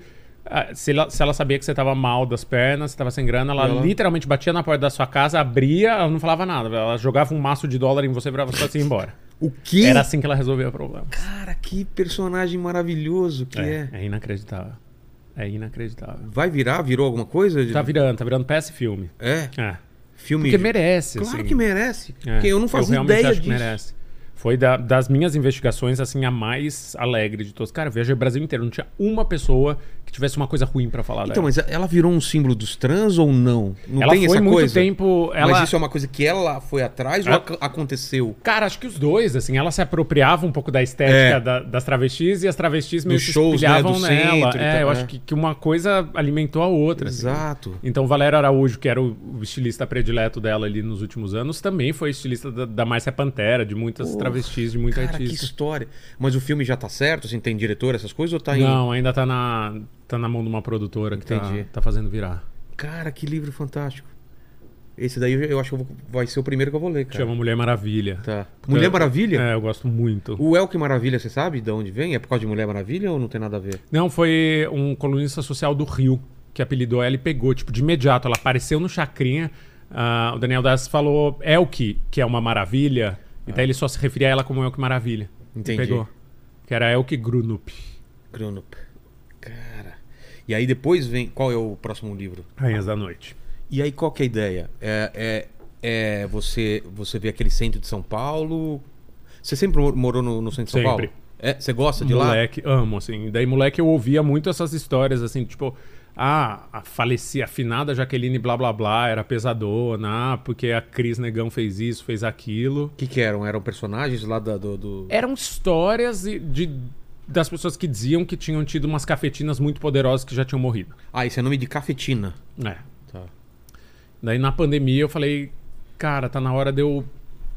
[SPEAKER 3] ah, se ela, se ela sabia que você tava mal das pernas, você tava sem grana, ela,
[SPEAKER 1] Ela-
[SPEAKER 3] literalmente batia na porta da sua casa, abria, ela não falava nada. Ela jogava um maço de dólar em você, virava só assim e ia embora.
[SPEAKER 1] O que?
[SPEAKER 3] Era assim que ela resolvia o problema.
[SPEAKER 1] Cara, que personagem maravilhoso que é.
[SPEAKER 3] É, é inacreditável. É inacreditável.
[SPEAKER 1] Vai virar? Virou alguma coisa?
[SPEAKER 3] Tá virando, tá virando peça e filme.
[SPEAKER 1] É?
[SPEAKER 3] É.
[SPEAKER 1] Filme.
[SPEAKER 3] Porque merece,
[SPEAKER 1] Claro
[SPEAKER 3] assim.
[SPEAKER 1] que merece.
[SPEAKER 3] É,
[SPEAKER 1] Porque eu não fazia
[SPEAKER 3] realmente
[SPEAKER 1] ideia
[SPEAKER 3] acho
[SPEAKER 1] disso.
[SPEAKER 3] que merece. Foi da- das minhas investigações, assim, a mais alegre de todas. Cara, eu viajei o Brasil inteiro. Não tinha uma pessoa que tivesse uma coisa ruim pra falar
[SPEAKER 1] Então,
[SPEAKER 3] dela.
[SPEAKER 1] mas ela virou um símbolo dos trans ou não? Não
[SPEAKER 3] ela
[SPEAKER 1] tem
[SPEAKER 3] foi
[SPEAKER 1] essa
[SPEAKER 3] muito
[SPEAKER 1] coisa?
[SPEAKER 3] tempo... Ela...
[SPEAKER 1] Mas isso é uma coisa que ela foi atrás ou
[SPEAKER 3] Ah.
[SPEAKER 1] ac- aconteceu?
[SPEAKER 3] Cara, acho que os dois, assim, ela se apropriava um pouco da estética
[SPEAKER 1] É.
[SPEAKER 3] da- das travestis e as travestis meio
[SPEAKER 1] Dos
[SPEAKER 3] que se
[SPEAKER 1] shows, né,
[SPEAKER 3] espelhavam
[SPEAKER 1] do
[SPEAKER 3] nela.
[SPEAKER 1] centro e
[SPEAKER 3] É,
[SPEAKER 1] tal,
[SPEAKER 3] eu
[SPEAKER 1] é.
[SPEAKER 3] acho que, que uma coisa alimentou a outra. assim.
[SPEAKER 1] Exato.
[SPEAKER 3] Então, Valério Araújo, que era o o estilista predileto dela ali nos últimos anos, também foi estilista da, da Márcia Pantera, de muitas travestis, de muita
[SPEAKER 1] Cara, que
[SPEAKER 3] artista.
[SPEAKER 1] história. Mas o filme já tá certo? Assim, tem diretor, essas coisas ou tá em.
[SPEAKER 3] Não, ainda tá na, tá na mão de uma produtora que tá,
[SPEAKER 1] Entendi.
[SPEAKER 3] tá fazendo virar.
[SPEAKER 1] Cara, que livro fantástico. Esse daí eu- eu acho que eu vou- vai ser o primeiro que eu vou ler, cara.
[SPEAKER 3] Chama Mulher Maravilha.
[SPEAKER 1] Tá. Mulher
[SPEAKER 3] Eu-
[SPEAKER 1] Maravilha?
[SPEAKER 3] É, eu gosto muito.
[SPEAKER 1] O El que Maravilha, você sabe de onde vem? É por causa de Mulher Maravilha ou não tem nada a ver?
[SPEAKER 3] Não, foi um colunista social do Rio que apelidou ela e pegou, tipo, de imediato. Ela apareceu no Chacrinha. ah, o Daniel Das falou Elke, que é uma maravilha. E daí ele só se referia a ela como Elke Maravilha. E
[SPEAKER 1] Ah. Entendi.
[SPEAKER 3] Pegou. Que era Elke Grunup.
[SPEAKER 1] Cronop. Cara. E aí depois vem. Qual é o próximo livro?
[SPEAKER 3] Rainhas da Noite.
[SPEAKER 1] E aí qual que é a ideia? É, é, é você, você vê aquele centro de São Paulo. Você sempre mor- morou no, no centro de São
[SPEAKER 3] Sempre.
[SPEAKER 1] Paulo? É, você gosta de lá?
[SPEAKER 3] moleque, amo, assim. E Daí, moleque, eu ouvia muito essas histórias, assim, tipo, ah, a falecia, afinada Jaqueline blá blá blá, era pesadona, ah, porque a Cris Negão fez isso, fez aquilo.
[SPEAKER 1] O que, que eram? Eram personagens lá da- do. do-
[SPEAKER 3] Eram histórias e- de, das pessoas que diziam que tinham tido umas cafetinas muito poderosas que já tinham morrido.
[SPEAKER 1] Ah, esse é nome de cafetina.
[SPEAKER 3] É.
[SPEAKER 1] Tá.
[SPEAKER 3] Daí, na pandemia, eu falei, cara, tá na hora de eu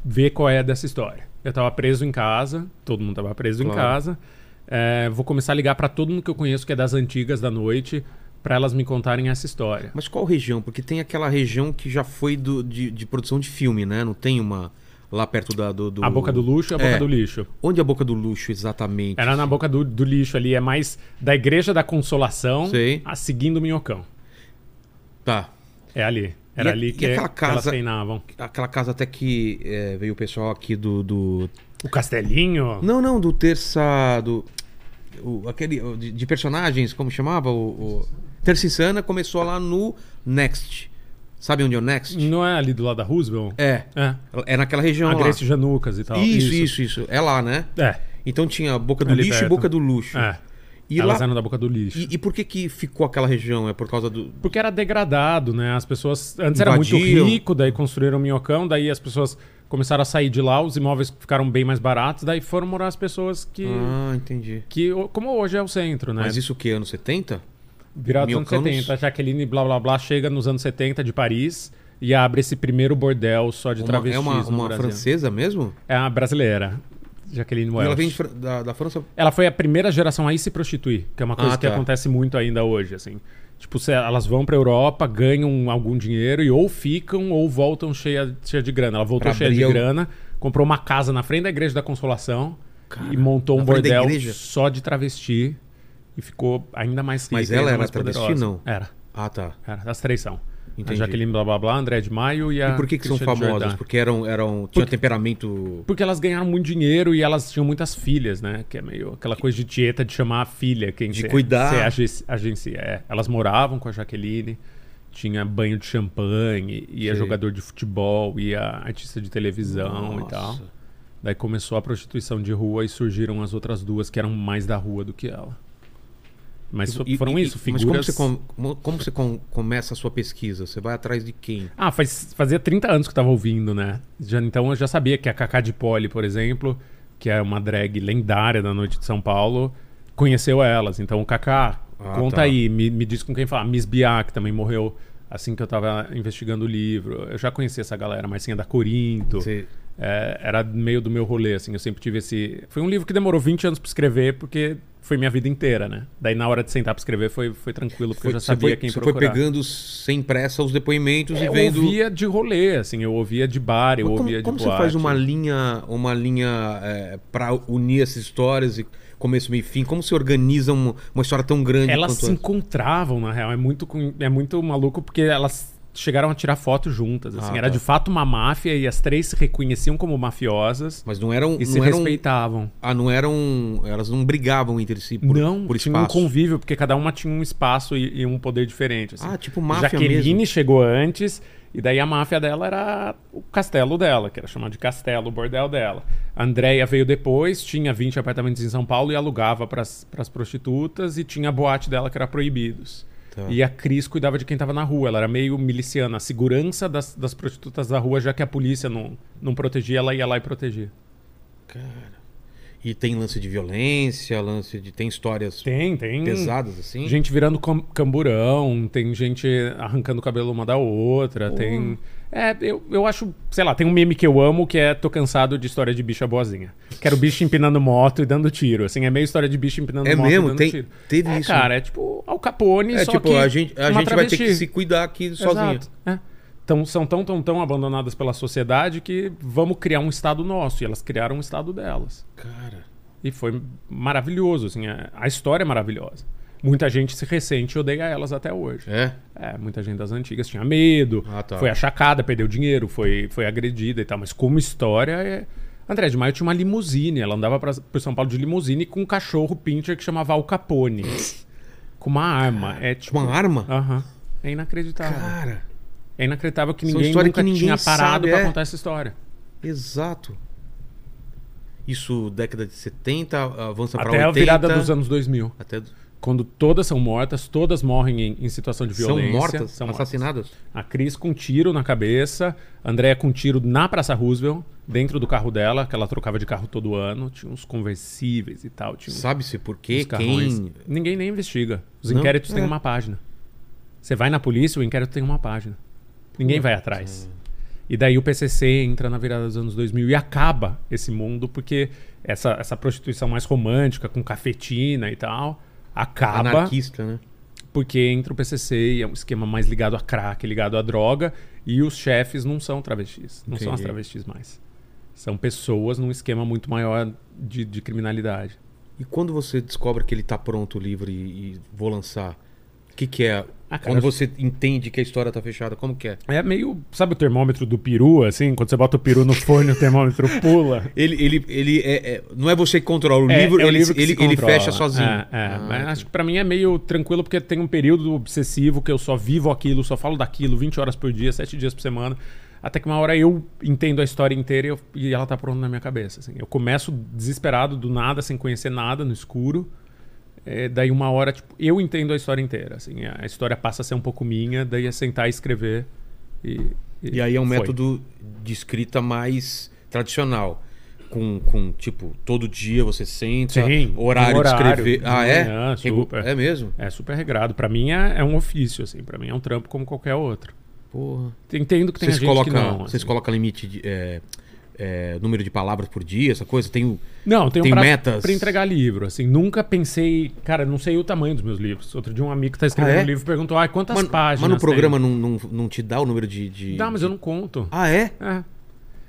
[SPEAKER 3] ver qual é dessa história. Eu tava preso em casa, todo mundo tava preso em
[SPEAKER 1] Claro.
[SPEAKER 3] casa. É, vou começar a ligar pra todo mundo que eu conheço que é das antigas da noite, pra elas me contarem essa história.
[SPEAKER 1] Mas qual região? Porque tem aquela região que já foi do- de, de produção de filme, né? Não tem uma. lá perto da, do, do-
[SPEAKER 3] A boca do luxo e a boca
[SPEAKER 1] É.
[SPEAKER 3] do lixo.
[SPEAKER 1] Onde é a boca do luxo, exatamente?
[SPEAKER 3] Era na boca do, do lixo ali, é mais da Igreja da Consolação
[SPEAKER 1] Sei.
[SPEAKER 3] a seguindo o Minhocão.
[SPEAKER 1] Tá.
[SPEAKER 3] É ali. Era
[SPEAKER 1] E a-
[SPEAKER 3] ali
[SPEAKER 1] e
[SPEAKER 3] que,
[SPEAKER 1] aquela
[SPEAKER 3] que elas
[SPEAKER 1] casa-
[SPEAKER 3] treinavam.
[SPEAKER 1] Aquela casa até que é, veio o pessoal aqui do, do-
[SPEAKER 3] O castelinho?
[SPEAKER 1] Não, não, do terça. Do... o- aquele, o de, de personagens, como chamava? O, o... Terça Insana começou lá no Next. Sabe onde é o Next?
[SPEAKER 3] Não é ali do lado da Roosevelt?
[SPEAKER 1] É.
[SPEAKER 3] É.
[SPEAKER 1] É naquela região
[SPEAKER 3] A
[SPEAKER 1] lá.
[SPEAKER 3] Grace Janucas e tal.
[SPEAKER 1] Isso, isso, isso, É lá, né?
[SPEAKER 3] É.
[SPEAKER 1] Então tinha a boca do
[SPEAKER 3] Ali
[SPEAKER 1] lixo e
[SPEAKER 3] perto.
[SPEAKER 1] boca do luxo.
[SPEAKER 3] é.
[SPEAKER 1] E,
[SPEAKER 3] elas
[SPEAKER 1] lá...
[SPEAKER 3] eram da boca do lixo.
[SPEAKER 1] e, e por que que ficou aquela região? É por causa do...
[SPEAKER 3] Porque era degradado, né? As pessoas. Antes era muito
[SPEAKER 1] Invadiam.
[SPEAKER 3] rico, daí construíram o minhocão, daí as pessoas começaram a sair de lá, os imóveis ficaram bem mais baratos, daí foram morar as pessoas que.
[SPEAKER 1] Ah, entendi.
[SPEAKER 3] que o- como hoje é o centro, né?
[SPEAKER 1] Mas isso o que? Anos 70?
[SPEAKER 3] Virado nos anos
[SPEAKER 1] minhocão nos-
[SPEAKER 3] 70. A Jaqueline blá blá blá chega nos anos 70 de Paris e abre esse primeiro bordel só de
[SPEAKER 1] Uma-
[SPEAKER 3] travestis.
[SPEAKER 1] é uma,
[SPEAKER 3] no
[SPEAKER 1] uma
[SPEAKER 3] Brasil.
[SPEAKER 1] francesa mesmo?
[SPEAKER 3] É uma brasileira. Jaqueline
[SPEAKER 1] E
[SPEAKER 3] Welch.
[SPEAKER 1] Ela vem de Fran- da, da França.
[SPEAKER 3] Ela foi a primeira geração a ir se prostituir, que é uma coisa
[SPEAKER 1] Ah,
[SPEAKER 3] que
[SPEAKER 1] tá.
[SPEAKER 3] acontece muito ainda hoje, assim. Tipo, se elas vão pra Europa, ganham algum dinheiro e ou ficam ou voltam cheia, cheia de grana. Ela voltou
[SPEAKER 1] Pra
[SPEAKER 3] cheia de
[SPEAKER 1] abrir o-
[SPEAKER 3] grana, comprou uma casa na frente da Igreja da Consolação
[SPEAKER 1] Cara,
[SPEAKER 3] e montou um
[SPEAKER 1] na frente da
[SPEAKER 3] bordel
[SPEAKER 1] igreja?
[SPEAKER 3] só de travesti e ficou ainda mais rica.
[SPEAKER 1] Mas ela
[SPEAKER 3] ainda
[SPEAKER 1] era
[SPEAKER 3] mais
[SPEAKER 1] travesti,
[SPEAKER 3] poderosa.
[SPEAKER 1] não?
[SPEAKER 3] Era,
[SPEAKER 1] Ah, tá.
[SPEAKER 3] era. As três são.
[SPEAKER 1] Entendi.
[SPEAKER 3] A Jaqueline Blá Blá Blá, André de Maio e a
[SPEAKER 1] E por que, que são
[SPEAKER 3] Christiane
[SPEAKER 1] famosas?
[SPEAKER 3] É, Jordan.
[SPEAKER 1] Porque eram, eram tinha temperamento.
[SPEAKER 3] Porque elas ganharam muito dinheiro e elas tinham muitas filhas, né? Que é meio aquela coisa de dieta de chamar a filha quem
[SPEAKER 1] De
[SPEAKER 3] cê-
[SPEAKER 1] cuidar.
[SPEAKER 3] cê agen- agencia. É. Elas moravam com a Jaqueline, tinha banho de champanhe, ia
[SPEAKER 1] Sei.
[SPEAKER 3] jogador de futebol, ia artista de televisão e tal.
[SPEAKER 1] Nossa.
[SPEAKER 3] Daí começou a prostituição de rua e surgiram as outras duas que eram mais da rua do que ela. Mas so-
[SPEAKER 1] E-
[SPEAKER 3] foram
[SPEAKER 1] e-
[SPEAKER 3] isso,
[SPEAKER 1] e-
[SPEAKER 3] figuras...
[SPEAKER 1] Mas como você, com- como, como você com- começa a sua pesquisa? Você vai atrás de quem?
[SPEAKER 3] Ah, faz- fazia 30 anos que eu tava ouvindo, né? Já, então eu já sabia que a Cacá de Poli, por exemplo, que é uma drag lendária da noite de São Paulo, conheceu elas. Então, o Cacá,
[SPEAKER 1] Ah,
[SPEAKER 3] conta
[SPEAKER 1] tá.
[SPEAKER 3] aí, me, me diz com quem falar. Miss Biá, que também morreu assim que eu tava investigando o livro. Eu já conhecia essa galera, Marcinha da Corinto.
[SPEAKER 1] Você-
[SPEAKER 3] É, era meio do meu rolê, assim. Eu sempre tive esse. Foi um livro que demorou 20 anos pra escrever, porque foi minha vida inteira, né? Daí, na hora de sentar pra escrever, foi, foi tranquilo, porque eu já
[SPEAKER 1] você
[SPEAKER 3] sabia
[SPEAKER 1] foi,
[SPEAKER 3] quem
[SPEAKER 1] você
[SPEAKER 3] procurar.
[SPEAKER 1] foi pegando sem pressa os depoimentos e
[SPEAKER 3] É, Eu
[SPEAKER 1] vendo.
[SPEAKER 3] ouvia de rolê, assim, eu ouvia de bar, eu
[SPEAKER 1] Mas
[SPEAKER 3] ouvia
[SPEAKER 1] como como
[SPEAKER 3] de
[SPEAKER 1] você faz
[SPEAKER 3] boate.
[SPEAKER 1] uma linha, uma linha para unir essas histórias e começo, meio e fim? Como se organiza um- uma história tão grande?
[SPEAKER 3] Elas
[SPEAKER 1] quanto é?
[SPEAKER 3] se
[SPEAKER 1] essa?
[SPEAKER 3] encontravam, na real, é muito, com- é muito maluco porque elas chegaram a tirar foto juntas, assim,
[SPEAKER 1] Ah,
[SPEAKER 3] era
[SPEAKER 1] tá.
[SPEAKER 3] de fato uma máfia e as três se reconheciam como mafiosas
[SPEAKER 1] Mas não um eram,
[SPEAKER 3] e se
[SPEAKER 1] não eram
[SPEAKER 3] respeitavam.
[SPEAKER 1] Ah, não eram. Elas não brigavam entre si por,
[SPEAKER 3] Não,
[SPEAKER 1] por
[SPEAKER 3] tinha um
[SPEAKER 1] espaço.
[SPEAKER 3] convívio, porque cada uma tinha um espaço e, e um poder diferente. assim.
[SPEAKER 1] Ah, tipo máfia
[SPEAKER 3] Jaqueline
[SPEAKER 1] mesmo.
[SPEAKER 3] chegou antes, e daí a máfia dela era o castelo dela, que era chamado de castelo, o bordel dela. A Andrea veio depois, tinha 20 apartamentos em São Paulo e alugava para as prostitutas, e tinha a boate dela que era proibidos.
[SPEAKER 1] Tá.
[SPEAKER 3] E a Cris cuidava de quem tava na rua, ela era meio miliciana, a segurança das, das prostitutas da rua, já que a polícia não, não protegia, ela ia lá e protegia.
[SPEAKER 1] E tem lance de violência, lance de. Tem histórias
[SPEAKER 3] Tem, tem.
[SPEAKER 1] pesadas, assim.
[SPEAKER 3] Gente virando cam- camburão, tem gente arrancando o cabelo uma da outra, tem. É, eu, eu acho, sei lá, tem um meme que eu amo que é Tô cansado de história de bicha boazinha. Quero bicho empinando moto e dando tiro. Assim, é meio história de bicho empinando
[SPEAKER 1] É
[SPEAKER 3] moto
[SPEAKER 1] mesmo?
[SPEAKER 3] e dando
[SPEAKER 1] Tem-
[SPEAKER 3] tiro.
[SPEAKER 1] teve
[SPEAKER 3] é,
[SPEAKER 1] isso,
[SPEAKER 3] Cara, é tipo Al Capone,
[SPEAKER 1] é
[SPEAKER 3] só
[SPEAKER 1] tipo,
[SPEAKER 3] que
[SPEAKER 1] a gente, a
[SPEAKER 3] uma
[SPEAKER 1] gente vai ter que
[SPEAKER 3] travesti.
[SPEAKER 1] se cuidar aqui
[SPEAKER 3] Exato,
[SPEAKER 1] sozinho.
[SPEAKER 3] é. Então, são tão, tão, tão abandonadas pela sociedade que vamos criar um estado nosso. E elas criaram um estado delas.
[SPEAKER 1] Cara.
[SPEAKER 3] E foi maravilhoso, assim, a, a história é maravilhosa. Muita gente se ressente e odeia elas até hoje.
[SPEAKER 1] É?
[SPEAKER 3] É, muita gente das antigas tinha medo,
[SPEAKER 1] Ah, tá.
[SPEAKER 3] foi achacada, perdeu dinheiro, foi, foi agredida e tal. Mas como história, é... André de Maio tinha uma limusine, ela andava pra, por São Paulo de limusine com um cachorro pincher que chamava Al Capone. com uma arma. É tipo...
[SPEAKER 1] Uma arma?
[SPEAKER 3] Aham. É inacreditável.
[SPEAKER 1] Cara.
[SPEAKER 3] É inacreditável que
[SPEAKER 1] São
[SPEAKER 3] ninguém
[SPEAKER 1] histórias
[SPEAKER 3] nunca
[SPEAKER 1] que ninguém
[SPEAKER 3] tinha parado
[SPEAKER 1] sabe,
[SPEAKER 3] pra
[SPEAKER 1] é.
[SPEAKER 3] contar essa história.
[SPEAKER 1] Exato. Isso, década de 70, avança pra
[SPEAKER 3] Até
[SPEAKER 1] 80.
[SPEAKER 3] a virada dos anos 2000.
[SPEAKER 1] Até do-
[SPEAKER 3] Quando todas são mortas, todas morrem em, em situação de
[SPEAKER 1] são
[SPEAKER 3] violência.
[SPEAKER 1] mortas,
[SPEAKER 3] São
[SPEAKER 1] assassinadas.
[SPEAKER 3] mortas. A Cris com um tiro na cabeça, a Andrea com um tiro na Praça Roosevelt, dentro do carro dela, que ela trocava de carro todo ano. Tinha uns conversíveis e tal. Tinha uns-
[SPEAKER 1] Sabe-se por
[SPEAKER 3] uns
[SPEAKER 1] quê?
[SPEAKER 3] carrões.
[SPEAKER 1] Quem?
[SPEAKER 3] Ninguém nem investiga. Os
[SPEAKER 1] Não?
[SPEAKER 3] inquéritos têm
[SPEAKER 1] É.
[SPEAKER 3] uma página. Você vai na polícia, o inquérito tem uma página. Ninguém vai atrás. E daí o PCC entra na virada dos anos 2000 e acaba esse mundo, porque essa, essa prostituição mais romântica, com cafetina e tal,
[SPEAKER 1] É
[SPEAKER 3] acaba
[SPEAKER 1] Anarquista, né?
[SPEAKER 3] porque entra o PCC e é um esquema mais ligado a crack, ligado à droga, e os chefes não são travestis, não são
[SPEAKER 1] Entendi.
[SPEAKER 3] as travestis mais. São pessoas num esquema muito maior de, de criminalidade.
[SPEAKER 1] E quando você descobre que ele tá pronto, livre e, e vou lançar, o que, que é?
[SPEAKER 3] Ah, cara,
[SPEAKER 1] quando
[SPEAKER 3] eu-
[SPEAKER 1] você entende que a história tá fechada, como que é?
[SPEAKER 3] É meio. Sabe o termômetro do peru, assim? Quando você bota o peru no fone, o termômetro pula.
[SPEAKER 1] Ele, ele, ele é, é- não é você que controla o
[SPEAKER 3] É,
[SPEAKER 1] livro,
[SPEAKER 3] é o
[SPEAKER 1] ele,
[SPEAKER 3] livro que se
[SPEAKER 1] ele, ele
[SPEAKER 3] controla.
[SPEAKER 1] fecha sozinho. Ah,
[SPEAKER 3] É, é. Mas acho que pra mim é meio tranquilo, porque tem um período obsessivo que eu só vivo aquilo, só falo daquilo 20 horas por dia, 7 dias por semana. Até que uma hora eu entendo a história inteira e, eu- e ela tá pronta na minha cabeça. assim. Eu começo desesperado, do nada, sem conhecer nada, no escuro. É, daí uma hora, tipo, eu entendo a história inteira. Assim, a a história passa a ser um pouco minha, daí é sentar e escrever. E,
[SPEAKER 1] E aí é um
[SPEAKER 3] foi.
[SPEAKER 1] método de escrita mais tradicional. Com, com, tipo, todo dia você senta,
[SPEAKER 3] Sim,
[SPEAKER 1] horário,
[SPEAKER 3] horário,
[SPEAKER 1] de escrever.
[SPEAKER 3] de
[SPEAKER 1] Ah, é?
[SPEAKER 3] manhã,
[SPEAKER 1] Regu-
[SPEAKER 3] super.
[SPEAKER 1] É mesmo?
[SPEAKER 3] É super regrado. Pra mim é, é um ofício, assim. Pra mim é um trampo como qualquer outro.
[SPEAKER 1] Porra.
[SPEAKER 3] Entendo que tem
[SPEAKER 1] Vocês
[SPEAKER 3] gente
[SPEAKER 1] colocam
[SPEAKER 3] que não.
[SPEAKER 1] vocês
[SPEAKER 3] assim.
[SPEAKER 1] colocam limite de. é, é, número de palavras por dia, essa coisa? Tem o.
[SPEAKER 3] Não, tenho
[SPEAKER 1] Tem
[SPEAKER 3] pra,
[SPEAKER 1] metas?
[SPEAKER 3] pra entregar livro, assim. Nunca pensei... Cara, não sei o tamanho dos meus livros. Outro dia um amigo que tá escrevendo
[SPEAKER 1] Ah, é?
[SPEAKER 3] um livro perguntou, ah, quantas
[SPEAKER 1] Mas,
[SPEAKER 3] páginas
[SPEAKER 1] mas no
[SPEAKER 3] tem?"
[SPEAKER 1] programa não, não, não te dá o número de. de-
[SPEAKER 3] Dá, mas eu não conto.
[SPEAKER 1] Ah, é?
[SPEAKER 3] É.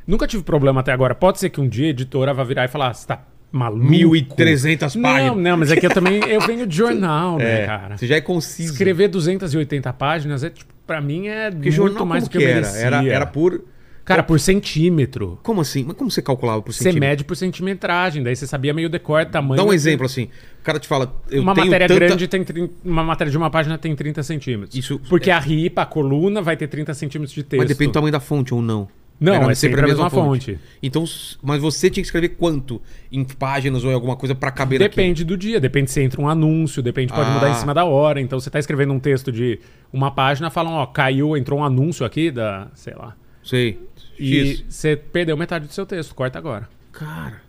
[SPEAKER 3] Nunca tive problema até agora. Pode ser que um dia a editora vá virar e falar, ah, você tá maluco?
[SPEAKER 1] 1.300
[SPEAKER 3] Não,
[SPEAKER 1] páginas.
[SPEAKER 3] não, mas é que eu também... Eu venho de jornal, né,
[SPEAKER 1] É,
[SPEAKER 3] cara?
[SPEAKER 1] Você já é conciso.
[SPEAKER 3] Escrever 280 páginas é, tipo, pra mim é
[SPEAKER 1] Porque jornal
[SPEAKER 3] muito mais do
[SPEAKER 1] como
[SPEAKER 3] que eu
[SPEAKER 1] era?
[SPEAKER 3] merecia.
[SPEAKER 1] era? Era por. é
[SPEAKER 3] Cara, por centímetro.
[SPEAKER 1] Como assim? Mas como você calculava por
[SPEAKER 3] Você
[SPEAKER 1] centímetro?
[SPEAKER 3] mede por centimetragem, daí você sabia meio decor, tamanho.
[SPEAKER 1] Dá um exemplo assim. O cara te fala, eu
[SPEAKER 3] uma
[SPEAKER 1] tenho
[SPEAKER 3] matéria
[SPEAKER 1] tanta...
[SPEAKER 3] grande tem 30 uma matéria de uma página tem 30 centímetros.
[SPEAKER 1] Isso- é
[SPEAKER 3] porque a ripa, a coluna vai ter 30 centímetros de texto.
[SPEAKER 1] Mas depende do tamanho da fonte ou não.
[SPEAKER 3] Não, é sempre a mesma fonte.
[SPEAKER 1] Então, s- mas você tinha que escrever quanto em páginas ou em alguma coisa pra caber
[SPEAKER 3] Depende do dia, depende se entra um anúncio, depende pode
[SPEAKER 1] Ah.
[SPEAKER 3] mudar em cima da hora. Então você tá escrevendo um texto de uma página, falam, ó, caiu, entrou um anúncio aqui da, sei lá.
[SPEAKER 1] naquilo? Sei.
[SPEAKER 3] E
[SPEAKER 1] X.
[SPEAKER 3] você perdeu metade do seu texto, corta agora.
[SPEAKER 1] Cara.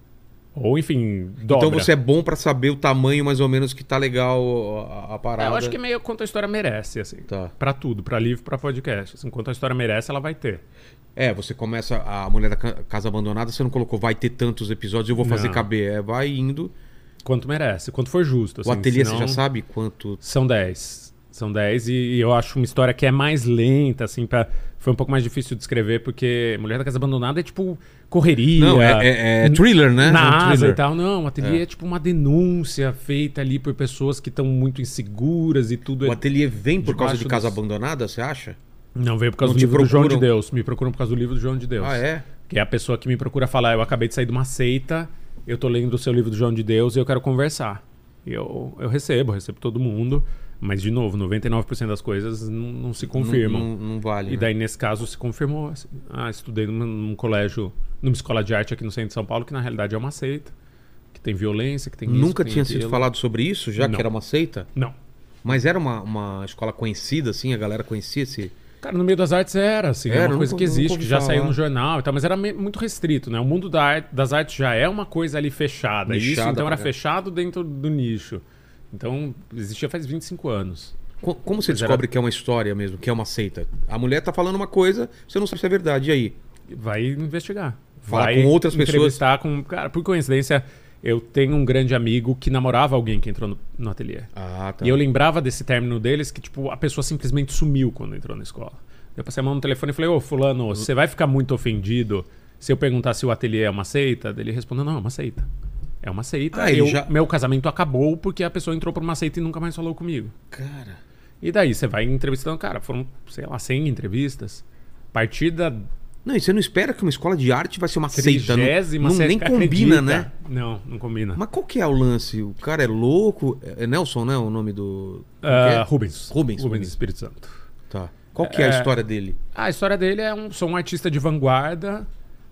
[SPEAKER 3] Ou enfim, dobra.
[SPEAKER 1] Então você é bom pra saber o tamanho mais ou menos que tá legal a, a
[SPEAKER 3] É,
[SPEAKER 1] parada.
[SPEAKER 3] eu acho que é meio quanto a história merece, assim.
[SPEAKER 1] Tá.
[SPEAKER 3] Pra tudo, pra livro, pra podcast. Assim, quanto a história merece, ela vai ter.
[SPEAKER 1] É, você começa a Mulher da Ca- Casa Abandonada, você não colocou vai ter tantos episódios, eu vou fazer
[SPEAKER 3] Não.
[SPEAKER 1] caber. É, vai indo.
[SPEAKER 3] Quanto merece, quanto for justo.
[SPEAKER 1] o
[SPEAKER 3] assim,
[SPEAKER 1] ateliê
[SPEAKER 3] senão-
[SPEAKER 1] você já sabe quanto...
[SPEAKER 3] São 10. São 10 e, e eu acho uma história que é mais lenta, assim, pra... foi um pouco mais difícil de escrever, porque Mulher da Casa Abandonada é tipo correria.
[SPEAKER 1] Não, é, é- é thriller, né? É um
[SPEAKER 3] Na asa
[SPEAKER 1] thriller.
[SPEAKER 3] e tal, não. O ateliê é. tipo uma denúncia feita ali por pessoas que estão muito inseguras e tudo.
[SPEAKER 1] O
[SPEAKER 3] é-
[SPEAKER 1] ateliê vem por causa de
[SPEAKER 3] Debaixo
[SPEAKER 1] Casa
[SPEAKER 3] dos-
[SPEAKER 1] Abandonada, você acha?
[SPEAKER 3] Não veio por causa
[SPEAKER 1] Não
[SPEAKER 3] do
[SPEAKER 1] te
[SPEAKER 3] livro do João de
[SPEAKER 1] procuram?
[SPEAKER 3] Deus. Me procuram por causa do livro do João de Deus.
[SPEAKER 1] Ah, é?
[SPEAKER 3] Que é a pessoa que me procura falar, eu acabei de sair de uma seita, eu tô lendo o seu livro do João de Deus e eu quero conversar. E Eu, eu recebo, recebo todo mundo, mas de novo, 99% das coisas não, não se confirmam.
[SPEAKER 1] Não, não- não vale.
[SPEAKER 3] E
[SPEAKER 1] né?
[SPEAKER 3] daí, nesse caso, se confirmou. assim, ah, estudei num, num colégio, numa escola de arte aqui no centro de São Paulo, que na realidade é uma seita, que tem violência, que tem isso,
[SPEAKER 1] Nunca
[SPEAKER 3] que tem
[SPEAKER 1] tinha sido
[SPEAKER 3] aquilo.
[SPEAKER 1] falado sobre isso, já
[SPEAKER 3] Não.
[SPEAKER 1] que era uma seita?
[SPEAKER 3] Não.
[SPEAKER 1] Mas era uma, uma escola conhecida, assim, a galera conhecia esse.
[SPEAKER 3] Cara, no meio das artes era, assim,
[SPEAKER 1] Era,
[SPEAKER 3] é uma
[SPEAKER 1] nunca-
[SPEAKER 3] coisa que existe,
[SPEAKER 1] nunca
[SPEAKER 3] que
[SPEAKER 1] ouvi
[SPEAKER 3] já
[SPEAKER 1] falar.
[SPEAKER 3] saiu no jornal e tal, mas era me- muito restrito, né? O mundo da ar- das artes já é uma coisa ali fechada. e isso,
[SPEAKER 1] Nichada
[SPEAKER 3] então,
[SPEAKER 1] pra
[SPEAKER 3] era
[SPEAKER 1] cá.
[SPEAKER 3] fechado dentro do nicho. Então, existia faz 25 anos.
[SPEAKER 1] Co- Como você
[SPEAKER 3] Mas era-
[SPEAKER 1] descobre que é uma história mesmo, que é uma seita? A mulher tá falando uma coisa, você não sabe se é verdade. E aí?
[SPEAKER 3] Vai investigar.
[SPEAKER 1] Falar
[SPEAKER 3] vai
[SPEAKER 1] com outras pessoas.
[SPEAKER 3] entrevistar com. Cara, por coincidência, eu tenho um grande amigo que namorava alguém que entrou no, no ateliê.
[SPEAKER 1] Ah, tá.
[SPEAKER 3] E eu lembrava desse término deles que, tipo, a pessoa simplesmente sumiu quando entrou na escola. Eu passei a mão no telefone e falei, ô,
[SPEAKER 1] Uhum.
[SPEAKER 3] fulano, você vai ficar muito ofendido se eu perguntar se o ateliê é uma seita? Ele respondeu, não, é uma seita. É uma seita.
[SPEAKER 1] Ah, ele
[SPEAKER 3] Eu-
[SPEAKER 1] já-
[SPEAKER 3] Meu casamento acabou porque a pessoa entrou por uma seita e nunca mais falou comigo.
[SPEAKER 1] Cara.
[SPEAKER 3] E daí você vai entrevistando, cara, foram, sei lá, 100 entrevistas. A partir da
[SPEAKER 1] Não, e você não espera que uma escola de arte vai ser uma seita. Não,
[SPEAKER 3] trigésima,
[SPEAKER 1] não,
[SPEAKER 3] você
[SPEAKER 1] nem
[SPEAKER 3] acredita.
[SPEAKER 1] combina, né?
[SPEAKER 3] Não, não combina.
[SPEAKER 1] Mas qual que é o lance? O cara é louco? É é Nelson, né? O nome do.
[SPEAKER 3] Ah,
[SPEAKER 1] Como que
[SPEAKER 3] Rubens.
[SPEAKER 1] Rubens, Rubens.
[SPEAKER 3] Rubens, Espírito Santo.
[SPEAKER 1] é? Tá. Qual que é, a
[SPEAKER 3] É.
[SPEAKER 1] história dele?
[SPEAKER 3] A história dele é um, sou um artista de vanguarda,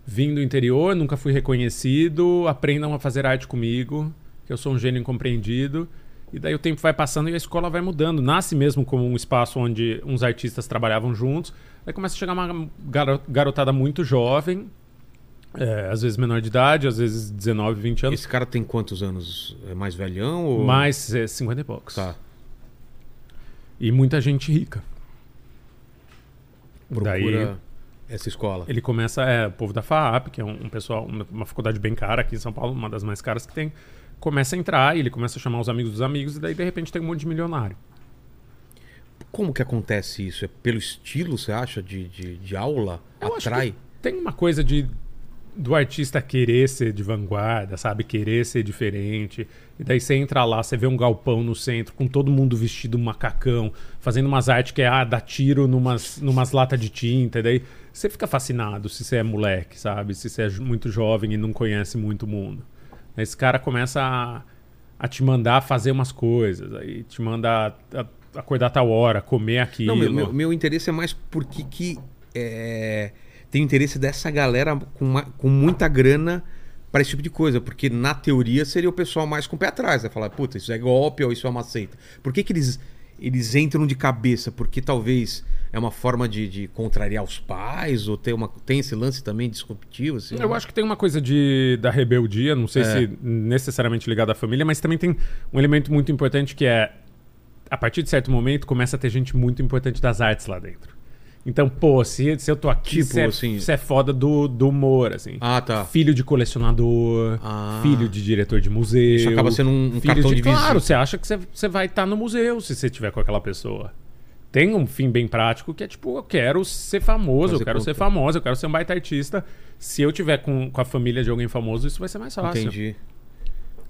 [SPEAKER 3] vim do interior, nunca fui reconhecido, aprendam a fazer arte comigo, que eu sou um gênio incompreendido. E daí o tempo vai passando e a escola vai mudando. Nasce mesmo como um espaço onde uns artistas trabalhavam juntos. Aí começa a chegar uma garo- garotada muito jovem, é, às vezes menor de idade, às vezes 19, 20 anos,
[SPEAKER 1] Esse cara tem quantos anos? É mais velhão ou.
[SPEAKER 3] mais é, 50 e poucos.
[SPEAKER 1] Tá.
[SPEAKER 3] E muita gente rica.
[SPEAKER 1] Procura essa escola.
[SPEAKER 3] Ele começa, é, o povo da FAAP, que é um, um pessoal, uma, uma faculdade bem cara aqui em São Paulo, uma das mais caras que tem, começa a entrar e ele começa a chamar os amigos dos amigos e daí de repente tem um monte de milionário.
[SPEAKER 1] Como que acontece isso? É pelo estilo, você acha, de, de, de aula?
[SPEAKER 3] Eu acho
[SPEAKER 1] Atrai?
[SPEAKER 3] que tem uma coisa de do artista querer ser de vanguarda, sabe? Querer ser diferente. E daí você entra lá, você vê um galpão no centro com todo mundo vestido macacão, fazendo umas artes que é, ah, dá tiro numas, numas latas de tinta. E daí você fica fascinado se você é moleque, sabe? Se você é ju- muito jovem e não conhece muito o mundo. Esse cara começa a, a te mandar fazer umas coisas, aí te manda a- a- acordar tal hora, comer aquilo.
[SPEAKER 1] Não, meu, meu, meu interesse é mais porque que é, tem o interesse dessa galera com, ma- com muita grana para esse tipo de coisa, porque na teoria seria o pessoal mais com o pé atrás, né? Falar, puta, isso é golpe ou isso é uma seita. Por que, que eles, eles entram de cabeça? Porque talvez é uma forma de, de contrariar os pais, ou ter uma, tem esse lance também disruptivo, assim. É.
[SPEAKER 3] Eu acho que tem uma coisa de, da rebeldia, não sei se necessariamente ligada à família, mas também tem um elemento muito importante que é a partir de certo momento começa a ter gente muito importante das artes lá dentro. Então, pô, se, se eu tô aqui,
[SPEAKER 1] Tipo,
[SPEAKER 3] você é,
[SPEAKER 1] assim-
[SPEAKER 3] você é foda do, do humor, assim.
[SPEAKER 1] Ah, tá.
[SPEAKER 3] Filho de colecionador,
[SPEAKER 1] Ah.
[SPEAKER 3] filho de diretor de museu.
[SPEAKER 1] Isso acaba sendo um- um
[SPEAKER 3] filho
[SPEAKER 1] cartão de visita.
[SPEAKER 3] Claro, você acha que você- você vai estar no museu se você estiver com aquela pessoa. Tem um fim bem prático que é tipo, eu quero ser famoso,
[SPEAKER 1] Fazer
[SPEAKER 3] eu quero ser
[SPEAKER 1] conta.
[SPEAKER 3] famoso, eu quero ser um baita artista. Se eu tiver com, com a família de alguém famoso, isso vai ser mais fácil.
[SPEAKER 1] Entendi.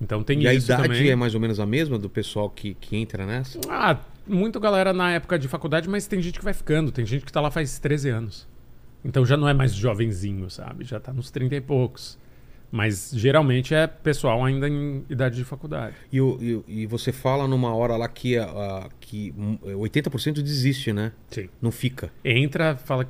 [SPEAKER 3] Então tem
[SPEAKER 1] e a
[SPEAKER 3] isso
[SPEAKER 1] idade
[SPEAKER 3] também.
[SPEAKER 1] é mais ou menos a mesma do pessoal que, que entra nessa?
[SPEAKER 3] Ah, muito galera na época de faculdade, mas tem gente que vai ficando, tem gente que tá lá faz 13 anos. Então já não é mais jovenzinho, sabe? Já tá nos 30 e poucos. Mas geralmente é pessoal ainda em idade de faculdade.
[SPEAKER 1] E, o- e o- e você fala numa hora lá que, a- a- que hum, 80% desiste, né?
[SPEAKER 3] Sim.
[SPEAKER 1] Não fica.
[SPEAKER 3] Entra, fala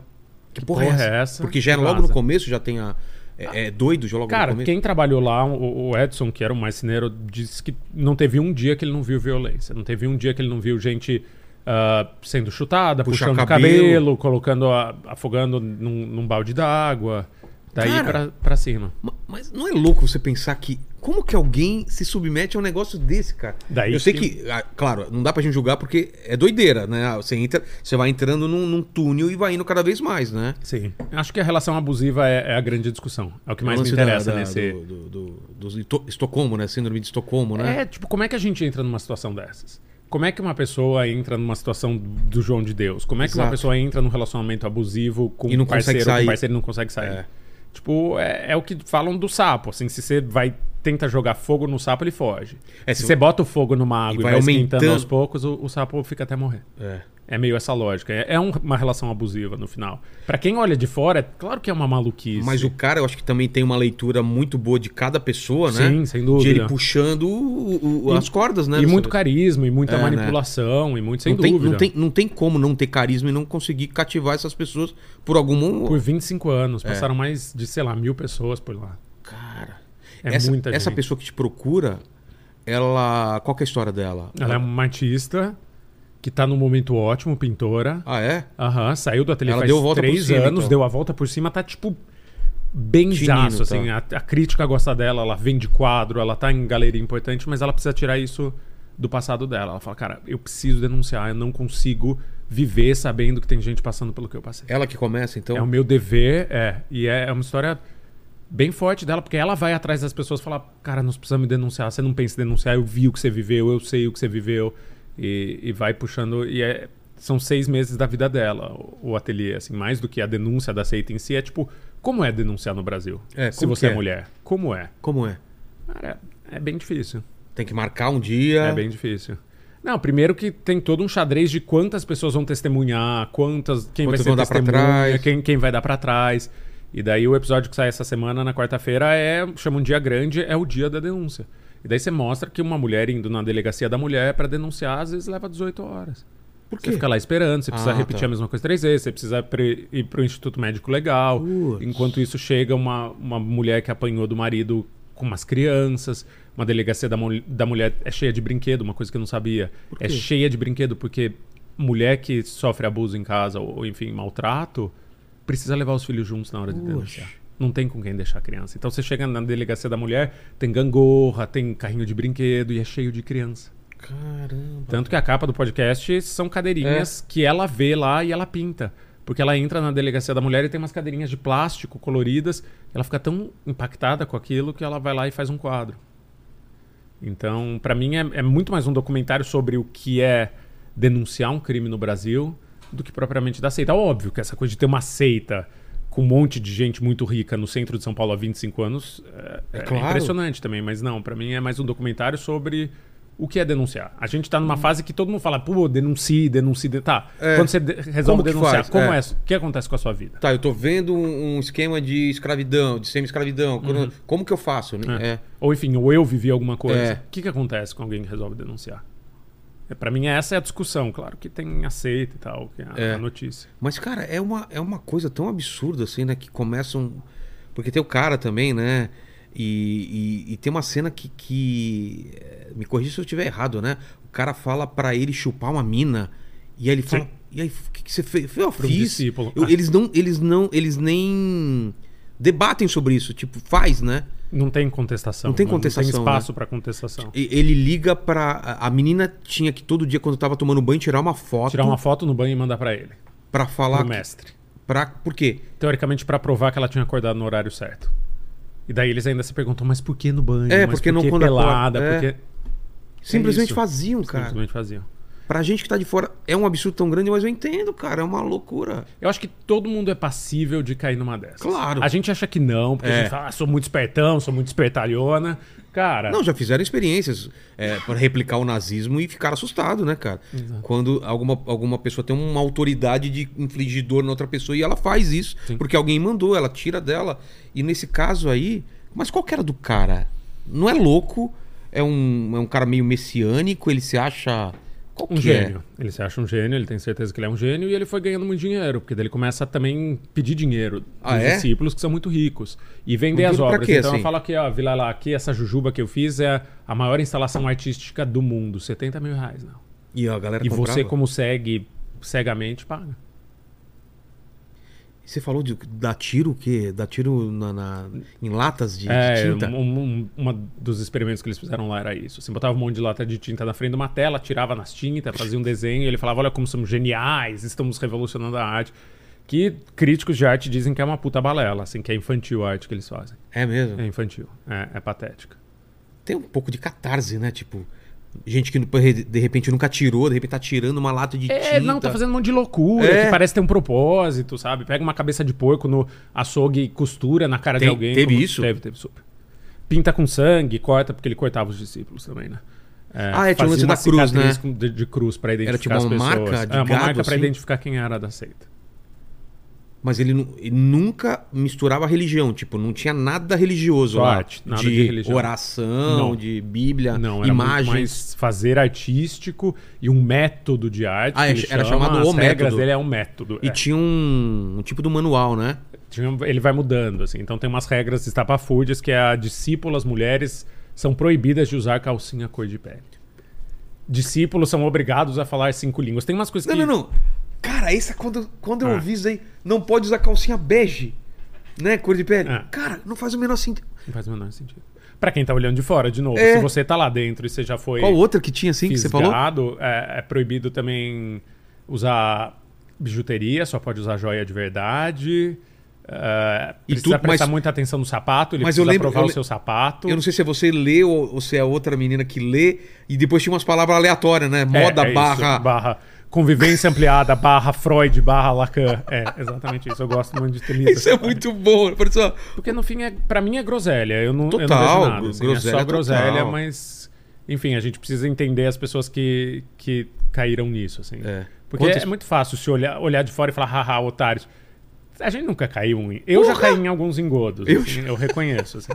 [SPEAKER 3] que porra, é essa?
[SPEAKER 1] Porque já era
[SPEAKER 3] E
[SPEAKER 1] logo no
[SPEAKER 3] vaza.
[SPEAKER 1] começo, já tem a. É, é doido já logo
[SPEAKER 3] Cara,
[SPEAKER 1] no começo.
[SPEAKER 3] quem trabalhou lá, o, o Edson, que era o mais cineiro, disse que não teve um dia que ele não viu violência. Não teve um dia que ele não viu gente ah, sendo chutada,
[SPEAKER 1] Puxar
[SPEAKER 3] puxando o
[SPEAKER 1] cabelo.
[SPEAKER 3] cabelo, colocando, a- afogando num, num balde d'água. Daí
[SPEAKER 1] Cara.
[SPEAKER 3] pra, pra cima.
[SPEAKER 1] Ma- Mas não é louco você pensar que. Como que alguém se submete a um negócio desse, cara?
[SPEAKER 3] Daí
[SPEAKER 1] Eu sei que.
[SPEAKER 3] que-
[SPEAKER 1] ah, claro, não dá pra gente julgar porque é doideira, né? Ah, Você, entra, você vai entrando num, num túnel e vai indo cada vez mais, né?
[SPEAKER 3] Sim. Acho que a relação abusiva é, é a grande discussão. É o que mais
[SPEAKER 1] O
[SPEAKER 3] me
[SPEAKER 1] lance da-
[SPEAKER 3] interessa
[SPEAKER 1] da-
[SPEAKER 3] nesse.
[SPEAKER 1] Do, do, do- dos Ito- Estocolmo, né? Síndrome de Estocolmo, né?
[SPEAKER 3] É, tipo, como é que a gente entra numa situação dessas? Como é que uma pessoa entra numa situação do João de Deus? Como é que
[SPEAKER 1] Exato.
[SPEAKER 3] uma pessoa entra num relacionamento abusivo com
[SPEAKER 1] E não
[SPEAKER 3] um parceiro,
[SPEAKER 1] consegue sair.
[SPEAKER 3] com um parceiro e não consegue sair?
[SPEAKER 1] É.
[SPEAKER 3] Tipo, é, é o que falam do sapo, assim, se você vai tenta jogar fogo no sapo, ele foge.
[SPEAKER 1] É,
[SPEAKER 3] se
[SPEAKER 1] se-
[SPEAKER 3] você bota o fogo numa água e
[SPEAKER 1] vai
[SPEAKER 3] vai, esquentando
[SPEAKER 1] aumentando.
[SPEAKER 3] aos poucos, o, o sapo fica até morrer.
[SPEAKER 1] É.
[SPEAKER 3] É meio essa lógica. É, é um- uma relação abusiva no final. Pra quem olha de fora, é claro que é uma maluquice.
[SPEAKER 1] Mas o cara, eu acho que também tem uma leitura muito boa de cada pessoa, né?
[SPEAKER 3] Sim, sem dúvida.
[SPEAKER 1] De ele puxando o- o- as cordas, né?
[SPEAKER 3] e
[SPEAKER 1] Você-
[SPEAKER 3] muito carisma, e muita
[SPEAKER 1] É, né?
[SPEAKER 3] manipulação, e muito, sem
[SPEAKER 1] não
[SPEAKER 3] dúvida.
[SPEAKER 1] Tem, não, tem, não tem como não ter carisma e não conseguir cativar essas pessoas por algum.
[SPEAKER 3] Por 25
[SPEAKER 1] É.
[SPEAKER 3] anos. Passaram mais de, sei lá, mil pessoas por lá.
[SPEAKER 1] Cara.
[SPEAKER 3] É
[SPEAKER 1] essa,
[SPEAKER 3] muita
[SPEAKER 1] essa
[SPEAKER 3] gente.
[SPEAKER 1] pessoa que te procura, ela. Qual que é a história dela?
[SPEAKER 3] Ela é uma artista que tá num momento ótimo, pintora.
[SPEAKER 1] Ah, é?
[SPEAKER 3] Aham, saiu do ateliê
[SPEAKER 1] Ela
[SPEAKER 3] faz
[SPEAKER 1] deu a volta por
[SPEAKER 3] três
[SPEAKER 1] cima,
[SPEAKER 3] anos,
[SPEAKER 1] então.
[SPEAKER 3] deu a volta por cima, tá tipo bem
[SPEAKER 1] Tinindo,
[SPEAKER 3] zaço,
[SPEAKER 1] tá.
[SPEAKER 3] assim. A, a crítica gosta dela, ela vende quadro, ela tá em galeria importante, mas ela precisa tirar isso do passado dela. Ela fala, cara, eu preciso denunciar, eu não consigo viver sabendo que tem gente passando pelo que eu passei.
[SPEAKER 1] Ela que começa, então.
[SPEAKER 3] É o meu dever, é. E é, é uma história bem forte dela, porque ela vai atrás das pessoas e fala: Cara, nós precisamos denunciar. Você não pensa em denunciar, eu vi o que você viveu, eu sei o que você viveu. E, e vai puxando. E é- são seis meses da vida dela, o, o ateliê. Assim, mais do que a denúncia da seita em si, é tipo: Como é denunciar no Brasil?
[SPEAKER 1] É,
[SPEAKER 3] se
[SPEAKER 1] como
[SPEAKER 3] você
[SPEAKER 1] que
[SPEAKER 3] é?
[SPEAKER 1] é?
[SPEAKER 3] mulher. Como é?
[SPEAKER 1] Como é?
[SPEAKER 3] Cara, é, é bem difícil.
[SPEAKER 1] Tem que marcar um dia.
[SPEAKER 3] É bem difícil. Não, primeiro que tem todo um xadrez de quantas pessoas vão testemunhar, quantas, quem
[SPEAKER 1] Quantos
[SPEAKER 3] vai
[SPEAKER 1] vão
[SPEAKER 3] ser
[SPEAKER 1] dar pra
[SPEAKER 3] testemunha,
[SPEAKER 1] trás.
[SPEAKER 3] quem, quem vai dar pra trás. E daí o episódio que sai essa semana, na quarta-feira, é chama um dia grande, é o dia da denúncia. E daí você mostra que uma mulher indo na delegacia da mulher pra denunciar, às vezes leva 18 horas. Por
[SPEAKER 1] quê?
[SPEAKER 3] Você fica lá esperando, você precisa
[SPEAKER 1] Ah,
[SPEAKER 3] repetir
[SPEAKER 1] tá.
[SPEAKER 3] a mesma coisa três vezes, você precisa pre- ir pro Instituto Médico Legal.
[SPEAKER 1] Putz.
[SPEAKER 3] Enquanto isso, chega uma, uma mulher que apanhou do marido com umas crianças. Uma delegacia da, mul- da mulher é cheia de brinquedo, uma coisa que eu não sabia. É cheia de brinquedo porque mulher que sofre abuso em casa ou, enfim, maltrato, precisa levar os filhos juntos na hora de denunciar. Não tem com quem deixar a criança. Então você chega na delegacia da mulher, tem gangorra, tem carrinho de brinquedo e é cheio de criança.
[SPEAKER 1] Caramba.
[SPEAKER 3] Tanto que a capa do podcast são cadeirinhas que ela vê lá e ela pinta. Porque ela entra na delegacia da mulher e tem umas cadeirinhas de plástico coloridas. Ela fica tão impactada com aquilo que ela vai lá e faz um quadro. Então, pra mim, é, é muito mais um documentário sobre o que é denunciar um crime no Brasil do que propriamente da seita. Óbvio que essa coisa de ter uma seita com um monte de gente muito rica no centro de São Paulo há 25 anos é, é
[SPEAKER 1] claro.
[SPEAKER 3] impressionante também. Mas não, pra mim é mais um documentário sobre o que é denunciar. A gente tá numa fase que todo mundo fala, pô, denuncie, denuncie. de- Tá,
[SPEAKER 1] Hum. É.
[SPEAKER 3] quando você de-
[SPEAKER 1] Como
[SPEAKER 3] resolve
[SPEAKER 1] que
[SPEAKER 3] denunciar,
[SPEAKER 1] faz?
[SPEAKER 3] como
[SPEAKER 1] É.
[SPEAKER 3] é. O que acontece com a sua vida?
[SPEAKER 1] Tá, eu tô vendo um, um esquema de escravidão, de semi-escravidão.
[SPEAKER 3] Uhum.
[SPEAKER 1] Quando- Como que eu faço? né? É.
[SPEAKER 3] Ou enfim, ou eu vivi alguma coisa.
[SPEAKER 1] É.
[SPEAKER 3] O que, que acontece com alguém que resolve denunciar? É, para mim, essa é a discussão. Claro que tem aceita e tal, que é a,
[SPEAKER 1] É.
[SPEAKER 3] a notícia.
[SPEAKER 1] Mas, cara, é uma, é uma coisa tão absurda, assim, né? Que começam. Porque tem o cara também, né? E, e- e tem uma cena que. que- eh, Me corrija se eu estiver errado, né? O cara fala pra ele chupar uma mina. E aí ele fala.
[SPEAKER 3] Sim.
[SPEAKER 1] E aí, o que, que você fez? Eu
[SPEAKER 3] Pro
[SPEAKER 1] fiz.
[SPEAKER 3] discípulo.
[SPEAKER 1] Eu- eles não. Eles não. Eles nem. Debatem sobre isso. Tipo, faz, né?
[SPEAKER 3] Não tem contestação.
[SPEAKER 1] Não tem
[SPEAKER 3] Não
[SPEAKER 1] contestação, né? Tipo,
[SPEAKER 3] tem espaço pra contestação.
[SPEAKER 1] E- Ele liga pra. A a menina tinha que todo dia, quando tava tomando banho, tirar uma foto.
[SPEAKER 3] Tirar uma foto no banho e mandar pra ele,
[SPEAKER 1] Pra falar.
[SPEAKER 3] pro mestre.
[SPEAKER 1] Pra, por quê?
[SPEAKER 3] Teoricamente, pra provar que ela tinha acordado no horário certo. E daí eles ainda se perguntam, mas por que no banho?
[SPEAKER 1] É,
[SPEAKER 3] Mas
[SPEAKER 1] porque
[SPEAKER 3] por
[SPEAKER 1] não
[SPEAKER 3] que
[SPEAKER 1] quando acorda-
[SPEAKER 3] pelada,
[SPEAKER 1] é.
[SPEAKER 3] porque...
[SPEAKER 1] Simplesmente
[SPEAKER 3] isso.
[SPEAKER 1] faziam, cara.
[SPEAKER 3] Simplesmente faziam.
[SPEAKER 1] Pra gente que tá de fora, é um absurdo tão grande, mas eu entendo, cara. É uma loucura.
[SPEAKER 3] Eu acho que todo mundo é passível de cair numa dessas.
[SPEAKER 1] Claro.
[SPEAKER 3] A gente acha que não, porque
[SPEAKER 1] É.
[SPEAKER 3] a gente fala, ah, sou muito espertão, sou muito espertalhona. Cara,
[SPEAKER 1] Não, já fizeram experiências é, para replicar o nazismo e ficaram assustados, né, cara? Quando alguma, alguma pessoa tem uma autoridade de infligir dor na outra pessoa e ela faz isso, porque alguém mandou, ela tira dela. E nesse caso aí, mas qual que era do cara? Não é louco, é um, é um cara meio messiânico, ele se acha. Qual
[SPEAKER 3] um
[SPEAKER 1] que é.
[SPEAKER 3] gênio. Ele se acha um gênio, ele tem certeza que ele é um gênio e ele foi ganhando muito dinheiro, porque daí ele começa a também pedir dinheiro dos
[SPEAKER 1] Ah, é?
[SPEAKER 3] discípulos que são muito ricos e vender
[SPEAKER 1] Dinheiro
[SPEAKER 3] as
[SPEAKER 1] pra
[SPEAKER 3] obras.
[SPEAKER 1] quê,
[SPEAKER 3] então
[SPEAKER 1] assim?
[SPEAKER 3] eu falo aqui, ó, Vila lá, aqui essa jujuba que eu fiz é a maior instalação artística do mundo, 70 mil reais, não.
[SPEAKER 1] é? E a galera
[SPEAKER 3] e
[SPEAKER 1] comprava?
[SPEAKER 3] você, como segue cegamente, paga.
[SPEAKER 1] Você falou de dar tiro o quê? Dar tiro na, na- em latas de, de
[SPEAKER 3] É,
[SPEAKER 1] tinta?
[SPEAKER 3] um, um- uma dos experimentos que eles fizeram lá era isso. Assim, botava um monte de lata de tinta na frente de uma tela, tirava nas tintas, fazia um desenho, e ele falava: Olha como somos geniais, estamos revolucionando a arte. Que críticos de arte dizem que é uma puta balela, assim, que é infantil a arte que eles fazem.
[SPEAKER 1] É mesmo?
[SPEAKER 3] É infantil, é, é patética.
[SPEAKER 1] tem um pouco de catarse, né? Tipo, gente que de repente nunca tirou, de repente tá tirando uma lata de tinta.
[SPEAKER 3] É, não, tá fazendo um monte de loucura,
[SPEAKER 1] É.
[SPEAKER 3] que parece ter um propósito, sabe? Pega uma cabeça de porco no açougue e costura na cara
[SPEAKER 1] Tem-
[SPEAKER 3] de alguém.
[SPEAKER 1] teve isso?
[SPEAKER 3] Teve, teve super. Pinta com sangue, corta, porque ele cortava os discípulos também, né?
[SPEAKER 1] Ah, é, tinha o lance
[SPEAKER 3] fazia uma
[SPEAKER 1] da cruz,
[SPEAKER 3] cicatriz
[SPEAKER 1] né?
[SPEAKER 3] com- De, de cruz pra identificar
[SPEAKER 1] tipo
[SPEAKER 3] as
[SPEAKER 1] uma
[SPEAKER 3] pessoas.
[SPEAKER 1] marca de
[SPEAKER 3] é, uma
[SPEAKER 1] gado,
[SPEAKER 3] marca
[SPEAKER 1] assim?
[SPEAKER 3] pra identificar quem era da seita.
[SPEAKER 1] Mas ele, nu- ele nunca misturava religião, tipo, não tinha nada religioso
[SPEAKER 3] Só
[SPEAKER 1] lá.
[SPEAKER 3] arte, nada
[SPEAKER 1] de,
[SPEAKER 3] de religião.
[SPEAKER 1] oração,
[SPEAKER 3] Não.
[SPEAKER 1] de bíblia,
[SPEAKER 3] Não, era muito
[SPEAKER 1] imagens.
[SPEAKER 3] mais fazer artístico e um método de arte.
[SPEAKER 1] Ah,
[SPEAKER 3] que
[SPEAKER 1] é,
[SPEAKER 3] ele
[SPEAKER 1] era
[SPEAKER 3] chama,
[SPEAKER 1] chamado
[SPEAKER 3] as
[SPEAKER 1] O
[SPEAKER 3] regras
[SPEAKER 1] Método.
[SPEAKER 3] dele é um método.
[SPEAKER 1] E
[SPEAKER 3] é.
[SPEAKER 1] tinha um, um tipo do manual, né?
[SPEAKER 3] Tinha- um, ele vai mudando, assim. Então tem umas regras estapafúrdias que é a discípulas mulheres são proibidas de usar calcinha cor de pele. Discípulos são obrigados a falar cinco línguas. Tem umas coisas
[SPEAKER 1] Não,
[SPEAKER 3] que...
[SPEAKER 1] não, não. Cara, essa quando, quando eu
[SPEAKER 3] Ah.
[SPEAKER 1] ouvi isso aí, não pode usar calcinha bege, né? Cor de pele.
[SPEAKER 3] Ah.
[SPEAKER 1] Cara, não faz o menor sentido.
[SPEAKER 3] Não faz o menor sentido. Pra quem tá olhando de fora, de novo,
[SPEAKER 1] É.
[SPEAKER 3] se você tá lá dentro e você já foi
[SPEAKER 1] Qual outra que tinha assim que você falou?
[SPEAKER 3] fisgado, é, é proibido também usar bijuteria, só pode usar joia de verdade. É,
[SPEAKER 1] E
[SPEAKER 3] precisa
[SPEAKER 1] tudo,
[SPEAKER 3] prestar
[SPEAKER 1] mas-
[SPEAKER 3] muita atenção no sapato, ele
[SPEAKER 1] Mas eu
[SPEAKER 3] precisa
[SPEAKER 1] lembro-
[SPEAKER 3] provar
[SPEAKER 1] eu
[SPEAKER 3] o
[SPEAKER 1] le-
[SPEAKER 3] seu sapato.
[SPEAKER 1] Eu não sei se é você lê ou, ou se é a outra menina que lê. E depois tinha umas palavras aleatórias, né?
[SPEAKER 3] É,
[SPEAKER 1] Moda,
[SPEAKER 3] é isso,
[SPEAKER 1] barra.
[SPEAKER 3] barra. Convivência ampliada, barra Freud, barra Lacan. É, exatamente isso. Eu gosto muito de ter lido.
[SPEAKER 1] Isso é
[SPEAKER 3] essa
[SPEAKER 1] muito bom. Por isso, ó,
[SPEAKER 3] parte. Porque no fim, é, pra mim é groselha. Eu não, eu não
[SPEAKER 1] Total,
[SPEAKER 3] vejo nada. assim,
[SPEAKER 1] groselha
[SPEAKER 3] é
[SPEAKER 1] total.
[SPEAKER 3] só groselha, mas... Enfim, a gente precisa entender as pessoas que, que caíram nisso, assim.
[SPEAKER 1] É.
[SPEAKER 3] Porque
[SPEAKER 1] Quantas-
[SPEAKER 3] é muito fácil se olhar, olhar de fora e falar, haha, otários. A gente nunca caiu em... Eu já caí em alguns engodos,
[SPEAKER 1] Eu
[SPEAKER 3] assim, eu, reconheço, assim.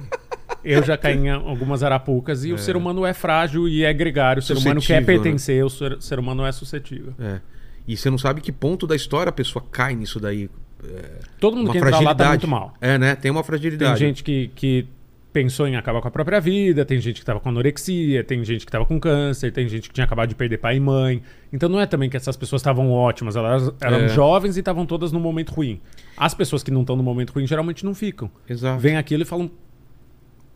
[SPEAKER 3] Eu já caí em algumas arapucas e o ser humano é frágil e é gregário. O ser humano quer
[SPEAKER 1] Suscetível, né?
[SPEAKER 3] pertencer, o ser, ser humano é suscetível.
[SPEAKER 1] É. E você não sabe que ponto da história a pessoa cai nisso daí. É,
[SPEAKER 3] Todo mundo
[SPEAKER 1] Uma
[SPEAKER 3] que entra lá
[SPEAKER 1] fragilidade.
[SPEAKER 3] tá muito mal.
[SPEAKER 1] É, né? Tem uma
[SPEAKER 3] Tem
[SPEAKER 1] fragilidade.
[SPEAKER 3] gente que, que pensou em acabar com a própria vida, tem gente que tava com anorexia, tem gente que tava com câncer, tem gente que tinha acabado de perder pai e mãe. Então não é também que essas pessoas estavam ótimas, elas eram
[SPEAKER 1] É.
[SPEAKER 3] jovens e estavam todas num momento ruim. As pessoas que não estão no momento ruim geralmente não ficam.
[SPEAKER 1] Exato.
[SPEAKER 3] Vem aquilo e falam.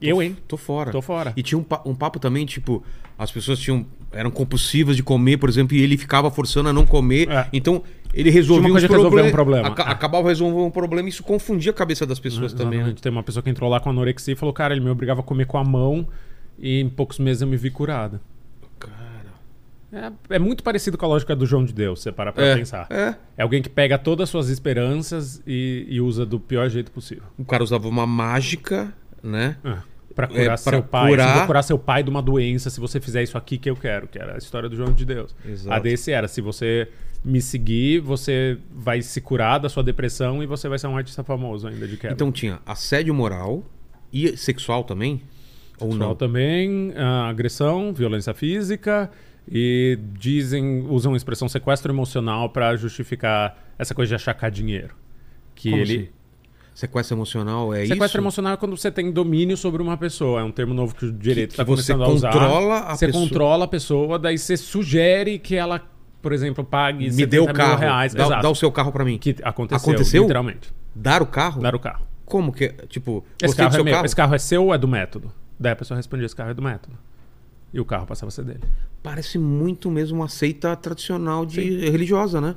[SPEAKER 3] Eu, hein?
[SPEAKER 1] Tô fora.
[SPEAKER 3] Tô fora.
[SPEAKER 1] E tinha um, pa- um papo também, tipo, as pessoas tinham eram compulsivas de comer, por exemplo, e ele ficava forçando a não comer.
[SPEAKER 3] É.
[SPEAKER 1] Então, ele resolvia
[SPEAKER 3] Tinha uma
[SPEAKER 1] os
[SPEAKER 3] coisa de
[SPEAKER 1] proble-
[SPEAKER 3] resolver um problema.
[SPEAKER 1] Aca-
[SPEAKER 3] É.
[SPEAKER 1] Acabava resolvendo um problema e isso confundia a cabeça das pessoas também. né?
[SPEAKER 3] Exatamente. Tem uma pessoa que entrou lá com anorexia e falou: Cara, ele me obrigava a comer com a mão e em poucos meses eu me vi curada.
[SPEAKER 1] Cara.
[SPEAKER 3] É, é muito parecido com a lógica do João de Deus, se você parar pra
[SPEAKER 1] É,
[SPEAKER 3] pensar.
[SPEAKER 1] é.
[SPEAKER 3] alguém que pega todas as suas esperanças e, e usa do pior jeito possível.
[SPEAKER 1] O cara usava uma mágica, né?
[SPEAKER 3] É, Pra curar
[SPEAKER 1] pra
[SPEAKER 3] seu pai.
[SPEAKER 1] curar-
[SPEAKER 3] Você vai curar seu pai de uma doença se você fizer isso aqui que eu quero, que era a história do João de Deus.
[SPEAKER 1] Exato.
[SPEAKER 3] A desse era, se você me seguir, você vai se curar da sua depressão e você vai ser um artista famoso ainda de quebra.
[SPEAKER 1] Então tinha assédio moral e sexual também? ou
[SPEAKER 3] Sexual
[SPEAKER 1] não?
[SPEAKER 3] também, ah, agressão, violência física e dizem, usam a expressão sequestro emocional pra justificar essa coisa de achacar dinheiro. Que
[SPEAKER 1] Como
[SPEAKER 3] ele
[SPEAKER 1] assim? Sequestro emocional é
[SPEAKER 3] Sequestro
[SPEAKER 1] isso?
[SPEAKER 3] emocional é quando você tem domínio sobre uma pessoa. É um termo novo que o direito
[SPEAKER 1] Que-
[SPEAKER 3] está
[SPEAKER 1] que você
[SPEAKER 3] começando a usar.
[SPEAKER 1] controla a
[SPEAKER 3] você
[SPEAKER 1] pessoa.
[SPEAKER 3] controla a pessoa, daí você sugere que ela, por exemplo, pague
[SPEAKER 1] Me dê
[SPEAKER 3] 70
[SPEAKER 1] o
[SPEAKER 3] mil
[SPEAKER 1] carro.
[SPEAKER 3] reais.
[SPEAKER 1] dá,
[SPEAKER 3] Exato.
[SPEAKER 1] dá o seu carro pra mim.
[SPEAKER 3] Que aconteceu,
[SPEAKER 1] Aconteceu?
[SPEAKER 3] literalmente.
[SPEAKER 1] Dar o carro?
[SPEAKER 3] Dar o carro.
[SPEAKER 1] Como que é? Tipo,
[SPEAKER 3] Esse
[SPEAKER 1] gostei
[SPEAKER 3] carro,
[SPEAKER 1] do
[SPEAKER 3] é
[SPEAKER 1] seu
[SPEAKER 3] meu.
[SPEAKER 1] carro?
[SPEAKER 3] Esse carro é seu ou é do método? Daí a pessoa respondia, esse carro é do método. E o carro passava a ser dele.
[SPEAKER 1] Parece muito mesmo uma seita tradicional de religiosa, né?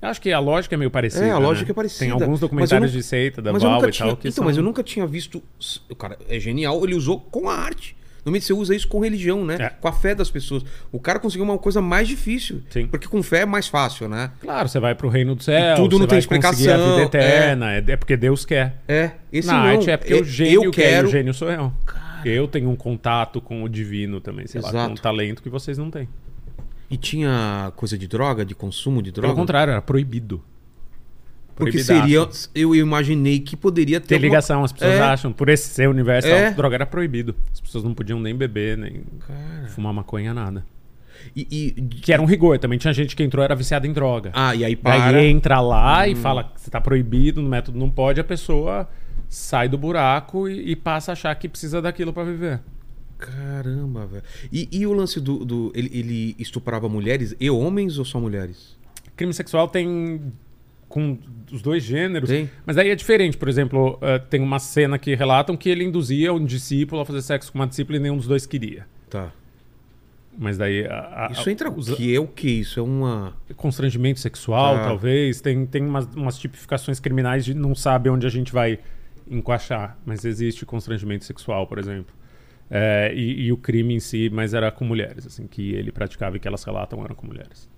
[SPEAKER 3] Eu acho que a lógica é meio parecida.
[SPEAKER 1] É, a lógica
[SPEAKER 3] né?
[SPEAKER 1] é parecida.
[SPEAKER 3] Tem
[SPEAKER 1] Mas
[SPEAKER 3] alguns
[SPEAKER 1] eu
[SPEAKER 3] documentários
[SPEAKER 1] não-
[SPEAKER 3] de seita, da
[SPEAKER 1] mas eu
[SPEAKER 3] Val
[SPEAKER 1] nunca
[SPEAKER 3] e
[SPEAKER 1] tinha.
[SPEAKER 3] tal, que
[SPEAKER 1] então,
[SPEAKER 3] são...
[SPEAKER 1] mas eu nunca tinha visto. O cara é genial, ele usou com a arte. Normalmente você usa isso com religião, né?
[SPEAKER 3] É.
[SPEAKER 1] Com a fé das pessoas. O cara conseguiu uma coisa mais difícil.
[SPEAKER 3] Sim.
[SPEAKER 1] Porque com fé é mais fácil, né?
[SPEAKER 3] Claro, você vai pro reino do céu,
[SPEAKER 1] tudo não tem
[SPEAKER 3] você vai conseguir
[SPEAKER 1] explicação,
[SPEAKER 3] a
[SPEAKER 1] é.
[SPEAKER 3] vida eterna, é- é porque Deus quer.
[SPEAKER 1] É. Esse
[SPEAKER 3] na
[SPEAKER 1] não.
[SPEAKER 3] arte é porque
[SPEAKER 1] eu,
[SPEAKER 3] o gênio
[SPEAKER 1] eu
[SPEAKER 3] que é, e
[SPEAKER 1] quero.
[SPEAKER 3] o gênio sou eu. Eu tenho um contato com o divino também, sei lá,
[SPEAKER 1] Exato.
[SPEAKER 3] com um talento que vocês não têm.
[SPEAKER 1] E tinha coisa de droga, de consumo de droga.
[SPEAKER 3] é. Pelo contrário, era proibido.
[SPEAKER 1] Porque
[SPEAKER 3] Proibidaço.
[SPEAKER 1] seria. Eu imaginei que poderia ter.
[SPEAKER 3] Tem
[SPEAKER 1] alguma-
[SPEAKER 3] ligação, as pessoas
[SPEAKER 1] É.
[SPEAKER 3] acham, por esse ser universo,
[SPEAKER 1] É.
[SPEAKER 3] a droga era proibido. As pessoas não podiam nem beber, nem
[SPEAKER 1] Cara.
[SPEAKER 3] fumar maconha, nada.
[SPEAKER 1] E, e-
[SPEAKER 3] Que era um rigor, também tinha gente que entrou e era viciada em droga.
[SPEAKER 1] Ah, e aí para. Hum.
[SPEAKER 3] Daí entra lá e fala que você tá proibido, no método não pode, a pessoa sai do buraco e, e passa a achar que precisa daquilo pra viver.
[SPEAKER 1] Caramba, velho. E, e o lance do. do- ele, ele estuprava mulheres e homens ou só mulheres?
[SPEAKER 3] crime sexual tem com os dois gêneros.
[SPEAKER 1] Tem.
[SPEAKER 3] Mas daí é diferente. Por exemplo, eh, tem uma cena que relatam que ele induzia um discípulo a fazer sexo com uma discípula e nenhum dos dois queria.
[SPEAKER 1] Tá.
[SPEAKER 3] Mas daí. a- a-
[SPEAKER 1] Isso entra o
[SPEAKER 3] Ah, os-
[SPEAKER 1] que é o que? Isso é uma.
[SPEAKER 3] Constrangimento sexual,
[SPEAKER 1] Tá.
[SPEAKER 3] talvez. Tem, tem umas, umas tipificações criminais de não sabe onde a gente vai encaixar. Mas existe constrangimento sexual, por exemplo. Eh, e, e o crime em si, mas era com mulheres, assim, que ele praticava e que elas relatam eram com mulheres.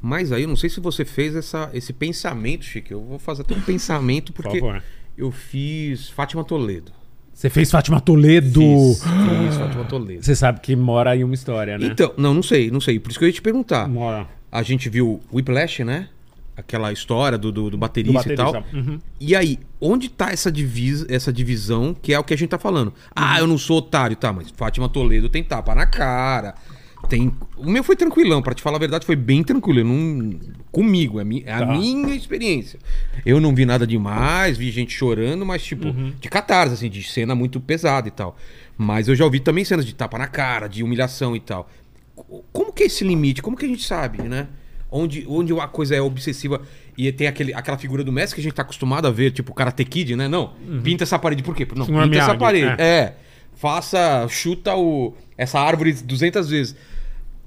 [SPEAKER 1] Mas aí eu não sei se você fez essa, esse pensamento, Chico. Eu vou fazer até um pensamento
[SPEAKER 3] Por
[SPEAKER 1] porque
[SPEAKER 3] favor.
[SPEAKER 1] eu fiz Fátima Toledo.
[SPEAKER 3] Você fez Fátima Toledo!
[SPEAKER 1] Fiz, fiz Fátima Toledo.
[SPEAKER 3] Você sabe que mora aí uma história, né?
[SPEAKER 1] Então, não, não sei, não sei. Por isso que eu ia te perguntar.
[SPEAKER 3] Mora.
[SPEAKER 1] A gente viu Whiplash, né? Aquela história do, do, do
[SPEAKER 3] Do
[SPEAKER 1] baterista e tal.
[SPEAKER 3] baterista. Uhum.
[SPEAKER 1] E aí, onde tá essa, divisa, essa divisão que é o que a gente tá falando?
[SPEAKER 3] Uhum.
[SPEAKER 1] Ah, eu não sou otário, tá, mas Fátima Toledo tem tapa na cara. Tem... O meu foi tranquilão, pra te falar a verdade, foi bem tranquilo. eu não- Comigo, é, mi- é a
[SPEAKER 3] Tá.
[SPEAKER 1] minha experiência. Eu não vi nada demais, vi gente chorando, mas tipo, de catarse, assim, de cena muito pesada e tal. Mas eu já ouvi também cenas de tapa na cara, de humilhação e tal. Co- Como que é esse limite? Como que a gente sabe, né? Onde, onde a coisa é obsessiva e tem aquele, aquela figura do Messi que a gente tá acostumado a ver, tipo o Karate Kid, né? Não, pinta essa parede por quê? Não,
[SPEAKER 3] Senhor
[SPEAKER 1] pinta essa
[SPEAKER 3] Miyagi,
[SPEAKER 1] parede.
[SPEAKER 3] é.
[SPEAKER 1] É. Faça, chuta o, essa árvore 200 vezes.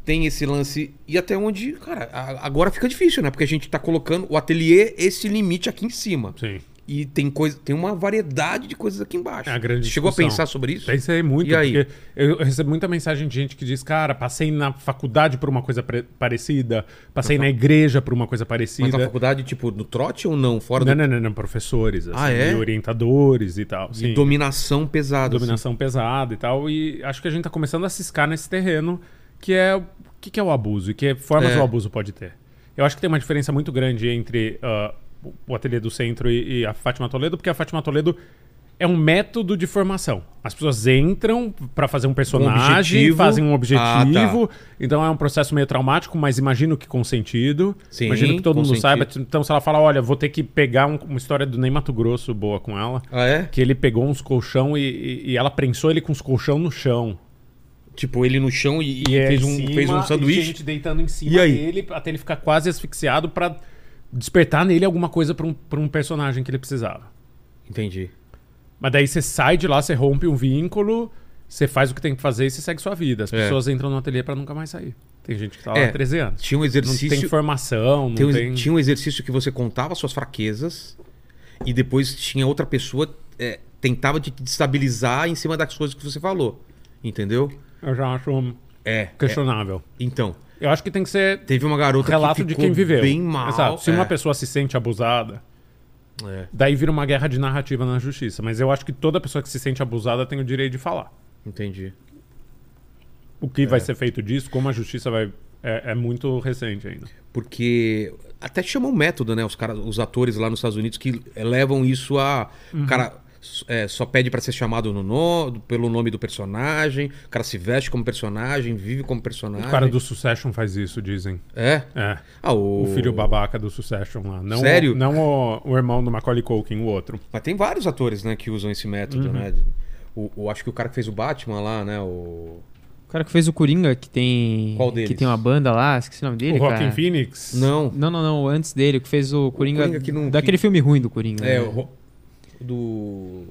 [SPEAKER 1] Tem esse lance. E até onde, cara, a- agora fica difícil, né? Porque a gente tá colocando o ateliê esse limite aqui em cima.
[SPEAKER 3] Sim.
[SPEAKER 1] E tem coisa, tem uma variedade de coisas aqui embaixo.
[SPEAKER 3] É a grande
[SPEAKER 1] Chegou a
[SPEAKER 3] discussão.
[SPEAKER 1] pensar sobre isso?
[SPEAKER 3] Pensei muito,
[SPEAKER 1] E aí?
[SPEAKER 3] porque eu recebo muita mensagem de gente que diz, cara, passei na faculdade por uma coisa pre- parecida, passei na igreja por uma coisa
[SPEAKER 1] Uhum. Mas na
[SPEAKER 3] parecida.
[SPEAKER 1] faculdade, tipo, no trote ou não? Fora
[SPEAKER 3] né? Não,
[SPEAKER 1] do...
[SPEAKER 3] não, não, não, professores, assim,
[SPEAKER 1] Ah, é?
[SPEAKER 3] e orientadores e tal.
[SPEAKER 1] de
[SPEAKER 3] Sim.
[SPEAKER 1] dominação pesada. assim.
[SPEAKER 3] Dominação pesada e tal. E acho que a gente tá começando a ciscar nesse terreno, que é o que, que é o abuso e que formas
[SPEAKER 1] É.
[SPEAKER 3] o abuso pode ter. Eu acho que tem uma diferença muito grande entre ah, o- o Ateliê do Centro e, e a Fátima Toledo, porque a Fátima Toledo é um método de formação. As pessoas entram pra fazer um personagem,
[SPEAKER 1] objetivo.
[SPEAKER 3] fazem um
[SPEAKER 1] Ah,
[SPEAKER 3] objetivo. Então é um processo meio traumático, mas imagino que com sentido.
[SPEAKER 1] Sim,
[SPEAKER 3] imagino que todo
[SPEAKER 1] com
[SPEAKER 3] mundo
[SPEAKER 1] sentido.
[SPEAKER 3] saiba. Então se ela fala, olha, vou ter que pegar um- uma história do Ney Mato Grosso boa com ela
[SPEAKER 1] Ah, é?
[SPEAKER 3] que ele pegou uns colchão e, e- e ela prensou ele com os colchão no chão.
[SPEAKER 1] Tipo, ele no chão e, e
[SPEAKER 3] é
[SPEAKER 1] fez, um,
[SPEAKER 3] em cima,
[SPEAKER 1] fez um
[SPEAKER 3] E
[SPEAKER 1] sanduíche.
[SPEAKER 3] gente deitando em cima
[SPEAKER 1] E aí?
[SPEAKER 3] dele até ele ficar quase asfixiado pra despertar nele alguma coisa pra um, pra um personagem que ele precisava.
[SPEAKER 1] Entendi.
[SPEAKER 3] Mas daí você sai de lá, você rompe um vínculo, você faz o que tem que fazer e você segue sua vida. As
[SPEAKER 1] É.
[SPEAKER 3] pessoas entram no ateliê pra nunca mais sair. Tem gente que tá lá
[SPEAKER 1] É,
[SPEAKER 3] há 13 anos.
[SPEAKER 1] Tinha um exercício.
[SPEAKER 3] Não tem formação, não
[SPEAKER 1] tem
[SPEAKER 3] tem...
[SPEAKER 1] um- Tinha um exercício que você contava suas fraquezas e depois tinha outra pessoa é, tentava te estabilizar em cima das coisas que você falou. Entendeu?
[SPEAKER 3] Eu já acho...
[SPEAKER 1] É.
[SPEAKER 3] Questionável.
[SPEAKER 1] Então,
[SPEAKER 3] Eu acho que tem que ser
[SPEAKER 1] teve uma garota
[SPEAKER 3] relato
[SPEAKER 1] que
[SPEAKER 3] de
[SPEAKER 1] ficou
[SPEAKER 3] quem viveu.
[SPEAKER 1] bem mal.
[SPEAKER 3] Exato. Se uma
[SPEAKER 1] é,
[SPEAKER 3] pessoa se sente abusada,
[SPEAKER 1] é,
[SPEAKER 3] daí vira uma guerra de narrativa na justiça. Mas eu acho que toda pessoa que se sente abusada tem o direito de falar.
[SPEAKER 1] entendi.
[SPEAKER 3] O que
[SPEAKER 1] É.
[SPEAKER 3] vai ser feito disso, como a justiça vai. É, é muito recente ainda.
[SPEAKER 1] Porque até chama um método, né? Os, caras, os atores lá nos Estados Unidos que levam isso a. O cara é, só pede pra ser chamado no no- pelo nome do personagem, o cara se veste como personagem, vive como personagem.
[SPEAKER 3] O cara do Succession faz isso, dizem.
[SPEAKER 1] É?
[SPEAKER 3] É.
[SPEAKER 1] Ah, o...
[SPEAKER 3] O filho babaca do Succession lá. Não
[SPEAKER 1] Sério?
[SPEAKER 3] O, não o, o irmão do Macaulay Culkin, o outro.
[SPEAKER 1] Mas tem vários atores, né, que usam esse método, né? O, o- acho que o cara que fez o Batman lá, né? O.
[SPEAKER 4] O cara que fez o Coringa, que tem.
[SPEAKER 1] Qual
[SPEAKER 4] que
[SPEAKER 1] deles?
[SPEAKER 4] tem uma banda lá, esqueci o nome dele.
[SPEAKER 3] o Rockin'
[SPEAKER 4] cara.
[SPEAKER 3] Phoenix.
[SPEAKER 1] Não.
[SPEAKER 4] Não, não, não. Antes dele, o que fez o Coringa.
[SPEAKER 1] Coringa que não-
[SPEAKER 4] Daquele filme ruim do Coringa.
[SPEAKER 1] É,
[SPEAKER 4] né?
[SPEAKER 1] o. Ro- Do.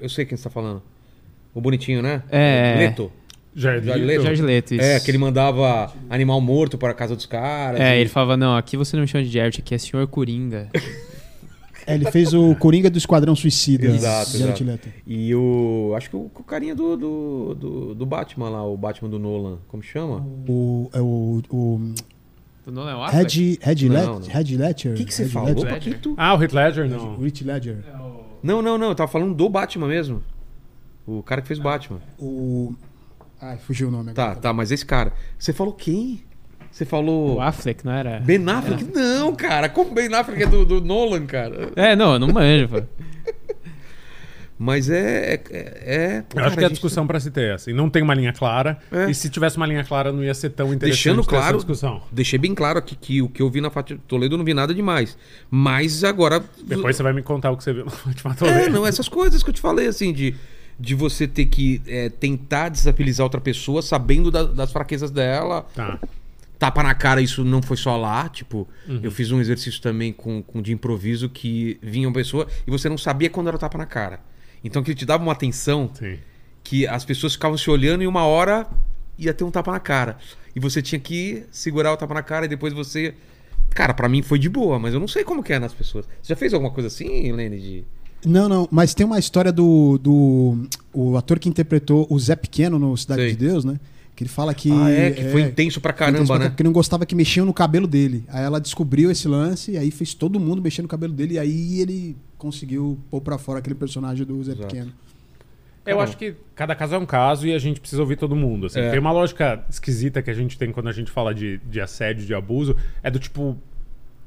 [SPEAKER 1] Eu sei quem você tá falando. O bonitinho, né?
[SPEAKER 4] É, é.
[SPEAKER 1] Leto.
[SPEAKER 3] Já,
[SPEAKER 1] Já leu?
[SPEAKER 4] Jared Leto, isso.
[SPEAKER 1] É, que ele mandava animal morto para a casa dos caras.
[SPEAKER 4] É,
[SPEAKER 1] e-
[SPEAKER 4] ele falava, não, aqui você não me chama de Jared, aqui é senhor Coringa.
[SPEAKER 2] É, ele fez o Coringa do Esquadrão Suicida.
[SPEAKER 1] Exato,
[SPEAKER 2] Jared
[SPEAKER 1] exato.
[SPEAKER 2] Leto.
[SPEAKER 1] E o. Acho que o, o carinha do, do, do, do Batman lá, o Batman do Nolan. Como chama?
[SPEAKER 2] O, é o, o
[SPEAKER 4] O Nolan é o Affleck?
[SPEAKER 2] Red, Red,
[SPEAKER 1] Não,
[SPEAKER 2] Let-
[SPEAKER 1] não.
[SPEAKER 2] Red Ledger.
[SPEAKER 1] O que, que você
[SPEAKER 2] Red
[SPEAKER 1] falou,
[SPEAKER 2] Ledger.
[SPEAKER 4] Ledger.
[SPEAKER 1] Paquito?
[SPEAKER 3] Ah, o Heath Ledger, não.
[SPEAKER 2] Rich Ledger.
[SPEAKER 1] Não, não, não. Eu tava falando do Batman mesmo. O cara que fez o Batman.
[SPEAKER 2] O. Ai, fugiu o nome
[SPEAKER 1] Tá,
[SPEAKER 2] agora.
[SPEAKER 1] tá, mas esse cara. Você falou quem? Você falou.
[SPEAKER 4] O Affleck, não era?
[SPEAKER 1] Ben Affleck?
[SPEAKER 3] É.
[SPEAKER 1] Não, cara. Como Ben Affleck é do, do Nolan, cara?
[SPEAKER 4] É, não, eu não manjo, pô.
[SPEAKER 1] Mas é. é- é,
[SPEAKER 3] Eu
[SPEAKER 1] cara,
[SPEAKER 3] acho que é a
[SPEAKER 1] gente-
[SPEAKER 3] discussão pra se ter, assim. Não tem uma linha clara.
[SPEAKER 1] É.
[SPEAKER 3] E se tivesse uma linha clara, não ia ser tão interessante
[SPEAKER 1] Deixando
[SPEAKER 3] ter essa
[SPEAKER 1] claro,
[SPEAKER 3] discussão.
[SPEAKER 1] deixei bem claro aqui que o que eu vi na Fátima Toledo eu não vi nada demais. Mas agora.
[SPEAKER 3] Depois você vai me contar o que você viu na última
[SPEAKER 1] É,
[SPEAKER 3] toleira.
[SPEAKER 1] não, essas coisas que eu te falei, assim, de, de você ter que é, tentar desestabilizar outra pessoa sabendo da- das fraquezas dela.
[SPEAKER 3] Tá.
[SPEAKER 1] Tapa na cara, isso não foi só lá. Tipo,
[SPEAKER 3] Uhum.
[SPEAKER 1] eu fiz um exercício também com, com de improviso que vinha uma pessoa e você não sabia quando era o tapa na cara. Então que ele te dava uma atenção
[SPEAKER 3] Sim.
[SPEAKER 1] que as pessoas ficavam se olhando e uma hora ia ter um tapa na cara. E você tinha que segurar o tapa na cara e depois você. Cara, pra mim foi de boa, mas eu não sei como que é nas pessoas. Você já fez alguma coisa assim, Lene? De...
[SPEAKER 2] Não, não, mas tem uma história do, do o ator que interpretou o Zé Pequeno no Cidade
[SPEAKER 1] Sei.
[SPEAKER 2] de Deus, né? Que ele fala que.
[SPEAKER 1] ah, é, que foi
[SPEAKER 2] intenso
[SPEAKER 1] intenso pra caramba, né?
[SPEAKER 2] Porque não gostava que mexiam no cabelo dele. Aí ela descobriu esse lance, e aí fez todo mundo mexer no cabelo dele, e aí ele conseguiu pôr pra fora aquele personagem do Zé
[SPEAKER 1] Exato.
[SPEAKER 2] Pequeno.
[SPEAKER 3] Eu
[SPEAKER 1] Cada um.
[SPEAKER 3] acho que cada caso é um caso e a gente precisa ouvir todo mundo. assim.
[SPEAKER 1] É.
[SPEAKER 3] Tem uma lógica esquisita que a gente tem quando a gente fala de, de assédio, de abuso, é do tipo.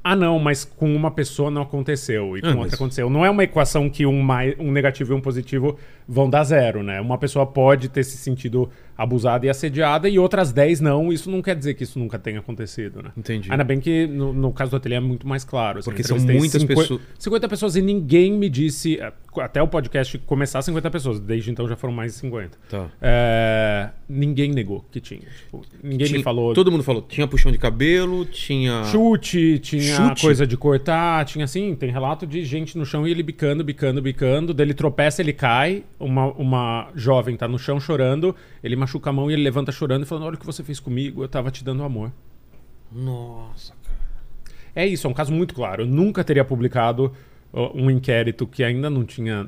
[SPEAKER 3] Ah, não, mas com uma pessoa não aconteceu e com
[SPEAKER 1] Ah,
[SPEAKER 3] outra
[SPEAKER 1] mas-
[SPEAKER 3] aconteceu. Não é uma equação que um, mai- um negativo e um positivo vão dar zero, né? Uma pessoa pode ter se sentido abusada e assediada e outras 10 não. Isso não quer dizer que isso nunca tenha acontecido, né?
[SPEAKER 1] Entendi.
[SPEAKER 3] Ainda bem que no, no caso do ateliê é muito mais claro. assim,
[SPEAKER 1] Porque são
[SPEAKER 3] entrevistei
[SPEAKER 1] muitas pessoas-
[SPEAKER 3] 50 pessoas e ninguém me disse. é, Até o podcast começar, 50 pessoas. Desde então já foram mais de 50.
[SPEAKER 1] Tá.
[SPEAKER 3] É, ninguém negou que tinha. Tipo, ninguém
[SPEAKER 1] Tinha-
[SPEAKER 3] me falou.
[SPEAKER 1] Todo mundo falou. Tinha puxão de cabelo, tinha.
[SPEAKER 3] Chute, tinha
[SPEAKER 1] Chute?
[SPEAKER 3] coisa de cortar, tinha assim, tem relato de gente no chão e ele bicando, bicando, bicando, daí ele tropeça, ele cai, uma, uma jovem tá no chão chorando, ele machuca a mão e ele levanta chorando e falando, olha o que você fez comigo, eu tava te dando amor.
[SPEAKER 1] Nossa, cara.
[SPEAKER 3] É isso, é um caso muito claro. Eu nunca teria publicado ó, um inquérito que ainda não tinha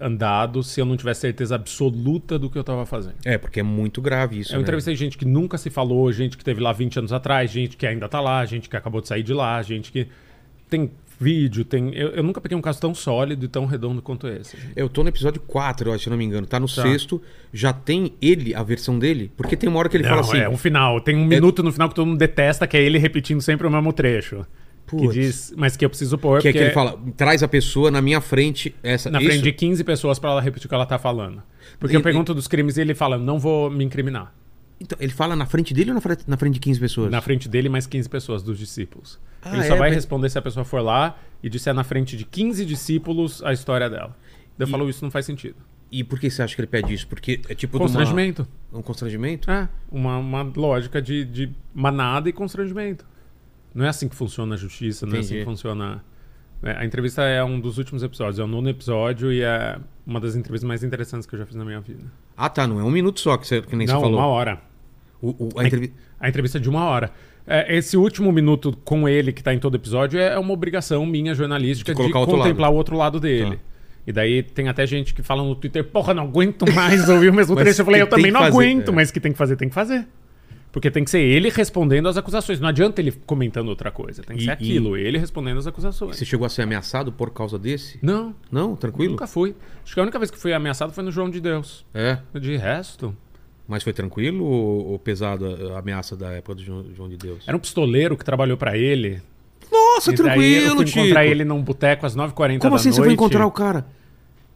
[SPEAKER 3] andado se eu não tivesse certeza absoluta do que eu estava fazendo.
[SPEAKER 1] É, porque é muito grave isso.
[SPEAKER 3] Eu
[SPEAKER 1] né?
[SPEAKER 3] entrevistei gente que nunca se falou, gente que teve lá 20 anos atrás, gente que ainda tá lá, gente que acabou de sair de lá, gente que tem vídeo, tem. Eu, eu nunca peguei um caso tão sólido e tão redondo quanto esse.
[SPEAKER 1] Eu tô no episódio 4, eu acho, se não me engano. Tá no
[SPEAKER 3] Tá.
[SPEAKER 1] sexto. Já tem ele, a versão dele? Porque tem uma hora que ele fala
[SPEAKER 3] Não,
[SPEAKER 1] assim.
[SPEAKER 3] é um final. Tem um minuto no final que todo mundo detesta, que é ele repetindo sempre o mesmo trecho.
[SPEAKER 1] Putz.
[SPEAKER 3] Que diz, mas que eu preciso pôr.
[SPEAKER 1] Que é que
[SPEAKER 3] porque
[SPEAKER 1] ele fala, traz a pessoa na minha frente, essa
[SPEAKER 3] na
[SPEAKER 1] isso?
[SPEAKER 3] frente de 15 pessoas pra ela repetir o que ela tá falando. Porque
[SPEAKER 1] E-
[SPEAKER 3] eu pergunto dos crimes e ele fala, não vou me incriminar.
[SPEAKER 1] Então, ele fala na frente dele ou na frente, na frente de 15 pessoas?
[SPEAKER 3] Na frente dele, mais 15 pessoas dos discípulos.
[SPEAKER 1] Ah,
[SPEAKER 3] ele só
[SPEAKER 1] é?
[SPEAKER 3] vai
[SPEAKER 1] Mas-
[SPEAKER 3] responder se a pessoa for lá e disser na frente de 15 discípulos a história dela. Daí Eu falo, isso não faz sentido.
[SPEAKER 1] E por que você acha que ele pede isso? Porque é tipo de uma-
[SPEAKER 3] Constrangimento.
[SPEAKER 1] um constrangimento?
[SPEAKER 3] É, uma, uma lógica de, de manada e constrangimento. Não é assim que funciona a justiça, não é assim
[SPEAKER 1] Entendi.
[SPEAKER 3] que funciona. É, a entrevista é um dos últimos episódios, é o nono episódio e é uma das entrevistas mais interessantes que eu já fiz na minha vida.
[SPEAKER 1] Ah, tá, não é um minuto só que, você, que nem
[SPEAKER 3] não,
[SPEAKER 1] você falou.
[SPEAKER 3] uma hora.
[SPEAKER 1] O- o- a entrevi-
[SPEAKER 3] A entrevista de uma hora. É, esse último minuto com ele, que tá em todo episódio, é uma obrigação minha jornalística
[SPEAKER 1] De
[SPEAKER 3] de,
[SPEAKER 1] colocar outro
[SPEAKER 3] contemplar o outro lado dele.
[SPEAKER 1] Tá.
[SPEAKER 3] E daí tem até gente que fala no Twitter, porra, não aguento mais ouvir o mesmo
[SPEAKER 1] Mas
[SPEAKER 3] trecho. Eu falei, eu
[SPEAKER 1] que tem
[SPEAKER 3] também
[SPEAKER 1] que
[SPEAKER 3] não
[SPEAKER 1] fazer,
[SPEAKER 3] aguento,
[SPEAKER 1] é.
[SPEAKER 3] mas que tem que fazer, tem que fazer. Porque tem que ser ele respondendo às acusações. Não adianta ele comentando outra coisa. Tem que
[SPEAKER 1] E-
[SPEAKER 3] ser aquilo, ele respondendo às acusações.
[SPEAKER 1] Você chegou a ser ameaçado por causa desse?
[SPEAKER 3] Não,
[SPEAKER 1] Não? Tranquilo?
[SPEAKER 3] nunca fui. Acho que a única vez que fui ameaçado foi no João de Deus.
[SPEAKER 1] É.
[SPEAKER 3] De resto,
[SPEAKER 1] Mas foi tranquilo ou, ou pesado a, a ameaça da época do João, João de Deus?
[SPEAKER 3] era um pistoleiro que trabalhou pra ele.
[SPEAKER 1] Nossa,
[SPEAKER 3] E daí eu
[SPEAKER 1] tranquilo,
[SPEAKER 3] fui
[SPEAKER 1] Tico.
[SPEAKER 3] encontrar ele num boteco às 9h40
[SPEAKER 1] Como
[SPEAKER 3] da
[SPEAKER 1] assim
[SPEAKER 3] noite.
[SPEAKER 1] você foi encontrar o cara?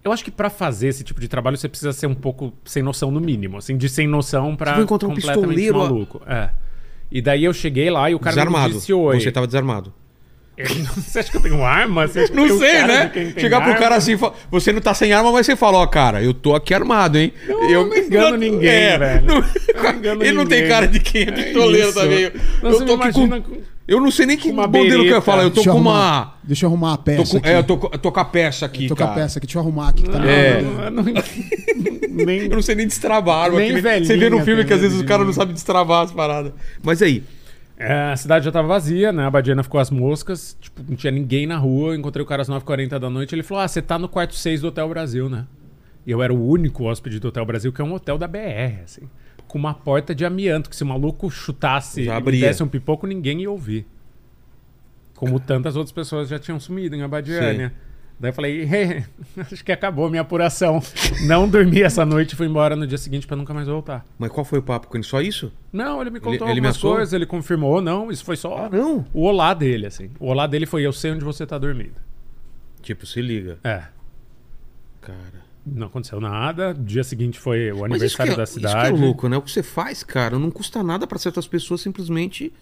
[SPEAKER 3] Eu acho que pra fazer esse tipo de trabalho você precisa ser um pouco sem noção no mínimo, assim, de sem noção pra
[SPEAKER 1] Você foi encontrar um
[SPEAKER 3] completamente
[SPEAKER 1] pistoleiro, ó.
[SPEAKER 3] maluco. É. E daí eu cheguei lá e o cara
[SPEAKER 1] desarmado.
[SPEAKER 3] me disse oi.
[SPEAKER 1] Você tá- tava desarmado.
[SPEAKER 3] Você acha que eu tenho arma? Você acha que eu
[SPEAKER 1] Não
[SPEAKER 3] tenho
[SPEAKER 1] sei,
[SPEAKER 3] cara
[SPEAKER 1] né?
[SPEAKER 3] de quem tem
[SPEAKER 1] Chegar pro
[SPEAKER 3] arma?
[SPEAKER 1] cara assim, fa- você não tá sem arma, mas você fala, ó, cara, eu tô aqui armado, hein?
[SPEAKER 3] Não, eu não engano ninguém, velho.
[SPEAKER 1] é, não-
[SPEAKER 3] Eu não engano
[SPEAKER 1] ele não tem
[SPEAKER 3] ninguém.
[SPEAKER 1] cara de quem é
[SPEAKER 3] É
[SPEAKER 1] pistoleiro
[SPEAKER 3] isso.
[SPEAKER 1] também. Eu,
[SPEAKER 3] Não,
[SPEAKER 1] eu
[SPEAKER 3] você
[SPEAKER 1] tô
[SPEAKER 3] me
[SPEAKER 1] aqui
[SPEAKER 3] imagina
[SPEAKER 1] com...
[SPEAKER 3] com-
[SPEAKER 1] Eu não sei nem que
[SPEAKER 3] com uma
[SPEAKER 1] modelo que eu ia
[SPEAKER 3] bereta.
[SPEAKER 1] falar. Eu tô
[SPEAKER 2] Deixa eu
[SPEAKER 1] com uma...
[SPEAKER 2] arrumar- Deixa eu arrumar a
[SPEAKER 1] Tô
[SPEAKER 2] peça
[SPEAKER 1] com,
[SPEAKER 2] aqui.
[SPEAKER 1] é, eu tô, co- eu tô com a peça aqui,
[SPEAKER 2] Tô com
[SPEAKER 1] cara.
[SPEAKER 2] a peça aqui, deixa eu arrumar aqui. que tá
[SPEAKER 3] Não,
[SPEAKER 2] na
[SPEAKER 1] É.
[SPEAKER 3] não, não- nem-
[SPEAKER 1] Eu não sei nem destravar.
[SPEAKER 3] Nem
[SPEAKER 1] aquele- Você vê no
[SPEAKER 3] velhinha
[SPEAKER 1] filme que
[SPEAKER 3] tem
[SPEAKER 1] às vezes o
[SPEAKER 3] medo de
[SPEAKER 1] cara
[SPEAKER 3] mim.
[SPEAKER 1] não sabe destravar as paradas. Mas aí,
[SPEAKER 3] É, a cidade já tava vazia, né? A Badiana ficou às moscas, tipo, não tinha ninguém na rua. Eu encontrei o cara às 9h40 da noite. Ele falou: Ah, você tá no quarto 6 do Hotel Brasil, né? E eu era o único hóspede do Hotel Brasil, que é um hotel da BR, assim. Com uma porta de amianto, que se o maluco chutasse
[SPEAKER 1] Já
[SPEAKER 3] e me
[SPEAKER 1] abria.
[SPEAKER 3] desse um pipoco, ninguém ia ouvir. Como tantas outras pessoas já tinham sumido em Abadiânia. Daí eu falei, "Eh, acho que acabou a minha apuração. Não dormi essa noite e fui embora no dia seguinte pra nunca mais voltar.
[SPEAKER 1] mas qual foi o papo com ele? Só isso?
[SPEAKER 3] Não, ele me
[SPEAKER 1] Ele-
[SPEAKER 3] contou
[SPEAKER 1] ele me
[SPEAKER 3] algumas
[SPEAKER 1] assou?
[SPEAKER 3] coisas, ele confirmou, não, isso foi só
[SPEAKER 1] não.
[SPEAKER 3] o olá dele, assim. O olá dele foi eu sei onde você tá dormindo.
[SPEAKER 1] Tipo, se liga.
[SPEAKER 3] É.
[SPEAKER 1] Cara.
[SPEAKER 3] Não aconteceu nada. Dia seguinte foi o
[SPEAKER 1] Mas isso que, é,
[SPEAKER 3] aniversário da
[SPEAKER 1] isso que
[SPEAKER 3] cidade.
[SPEAKER 1] é louco, né? O que você faz, cara, não custa nada pra certas pessoas simplesmente.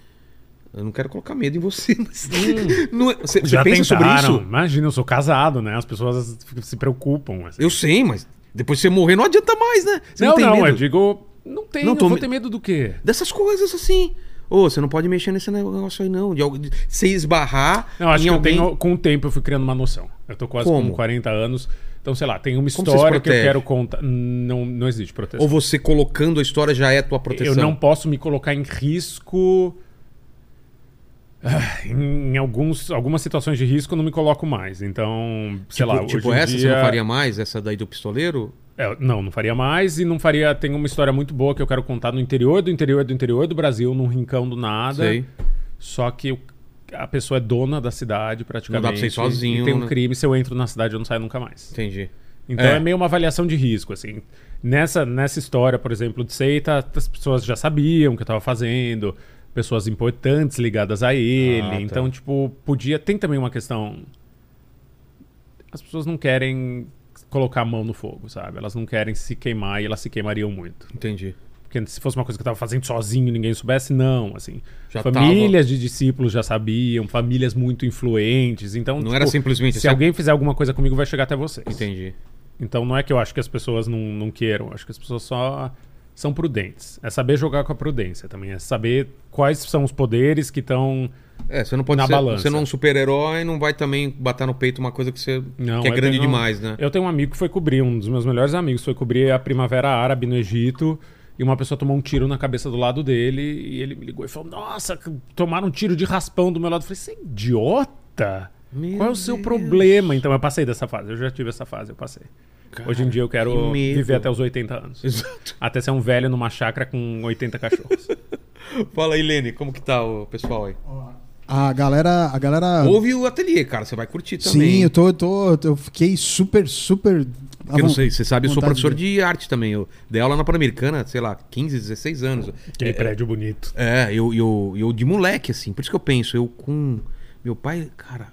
[SPEAKER 1] Eu não quero colocar medo em você, mas. não é- Você, você
[SPEAKER 3] Já
[SPEAKER 1] pensa sobre
[SPEAKER 3] tentaram.
[SPEAKER 1] isso?
[SPEAKER 3] Imagina, eu sou casado, né? As pessoas f- se preocupam. Assim.
[SPEAKER 1] Eu sei, mas depois que você morrer não adianta mais, né? Você
[SPEAKER 3] não, é não,
[SPEAKER 1] tem medo
[SPEAKER 3] eu digo. Não tenho,
[SPEAKER 1] Não tô
[SPEAKER 3] vou
[SPEAKER 1] me-
[SPEAKER 3] ter medo do quê?
[SPEAKER 1] Dessas coisas assim. Ô, você não pode mexer nesse negócio aí, não. De, algu- de se esbarrar
[SPEAKER 3] Não, acho
[SPEAKER 1] em
[SPEAKER 3] que
[SPEAKER 1] alguém.
[SPEAKER 3] eu tenho, com o tempo eu fui criando uma noção. Eu tô quase
[SPEAKER 1] Como?
[SPEAKER 3] com 40 anos. Então, sei lá, tem uma
[SPEAKER 1] Como você se
[SPEAKER 3] história que eu
[SPEAKER 1] protege?
[SPEAKER 3] quero contar. Não, não existe proteção.
[SPEAKER 1] Ou você colocando a história já é a tua proteção.
[SPEAKER 3] Eu não posso me colocar em risco. Ah, Em alguns, algumas situações de risco eu não me coloco mais. Então, sei
[SPEAKER 1] tipo,
[SPEAKER 3] lá.
[SPEAKER 1] tipo
[SPEAKER 3] hoje em
[SPEAKER 1] essa, você
[SPEAKER 3] dia-
[SPEAKER 1] não faria mais? Essa daí do pistoleiro?
[SPEAKER 3] É, não, não faria mais e não faria. Tem uma história muito boa que eu quero contar no interior do interior do interior do Brasil, num rincão do nada.
[SPEAKER 1] Sei.
[SPEAKER 3] Só que o- a pessoa é dona da cidade praticamente.
[SPEAKER 1] Não dá pra você ir sozinho,
[SPEAKER 3] E tem um
[SPEAKER 1] né?
[SPEAKER 3] crime, se eu entro na cidade eu não saio nunca mais.
[SPEAKER 1] Entendi.
[SPEAKER 3] Então
[SPEAKER 1] É.
[SPEAKER 3] é. meio uma avaliação de risco, assim. Nessa, nessa história, por exemplo, de seita, as pessoas já sabiam o que eu tava fazendo, pessoas importantes ligadas a ele.
[SPEAKER 1] Ah, tá.
[SPEAKER 3] Então, tipo, podia. Tem também uma questão. As pessoas não querem colocar a mão no fogo, sabe? Elas não querem se queimar e elas se queimariam muito.
[SPEAKER 1] Entendi.
[SPEAKER 3] Porque se fosse uma coisa que eu tava fazendo sozinho e ninguém soubesse, não, assim.
[SPEAKER 1] Já
[SPEAKER 3] famílias de discípulos já sabiam, famílias muito influentes. Então,
[SPEAKER 1] Não era simplesmente
[SPEAKER 3] Se
[SPEAKER 1] assim-
[SPEAKER 3] alguém fizer alguma coisa comigo, vai chegar até vocês.
[SPEAKER 1] Entendi.
[SPEAKER 3] Então não é que eu acho que as pessoas não, não queiram, acho que as pessoas só são prudentes. É saber jogar com a prudência também, é saber quais são os poderes que estão.
[SPEAKER 1] É, você não pode
[SPEAKER 3] Na
[SPEAKER 1] ser,
[SPEAKER 3] balança.
[SPEAKER 1] você não é um super-herói, não vai também bater no peito uma coisa que você
[SPEAKER 3] Não,
[SPEAKER 1] que é
[SPEAKER 3] eu
[SPEAKER 1] grande
[SPEAKER 3] tenho-
[SPEAKER 1] demais, né?
[SPEAKER 3] Eu tenho um amigo que foi cobrir, um dos meus melhores amigos, foi cobrir a Primavera Árabe no Egito. E uma pessoa tomou um tiro na cabeça do lado dele e ele me ligou e falou: Nossa, c- tomaram um tiro de raspão do meu lado. Eu falei: Você é idiota?
[SPEAKER 1] Meu
[SPEAKER 3] Qual é o seu
[SPEAKER 1] Deus.
[SPEAKER 3] problema? Então eu passei dessa fase, eu já tive essa fase, eu passei. Hoje em dia eu
[SPEAKER 1] que
[SPEAKER 3] quero
[SPEAKER 1] medo.
[SPEAKER 3] viver até os 80 anos.
[SPEAKER 1] Exato.
[SPEAKER 3] Até ser um velho numa chácara com 80 cachorros. É.
[SPEAKER 1] Fala aí, Lene, como que tá o pessoal aí?
[SPEAKER 2] A galera. A galera.
[SPEAKER 1] Ouve o ateliê, cara, você vai curtir também.
[SPEAKER 2] Sim, eu tô, eu tô. Eu fiquei super, super.
[SPEAKER 1] Porque eu não sei, você sabe, eu sou
[SPEAKER 2] vontade
[SPEAKER 1] professor de arte também. Eu dei aula na Pan-Americana, sei lá, 15, 16 anos.
[SPEAKER 3] Aquele prédio bonito.
[SPEAKER 1] É, eu, eu, eu de moleque, assim. Por isso que eu penso, eu com. Meu pai, cara,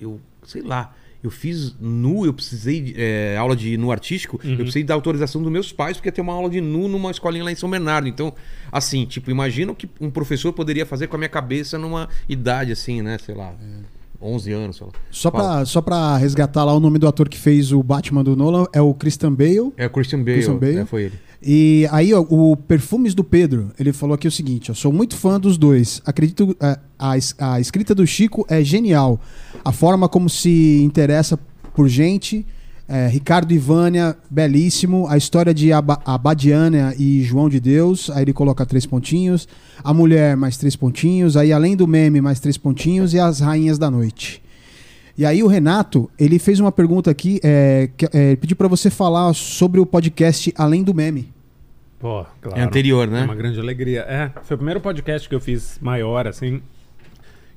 [SPEAKER 1] eu. Sei lá. Eu fiz nu, eu precisei. de- é, aula de nu artístico,
[SPEAKER 3] Uhum.
[SPEAKER 1] eu precisei da autorização dos meus pais, porque ia ter uma aula de nu numa escolinha lá em São Bernardo. Então, assim, tipo, imagina o que um professor poderia fazer com a minha cabeça numa idade assim, né? Sei lá.
[SPEAKER 3] É.
[SPEAKER 1] 11 anos, sei lá.
[SPEAKER 2] Só
[SPEAKER 1] Fala.
[SPEAKER 2] pra, só pra resgatar lá o nome do ator que fez o Batman do Nolan é o Christian Bale.
[SPEAKER 1] É o Christian Bale.
[SPEAKER 2] Christian Bale.
[SPEAKER 1] É, foi ele.
[SPEAKER 2] E aí, ó, o Perfumes do Pedro, ele falou aqui o seguinte: eu sou muito fã dos dois. Acredito é, a, es- a escrita do Chico é genial. A forma como se interessa por gente. é, Ricardo e Vânia, belíssimo. A história de Aba Abadiana e João de Deus, aí ele coloca três pontinhos. A mulher, mais três pontinhos. Aí, além do meme, mais três pontinhos. E as rainhas da noite. E aí o Renato, ele fez uma pergunta aqui, é, que- é, pediu pra você falar sobre o podcast Além do Meme.
[SPEAKER 3] Pô, claro.
[SPEAKER 1] É anterior, né?
[SPEAKER 3] É uma grande alegria. É, foi o primeiro podcast que eu fiz maior, assim,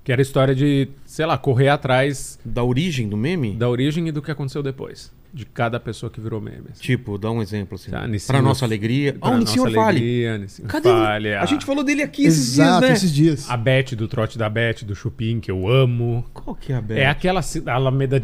[SPEAKER 3] que era a história de, sei lá, correr atrás
[SPEAKER 1] Da origem do meme?
[SPEAKER 3] da origem e do que aconteceu depois. De cada pessoa que virou meme. assim.
[SPEAKER 1] Tipo, dá um exemplo assim.
[SPEAKER 3] Tá, Nissin
[SPEAKER 1] pra nossa
[SPEAKER 3] Orf-
[SPEAKER 1] alegria.
[SPEAKER 3] Pra
[SPEAKER 1] Ó, o
[SPEAKER 3] nossa
[SPEAKER 1] Nissin Orfale.
[SPEAKER 3] alegria, Nissin
[SPEAKER 1] Cadê
[SPEAKER 3] Orfale,
[SPEAKER 1] o... A gente falou dele aqui esses
[SPEAKER 2] Exato,
[SPEAKER 1] dias, né?
[SPEAKER 2] esses dias.
[SPEAKER 3] A Beth do trote da Beth, do Chupim, que eu amo.
[SPEAKER 1] Qual que é a Beth?
[SPEAKER 3] É aquela ci- Alameda,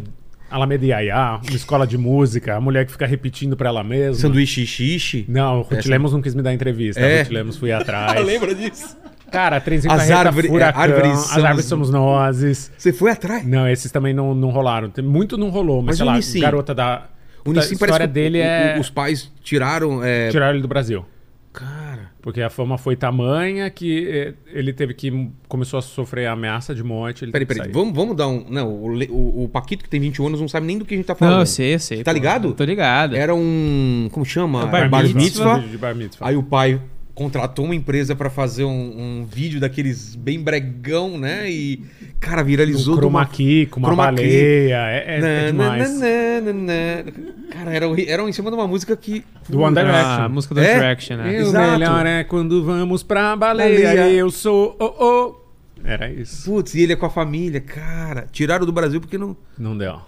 [SPEAKER 3] Alameda Yaya, uma escola de música, a mulher que fica repetindo pra ela mesma.
[SPEAKER 1] Sanduíche xixi?
[SPEAKER 3] Não, o Ruth
[SPEAKER 1] Essa-
[SPEAKER 3] Lemos não quis me dar entrevista.
[SPEAKER 1] É.
[SPEAKER 3] O Ruth Lemos fui atrás.
[SPEAKER 1] lembra disso?
[SPEAKER 3] Cara, trenzinho
[SPEAKER 1] As
[SPEAKER 3] as carreta,
[SPEAKER 1] árvore- é,
[SPEAKER 3] furacão,
[SPEAKER 1] árvores
[SPEAKER 3] as
[SPEAKER 1] somos-
[SPEAKER 3] árvores somos nós.
[SPEAKER 1] Você foi atrás?
[SPEAKER 3] Não, esses também não, não rolaram. Tem- Muito não rolou, mas,
[SPEAKER 1] Mas
[SPEAKER 3] sei
[SPEAKER 1] o
[SPEAKER 3] lá,
[SPEAKER 1] Nissin?
[SPEAKER 3] garota da...
[SPEAKER 1] O
[SPEAKER 3] da
[SPEAKER 1] Nissin parece
[SPEAKER 3] história
[SPEAKER 1] que o-
[SPEAKER 3] dele
[SPEAKER 1] o-
[SPEAKER 3] é
[SPEAKER 1] os pais tiraram... É...
[SPEAKER 3] tirar ele do Brasil.
[SPEAKER 1] Cara...
[SPEAKER 3] Porque a fama foi tamanha que eh, ele teve que... Começou a sofrer ameaça de morte. Ele
[SPEAKER 1] Peraí,
[SPEAKER 3] teve que
[SPEAKER 1] peraí.
[SPEAKER 3] sair.
[SPEAKER 1] Vamos, vamos dar um... Não, o, Le- o- o Paquito, que tem 21 anos, não sabe nem do que a gente tá falando.
[SPEAKER 4] Não, eu sei, eu sei.
[SPEAKER 1] Tá
[SPEAKER 4] pô.
[SPEAKER 1] ligado?
[SPEAKER 4] Tô ligado.
[SPEAKER 1] Era um... Como chama?
[SPEAKER 4] Bar
[SPEAKER 1] Bar
[SPEAKER 4] mitzvah.
[SPEAKER 1] mitzvah.
[SPEAKER 3] De É bar mitzvah.
[SPEAKER 1] Aí o pai contratou uma empresa pra fazer um, um vídeo daqueles bem bregão, né? E, cara, viralizou...
[SPEAKER 3] um
[SPEAKER 1] de
[SPEAKER 3] chroma
[SPEAKER 1] uma-
[SPEAKER 3] key com uma
[SPEAKER 1] Chroma key.
[SPEAKER 3] baleia. É, é- é
[SPEAKER 1] Na, na,
[SPEAKER 3] demais.
[SPEAKER 1] na, na, na. Cara, era, horri- era em cima de uma música que.
[SPEAKER 3] Do One
[SPEAKER 4] Ah, a
[SPEAKER 3] Direction.
[SPEAKER 4] música do
[SPEAKER 1] É?
[SPEAKER 4] Direction, né?
[SPEAKER 1] Eu-
[SPEAKER 3] O
[SPEAKER 1] Exato.
[SPEAKER 3] melhor é quando vamos pra baleia.
[SPEAKER 1] Baleia.
[SPEAKER 3] Eu sou... Oh, oh. Era isso.
[SPEAKER 1] Putz, e ele é com a família, cara. Tiraram do Brasil porque não.
[SPEAKER 3] Não deu.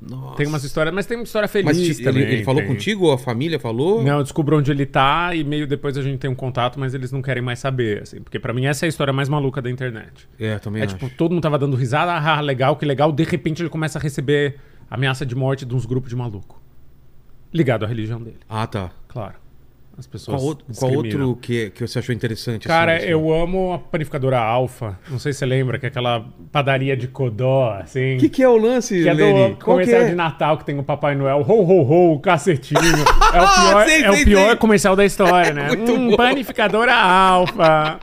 [SPEAKER 1] Nossa.
[SPEAKER 3] Tem umas histórias, mas tem uma história feliz
[SPEAKER 1] Mas ti- ele,
[SPEAKER 3] também.
[SPEAKER 1] ele falou
[SPEAKER 3] tem.
[SPEAKER 1] contigo ou a família falou?
[SPEAKER 3] Não, eu descubro onde ele tá e meio depois a gente tem um contato, mas eles não querem mais saber, assim. Porque pra mim essa é a história mais maluca da internet.
[SPEAKER 1] É, também
[SPEAKER 3] É
[SPEAKER 1] acho.
[SPEAKER 3] tipo, todo mundo tava dando risada, ah, legal, que legal. De repente ele começa a receber ameaça de morte de uns grupos de maluco. Ligado à religião dele,
[SPEAKER 1] Ah, tá.
[SPEAKER 3] claro. As pessoas
[SPEAKER 1] Qual, outro- qual
[SPEAKER 3] discriminam.
[SPEAKER 1] outro que, que você achou interessante? assim,
[SPEAKER 3] Cara,
[SPEAKER 1] assim?
[SPEAKER 3] eu amo a panificadora Alfa. Não sei se você lembra, que é aquela padaria de Codó, assim.
[SPEAKER 1] O que, que é o lance,
[SPEAKER 3] Que é
[SPEAKER 1] Lene?
[SPEAKER 3] do
[SPEAKER 1] Qual que
[SPEAKER 3] comercial
[SPEAKER 1] é?
[SPEAKER 3] de Natal que tem o Papai Noel, ho, ho, ho, cacetinho. É o pior,
[SPEAKER 1] Sei,
[SPEAKER 3] é
[SPEAKER 1] sei,
[SPEAKER 3] o pior
[SPEAKER 1] sei.
[SPEAKER 3] comercial da história, né?
[SPEAKER 1] Muito bom.
[SPEAKER 3] panificadora alfa.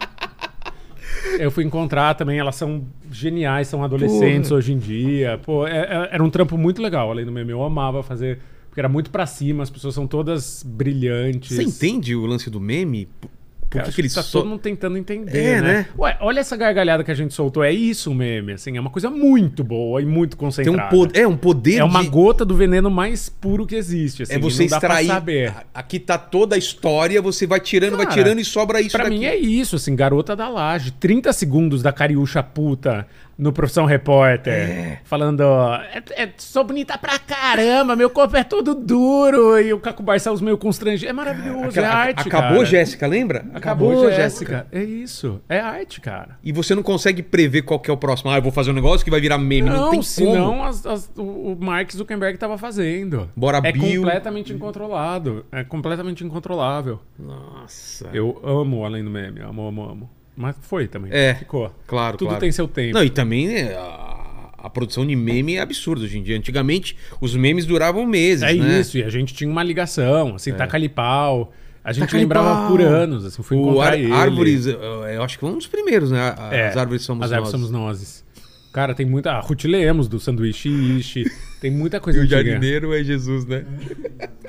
[SPEAKER 3] Eu fui encontrar também, elas são geniais, são adolescentes hoje em dia. Pô, é- é- era um trampo muito legal, além do meme. Eu amava fazer, porque era muito pra cima, as pessoas são todas brilhantes.
[SPEAKER 1] Você entende o lance do meme? Por- Por que,
[SPEAKER 3] Acho
[SPEAKER 1] que eles
[SPEAKER 3] tá
[SPEAKER 1] só.
[SPEAKER 3] todo mundo tentando entender,
[SPEAKER 1] É,
[SPEAKER 3] né?
[SPEAKER 1] né?
[SPEAKER 3] Ué, olha essa gargalhada que a gente soltou. É isso o meme, assim. É uma coisa muito boa e muito
[SPEAKER 1] Tem
[SPEAKER 3] concentrada.
[SPEAKER 1] um poder. É um poder
[SPEAKER 3] É uma
[SPEAKER 1] de-
[SPEAKER 3] gota do veneno mais puro que existe. Assim,
[SPEAKER 1] É você
[SPEAKER 3] não dá pra
[SPEAKER 1] extrair.
[SPEAKER 3] saber.
[SPEAKER 1] a- Aqui tá toda a história, você vai tirando, vai
[SPEAKER 3] Cara,
[SPEAKER 1] tirando e sobra isso
[SPEAKER 3] Pra
[SPEAKER 1] daqui.
[SPEAKER 3] mim é isso, assim, garota da laje. 30 segundos da cariúcha puta no Profissão Repórter. Falando, ó, "É- é- sou bonita pra caramba, meu corpo é todo duro. E o Caco Barcelos meio constrangido. É maravilhoso,
[SPEAKER 1] Aquela-
[SPEAKER 3] é
[SPEAKER 1] a-
[SPEAKER 3] arte,
[SPEAKER 1] acabou
[SPEAKER 3] cara.
[SPEAKER 1] Jéssica, lembra?
[SPEAKER 3] Acabou, Jéssica. É isso, é arte, cara.
[SPEAKER 1] E você não consegue prever qual que é o próximo. Ah, eu vou fazer um negócio que vai virar meme. Não, tem como.
[SPEAKER 3] senão as- as- o, o Mark Zuckerberg tava fazendo.
[SPEAKER 1] Bora
[SPEAKER 3] é
[SPEAKER 1] Bill.
[SPEAKER 3] completamente incontrolado. É completamente incontrolável.
[SPEAKER 1] Nossa.
[SPEAKER 3] Eu amo Além do Meme, amo, amo, amo. Mas foi também.
[SPEAKER 1] É.
[SPEAKER 3] Ficou.
[SPEAKER 1] Claro,
[SPEAKER 3] Tudo
[SPEAKER 1] claro.
[SPEAKER 3] tem seu tempo.
[SPEAKER 1] Não, e também né, a, a produção de meme é absurda hoje em dia. Antigamente, os memes duravam meses,
[SPEAKER 3] é
[SPEAKER 1] né? É.
[SPEAKER 3] isso, e a gente tinha uma ligação, assim, tacalipau. A gente
[SPEAKER 1] Taca-lhe
[SPEAKER 3] lembrava
[SPEAKER 1] pau.
[SPEAKER 3] por anos, assim, fui
[SPEAKER 1] O
[SPEAKER 3] encontrar
[SPEAKER 1] ar,
[SPEAKER 3] ele.
[SPEAKER 1] Árvores, eu, eu acho que foi um dos primeiros, né? A-
[SPEAKER 3] É,
[SPEAKER 1] as árvores somos
[SPEAKER 3] As árvores
[SPEAKER 1] nós.
[SPEAKER 3] somos nós. Cara, tem muita... A Ruth Lemos, do Sanduíche Ishi. Tem muita
[SPEAKER 1] E
[SPEAKER 3] coisa
[SPEAKER 1] o
[SPEAKER 3] antiga.
[SPEAKER 1] jardineiro é Jesus, né?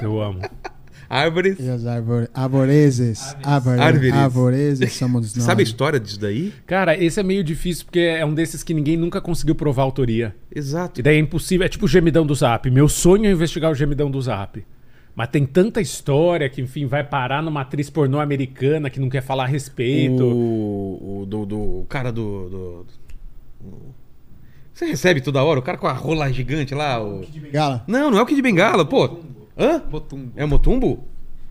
[SPEAKER 3] Eu amo.
[SPEAKER 1] Árvores.
[SPEAKER 2] E as árvore- arvoreses. Árvore-
[SPEAKER 1] Árvores.
[SPEAKER 2] Arvoreses somos nós.
[SPEAKER 1] Sabe a história disso daí?
[SPEAKER 3] Cara, esse é meio difícil, porque é um desses que ninguém nunca conseguiu provar a autoria.
[SPEAKER 1] Exato.
[SPEAKER 3] E daí é impossível. É tipo o gemidão do Zap. Meu sonho é investigar o gemidão do Zap. Mas tem tanta história que, enfim, vai parar numa atriz pornô americana que não quer falar a respeito.
[SPEAKER 1] O, o do, do- o cara do. do- do- Você recebe toda hora? O cara com a rola gigante lá. o-
[SPEAKER 2] Gala.
[SPEAKER 1] Não, não é o Kid Bengala, pô. Hã?
[SPEAKER 4] Botumbo.
[SPEAKER 1] É o Motumbo?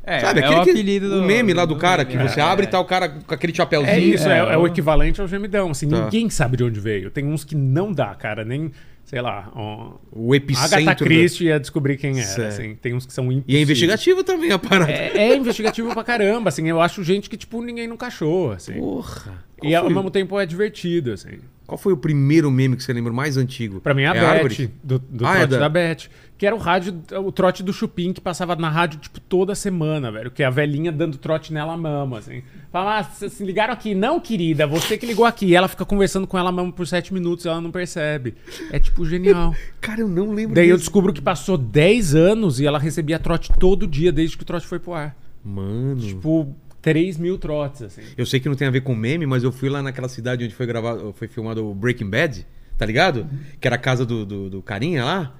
[SPEAKER 4] É,
[SPEAKER 1] Sabe,
[SPEAKER 4] é
[SPEAKER 1] aquele
[SPEAKER 4] o
[SPEAKER 1] que-
[SPEAKER 4] apelido do...
[SPEAKER 1] o meme lá do, cara que
[SPEAKER 4] meme,
[SPEAKER 1] você
[SPEAKER 4] é.
[SPEAKER 1] abre e tá o cara com aquele chapéuzinho.
[SPEAKER 3] É isso, é, é o equivalente ao gemidão. Assim,
[SPEAKER 1] Tá.
[SPEAKER 3] ninguém sabe de onde veio. Tem uns que não dá, cara. Nem, sei lá, ó,
[SPEAKER 1] O epicentro.
[SPEAKER 3] Agatha
[SPEAKER 1] da-
[SPEAKER 3] Christie ia descobrir quem era.
[SPEAKER 1] Certo.
[SPEAKER 3] assim. Tem uns que são
[SPEAKER 1] E é
[SPEAKER 3] impossíveis.
[SPEAKER 1] investigativo também a parada.
[SPEAKER 3] É, é investigativo pra caramba, assim. Eu acho gente que, tipo, ninguém nunca achou, assim.
[SPEAKER 1] Porra. Qual,
[SPEAKER 3] e ao
[SPEAKER 1] foi,
[SPEAKER 3] mesmo tempo é divertido, assim.
[SPEAKER 1] qual foi o primeiro meme que você lembra mais antigo?
[SPEAKER 3] Pra mim é a Beth,
[SPEAKER 1] árvore?
[SPEAKER 3] do, do
[SPEAKER 1] Ah, é
[SPEAKER 3] trote
[SPEAKER 1] da-
[SPEAKER 3] da... Beth. Que era o rádio, o trote do Chupim que passava na rádio, tipo, toda semana, velho. Que é a velhinha dando trote nela mama, assim. Fala, ah, cê- se ligaram aqui. Não, querida, você que ligou aqui. E ela fica conversando com ela mama por sete minutos e ela não percebe. É, tipo, genial.
[SPEAKER 1] Cara, eu não lembro.
[SPEAKER 3] Daí eu
[SPEAKER 1] desse.
[SPEAKER 3] descubro que passou 10 anos e ela recebia trote todo dia, desde que o trote foi pro ar.
[SPEAKER 1] Mano.
[SPEAKER 3] Tipo, 3 mil trotes, assim.
[SPEAKER 1] Eu sei que não tem a ver com meme, mas eu fui lá naquela cidade onde foi gravado, foi filmado o Breaking Bad, tá ligado? Que era a casa do, do, do carinha lá.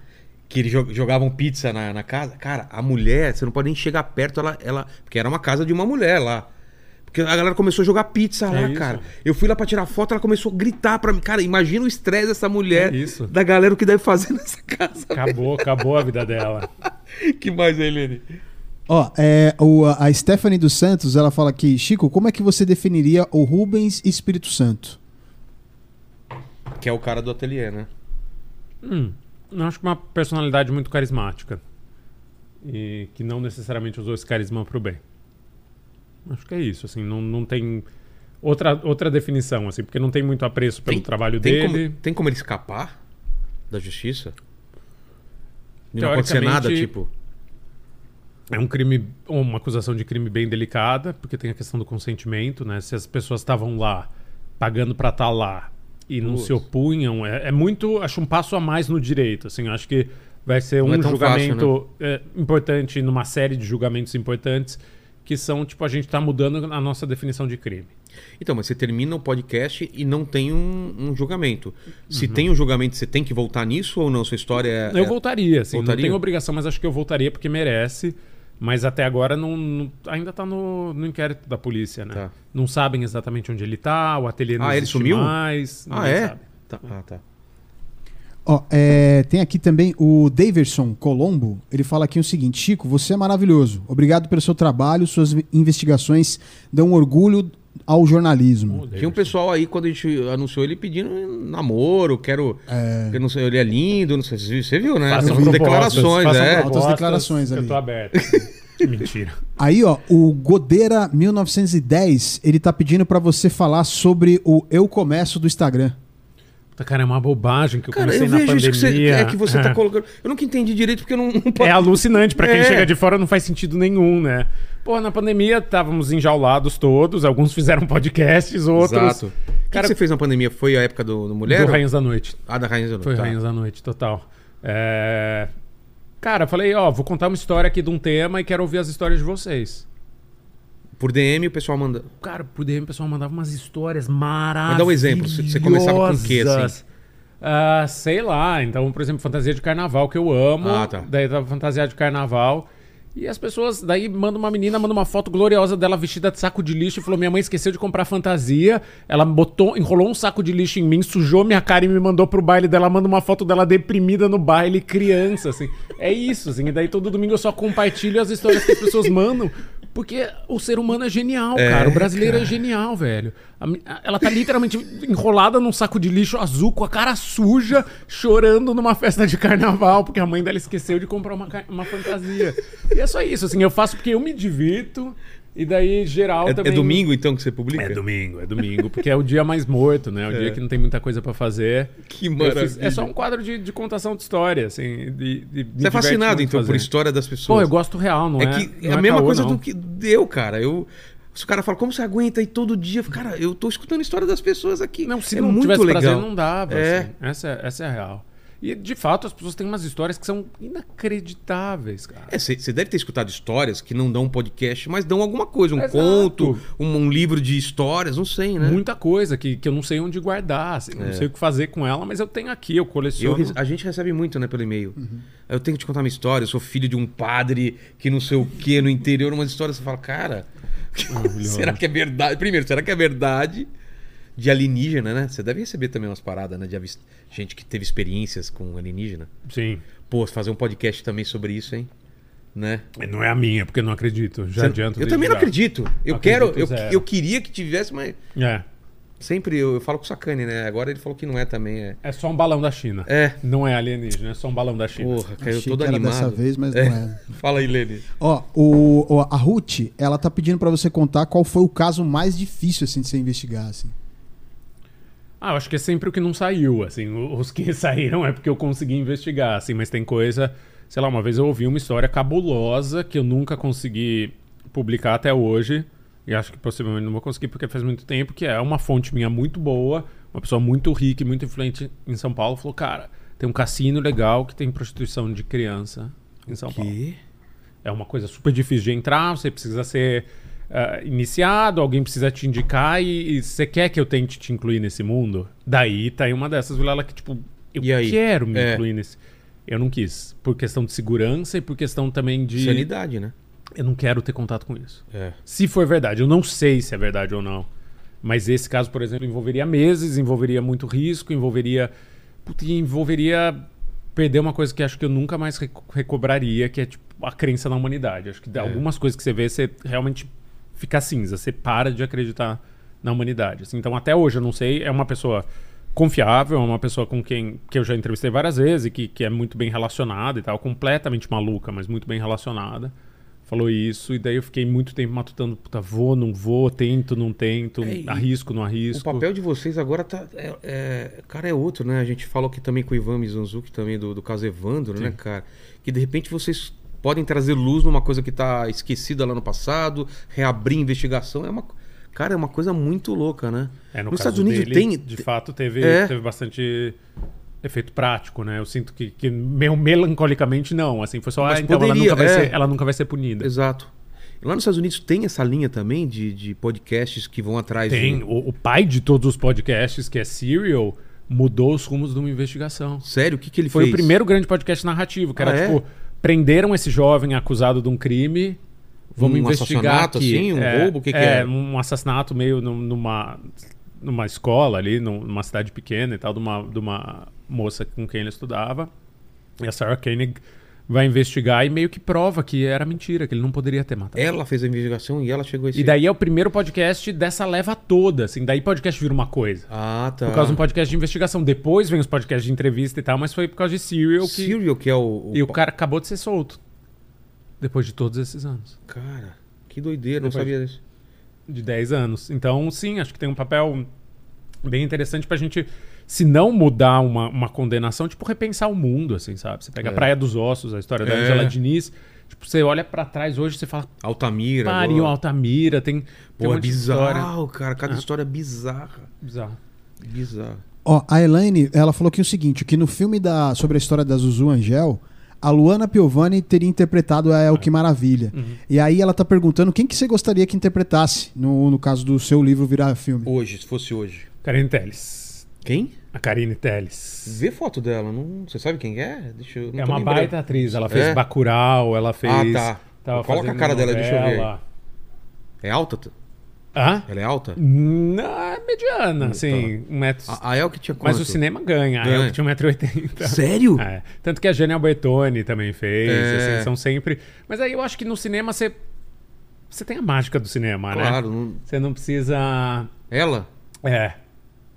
[SPEAKER 1] que eles jo- jogavam pizza na, na casa. Cara, a mulher, você não pode nem chegar perto, ela, ela. Porque era uma casa de uma mulher lá. Porque a galera começou a jogar pizza lá,
[SPEAKER 3] É isso.
[SPEAKER 1] cara. Eu fui lá pra tirar foto, ela começou a gritar pra mim. Cara, imagina o estresse dessa mulher,
[SPEAKER 3] É isso.
[SPEAKER 1] da galera, o que deve fazer nessa casa.
[SPEAKER 3] Acabou, acabou a vida dela.
[SPEAKER 1] que mais, Helene?
[SPEAKER 2] Ó, é, o- a Stephanie dos Santos, ela fala aqui, Chico, como é que você definiria o Rubens Espírito Santo?
[SPEAKER 1] Que é o cara do ateliê, né?
[SPEAKER 3] Hum, eu acho que uma personalidade muito carismática. E que não necessariamente usou esse carisma pro bem. Acho que é isso, assim, não, não tem outra, outra definição, assim, porque não tem muito apreço pelo trabalho
[SPEAKER 1] tem
[SPEAKER 3] dele.
[SPEAKER 1] Como, tem como ele escapar da justiça? E Não acontecer
[SPEAKER 3] Teoricamente-
[SPEAKER 1] nada, tipo.
[SPEAKER 3] É um crime, uma acusação de crime bem delicada, porque tem a questão do consentimento, né? Se as pessoas estavam lá, pagando pra estar lá e não
[SPEAKER 1] Putz.
[SPEAKER 3] se opunham, é, é muito, acho um passo a mais no direito, assim, acho que vai ser
[SPEAKER 1] Não é
[SPEAKER 3] um
[SPEAKER 1] tão né?
[SPEAKER 3] julgamento é, importante numa série de julgamentos importantes que são, tipo, a gente tá mudando a nossa definição de crime.
[SPEAKER 1] Então, mas você termina o podcast e não tem um, um julgamento. Se tem um julgamento, você tem que voltar nisso ou não? Sua história é.
[SPEAKER 3] Uhum. Eu
[SPEAKER 1] é-
[SPEAKER 3] voltaria, assim,
[SPEAKER 1] Voltaria?
[SPEAKER 3] não tenho obrigação, mas acho que eu voltaria porque merece. Mas até agora não, não- ainda tá no, no inquérito da polícia, né?
[SPEAKER 1] Tá.
[SPEAKER 3] Não sabem exatamente onde ele tá, o ateliê não
[SPEAKER 1] Ah, ele
[SPEAKER 3] existe
[SPEAKER 1] sumiu?
[SPEAKER 3] mais.
[SPEAKER 1] Ah,
[SPEAKER 3] ninguém
[SPEAKER 1] é?
[SPEAKER 3] sabe.
[SPEAKER 1] Tá, ah, tá.
[SPEAKER 2] Ó, é, tem aqui também o Daverson Colombo. Ele fala aqui o seguinte: Chico, você é maravilhoso. Obrigado pelo seu trabalho. Suas vi- investigações dão orgulho ao jornalismo.
[SPEAKER 1] Tinha um pessoal aí, quando a gente anunciou ele pedindo namoro, quero. Eu não sei, ele é lindo, não sei. se Você viu, né?
[SPEAKER 3] Façam
[SPEAKER 1] As
[SPEAKER 3] propostas,
[SPEAKER 1] declarações,
[SPEAKER 3] façam
[SPEAKER 1] é.
[SPEAKER 2] propostas. Altas declarações
[SPEAKER 3] Eu
[SPEAKER 2] ali.
[SPEAKER 3] tô aberto. assim. Mentira.
[SPEAKER 2] Aí, ó, o Godeira 1910, ele tá pedindo pra você falar sobre o Eu Começo do Instagram.
[SPEAKER 3] Puta, Cara, é uma bobagem que eu
[SPEAKER 1] Cara,
[SPEAKER 3] comecei
[SPEAKER 1] eu
[SPEAKER 3] na
[SPEAKER 1] vejo
[SPEAKER 3] pandemia.
[SPEAKER 1] isso que você, é que você tá colocando. Eu nunca entendi direito porque eu não. não
[SPEAKER 3] É alucinante, pra quem
[SPEAKER 1] É.
[SPEAKER 3] chega de fora não faz sentido nenhum, né? Pô, na pandemia estávamos enjaulados todos, alguns fizeram podcasts, outros.
[SPEAKER 1] Exato. O que,
[SPEAKER 3] Cara,
[SPEAKER 1] que você fez na pandemia? Foi a época do, do Mulher?
[SPEAKER 3] do Rainhas da Noite.
[SPEAKER 1] Ah, da Rainha Zenu.
[SPEAKER 3] Foi
[SPEAKER 1] tá.
[SPEAKER 3] Rainhas da Noite, total. É... Cara, eu falei, ó, vou contar uma história aqui de um tema e quero ouvir as histórias de vocês.
[SPEAKER 1] Por DM o pessoal manda.
[SPEAKER 3] Cara, por DM o pessoal mandava umas histórias maravilhosas.
[SPEAKER 1] dá um exemplo, você- você começava com o quê, assim?
[SPEAKER 3] Ah, sei lá, então, por exemplo, fantasia de carnaval, que eu amo.
[SPEAKER 1] Ah, tá.
[SPEAKER 3] Daí tava fantasia de carnaval. E as pessoas, daí manda uma menina, manda uma foto gloriosa dela vestida de saco de lixo e falou: Minha mãe esqueceu de comprar fantasia. Ela botou, enrolou um saco de lixo em mim, sujou minha cara e me mandou pro baile dela. Manda uma foto dela deprimida no baile, criança, assim. É isso, assim. E daí todo domingo eu só compartilho as histórias que as pessoas mandam. Porque o ser humano é genial, cara. O brasileiro é genial, velho. A mi- a- Ela tá literalmente enrolada num saco de lixo azul, com a cara suja, chorando numa festa de carnaval, porque a mãe dela esqueceu de comprar uma, ca- uma fantasia. E é só isso, assim, eu faço porque eu me divirto, e daí geral
[SPEAKER 1] É, é
[SPEAKER 3] também.
[SPEAKER 1] domingo então que você publica?
[SPEAKER 3] É domingo, é domingo, porque é o dia mais morto, né? É o dia que não tem muita coisa pra fazer.
[SPEAKER 1] Que
[SPEAKER 3] Eu fiz-
[SPEAKER 1] maravilha.
[SPEAKER 3] é só um quadro de, de contação de história, assim. de- de- me
[SPEAKER 1] Você é
[SPEAKER 3] diverte
[SPEAKER 1] fascinado,
[SPEAKER 3] muito
[SPEAKER 1] então, por
[SPEAKER 3] fazer.
[SPEAKER 1] história das pessoas.
[SPEAKER 3] Pô, eu gosto real, não é?
[SPEAKER 1] É que é
[SPEAKER 3] não
[SPEAKER 1] a mesma
[SPEAKER 3] caô,
[SPEAKER 1] coisa
[SPEAKER 3] não.
[SPEAKER 1] do que deu, cara. Eu. Se o cara fala, como você aguenta aí todo dia? Eu falo, Cara, eu tô escutando a história das pessoas aqui.
[SPEAKER 3] Não, se
[SPEAKER 1] é
[SPEAKER 3] não
[SPEAKER 1] muito
[SPEAKER 3] tivesse
[SPEAKER 1] legal.
[SPEAKER 3] prazer, não dava.
[SPEAKER 1] É.
[SPEAKER 3] assim. Essa, é- essa é a real. E, de fato, as pessoas têm umas histórias que são inacreditáveis, cara.
[SPEAKER 1] É, você deve ter escutado histórias que não dão um podcast, mas dão alguma coisa, um
[SPEAKER 3] Exato.
[SPEAKER 1] conto, um, um livro de histórias, não sei, né? É.
[SPEAKER 3] Muita coisa que, que eu não sei onde guardar, assim, não sei o que fazer com ela, mas eu tenho aqui, eu
[SPEAKER 1] Eu
[SPEAKER 3] coleciono.
[SPEAKER 1] re- a gente recebe muito, né, pelo e-mail.
[SPEAKER 3] Uhum.
[SPEAKER 1] Eu tenho que te contar uma história, eu sou filho de um padre que não sei o quê no interior, umas histórias você fala, cara, será que é verdade? Primeiro, será que é verdade de alienígena, né? Você deve receber também umas paradas, né, de avis- gente que teve experiências com alienígena.
[SPEAKER 3] Sim.
[SPEAKER 1] Pô, fazer um podcast também sobre isso, hein? Né?
[SPEAKER 3] Não é a minha, porque eu não acredito. Já
[SPEAKER 1] Você-
[SPEAKER 3] adianto.
[SPEAKER 1] eu
[SPEAKER 3] desde
[SPEAKER 1] também não
[SPEAKER 3] já.
[SPEAKER 1] acredito. Eu
[SPEAKER 3] Acredito
[SPEAKER 1] quero, eu,
[SPEAKER 3] zero.
[SPEAKER 1] eu queria que tivesse, mas
[SPEAKER 3] É.
[SPEAKER 1] sempre eu, eu falo com o Sacani, né? Agora ele falou que não é também, é.
[SPEAKER 3] É só um balão da China.
[SPEAKER 1] É.
[SPEAKER 3] Não é alienígena, é só um balão da China.
[SPEAKER 1] Porra, caiu
[SPEAKER 2] Achei
[SPEAKER 1] todo
[SPEAKER 2] que era
[SPEAKER 1] animado. É.
[SPEAKER 2] dessa vez, mas não era.
[SPEAKER 1] Fala aí, Lene.
[SPEAKER 2] Ó, o, o- a Ruth, ela tá pedindo pra você contar qual foi o caso mais difícil, assim, de você investigar, assim.
[SPEAKER 3] Ah, eu acho que é sempre o que não saiu, assim. o- Os que saíram é porque eu consegui investigar, assim, mas tem coisa. Sei lá, uma vez eu ouvi uma história cabulosa que eu nunca consegui publicar até hoje. E acho que possivelmente não vou conseguir porque faz muito tempo, que é uma fonte minha muito boa, uma pessoa muito rica e muito influente em São Paulo, falou, cara, tem um cassino legal que tem prostituição de criança em São Paulo. É uma coisa super difícil de entrar, você precisa ser ah, iniciado, alguém precisa te indicar e, e você quer que eu tente te incluir nesse mundo? Daí tá aí uma dessas, Vilela, que tipo, eu
[SPEAKER 1] E aí?
[SPEAKER 3] quero me
[SPEAKER 1] É.
[SPEAKER 3] incluir nesse. Eu não quis. Por questão de segurança e por questão também de.
[SPEAKER 1] Sanidade, né?
[SPEAKER 3] Eu não quero ter contato com isso.
[SPEAKER 1] É.
[SPEAKER 3] Se for verdade, eu não sei se é verdade ou não. Mas esse caso, por exemplo, envolveria meses, envolveria muito risco, envolveria. Puta, e envolveria perder uma coisa que acho que eu nunca mais reco- recobraria, que é tipo a crença na humanidade. Acho que dá algumas coisas que você vê, você realmente fica cinza, você para de acreditar na humanidade. assim. então, até hoje, eu não sei, é uma pessoa confiável, é uma pessoa com quem que eu já entrevistei várias vezes e que, que é muito bem relacionada e tal, completamente maluca, mas muito bem relacionada. Falou isso, e daí eu fiquei muito tempo matutando, puta, vou, não vou, tento, não tento,
[SPEAKER 1] É, e-
[SPEAKER 3] arrisco, não
[SPEAKER 1] O
[SPEAKER 3] arrisco.
[SPEAKER 1] papel de vocês agora tá. É, é- cara, é outro, né? A gente falou aqui também com o Ivan Mizanzuki, também do, do caso Evandro, né, cara? Que de repente vocês podem trazer luz numa coisa que tá esquecida lá no passado, reabrir investigação. É uma. Cara, é uma coisa muito louca, né?
[SPEAKER 3] É, no
[SPEAKER 1] Nos
[SPEAKER 3] caso
[SPEAKER 1] Estados Unidos
[SPEAKER 3] dele,
[SPEAKER 1] tem.
[SPEAKER 3] De fato, teve,
[SPEAKER 1] É.
[SPEAKER 3] teve bastante efeito prático, né? Eu sinto que, que meio melancolicamente não. Assim, foi só,
[SPEAKER 1] Mas
[SPEAKER 3] ah, então ela,
[SPEAKER 1] poderia,
[SPEAKER 3] nunca vai
[SPEAKER 1] é.
[SPEAKER 3] ser, ela nunca vai ser punida.
[SPEAKER 1] Exato. Lá nos Estados Unidos tem essa linha também de, de podcasts que vão atrás um
[SPEAKER 3] Tem.
[SPEAKER 1] do.
[SPEAKER 3] Assim, O, o pai de todos os podcasts, que é Serial, mudou os rumos de uma investigação.
[SPEAKER 1] Sério, o que, que ele
[SPEAKER 3] Foi
[SPEAKER 1] fez?
[SPEAKER 3] o primeiro grande podcast narrativo, que era
[SPEAKER 1] Ah, é?
[SPEAKER 3] tipo, prenderam esse jovem acusado de um crime. Vamos
[SPEAKER 1] Um
[SPEAKER 3] investigar
[SPEAKER 1] assassinato,
[SPEAKER 3] aqui.
[SPEAKER 1] assim? Um roubo? O que que
[SPEAKER 3] é?
[SPEAKER 1] é?
[SPEAKER 3] um assassinato meio num- numa numa escola ali, num- numa cidade pequena e tal, de uma, de uma moça com quem ele estudava. E a Sarah Koenig vai investigar e meio que prova que era mentira, que ele não poderia ter matado.
[SPEAKER 1] Ela fez a investigação e ela chegou a esse.
[SPEAKER 3] E daí é o primeiro podcast dessa leva toda, assim. Daí podcast vira uma coisa.
[SPEAKER 1] Ah, tá.
[SPEAKER 3] Por causa de um podcast de investigação. Depois vem os podcasts de entrevista e tal, mas foi por causa de Serial que...
[SPEAKER 1] Serial, que é o.
[SPEAKER 3] E o cara acabou de ser solto. Depois de todos esses anos.
[SPEAKER 1] Cara, que doideira, não
[SPEAKER 3] Depois-
[SPEAKER 1] sabia disso.
[SPEAKER 3] De 10 anos. Então, sim, acho que tem um papel bem interessante pra gente, se não mudar uma, uma condenação, tipo, repensar o mundo, assim, sabe? Você pega a Praia dos Ossos, a história da
[SPEAKER 1] É.
[SPEAKER 3] Angela Diniz. Tipo, você olha pra trás hoje e você fala,
[SPEAKER 1] Altamira.
[SPEAKER 3] pariu,
[SPEAKER 1] agora.
[SPEAKER 3] Altamira, tem, tem
[SPEAKER 1] Pô, é
[SPEAKER 3] monte de história. Ah.
[SPEAKER 1] bizarro, cara. Cada história é bizarra.
[SPEAKER 3] Bizarro.
[SPEAKER 1] Bizarra.
[SPEAKER 2] Ó, a Elaine, ela falou aqui o seguinte, que no filme da, sobre a história da Zuzu Angel, a Luana Piovani teria interpretado a El Que Maravilha.
[SPEAKER 1] Uhum.
[SPEAKER 2] E aí ela tá perguntando quem que você gostaria que interpretasse, no, no caso do seu livro virar filme.
[SPEAKER 1] Hoje, se fosse hoje.
[SPEAKER 3] Karine Telles.
[SPEAKER 1] Quem?
[SPEAKER 3] A Karine Telles.
[SPEAKER 1] Vê foto dela. Não... Você sabe quem é? Deixa eu... não
[SPEAKER 3] É
[SPEAKER 1] tô
[SPEAKER 3] uma
[SPEAKER 1] lembrando.
[SPEAKER 3] baita atriz. Ela fez
[SPEAKER 1] É?
[SPEAKER 3] Bacurau, ela fez...
[SPEAKER 1] Ah, tá.
[SPEAKER 3] tava
[SPEAKER 1] Coloca a
[SPEAKER 3] fazendo
[SPEAKER 1] cara dela, deixa eu ver.
[SPEAKER 3] novela.
[SPEAKER 1] É alta? tu?
[SPEAKER 3] Hã?
[SPEAKER 1] Ela é alta?
[SPEAKER 3] Não, é mediana, assim, um metro...
[SPEAKER 1] A, a El que tinha
[SPEAKER 3] Mas
[SPEAKER 1] Ah, quanto?
[SPEAKER 3] o cinema ganha,
[SPEAKER 1] Ganha.
[SPEAKER 3] eu que tinha 1,80m.
[SPEAKER 1] Sério?
[SPEAKER 3] É. Tanto que a Jane Albertoni também fez,
[SPEAKER 1] É.
[SPEAKER 3] assim, são sempre... Mas aí eu acho que no cinema você... Você tem a mágica do cinema, né?
[SPEAKER 1] Claro. não-
[SPEAKER 3] Você não precisa...
[SPEAKER 1] Ela?
[SPEAKER 3] É.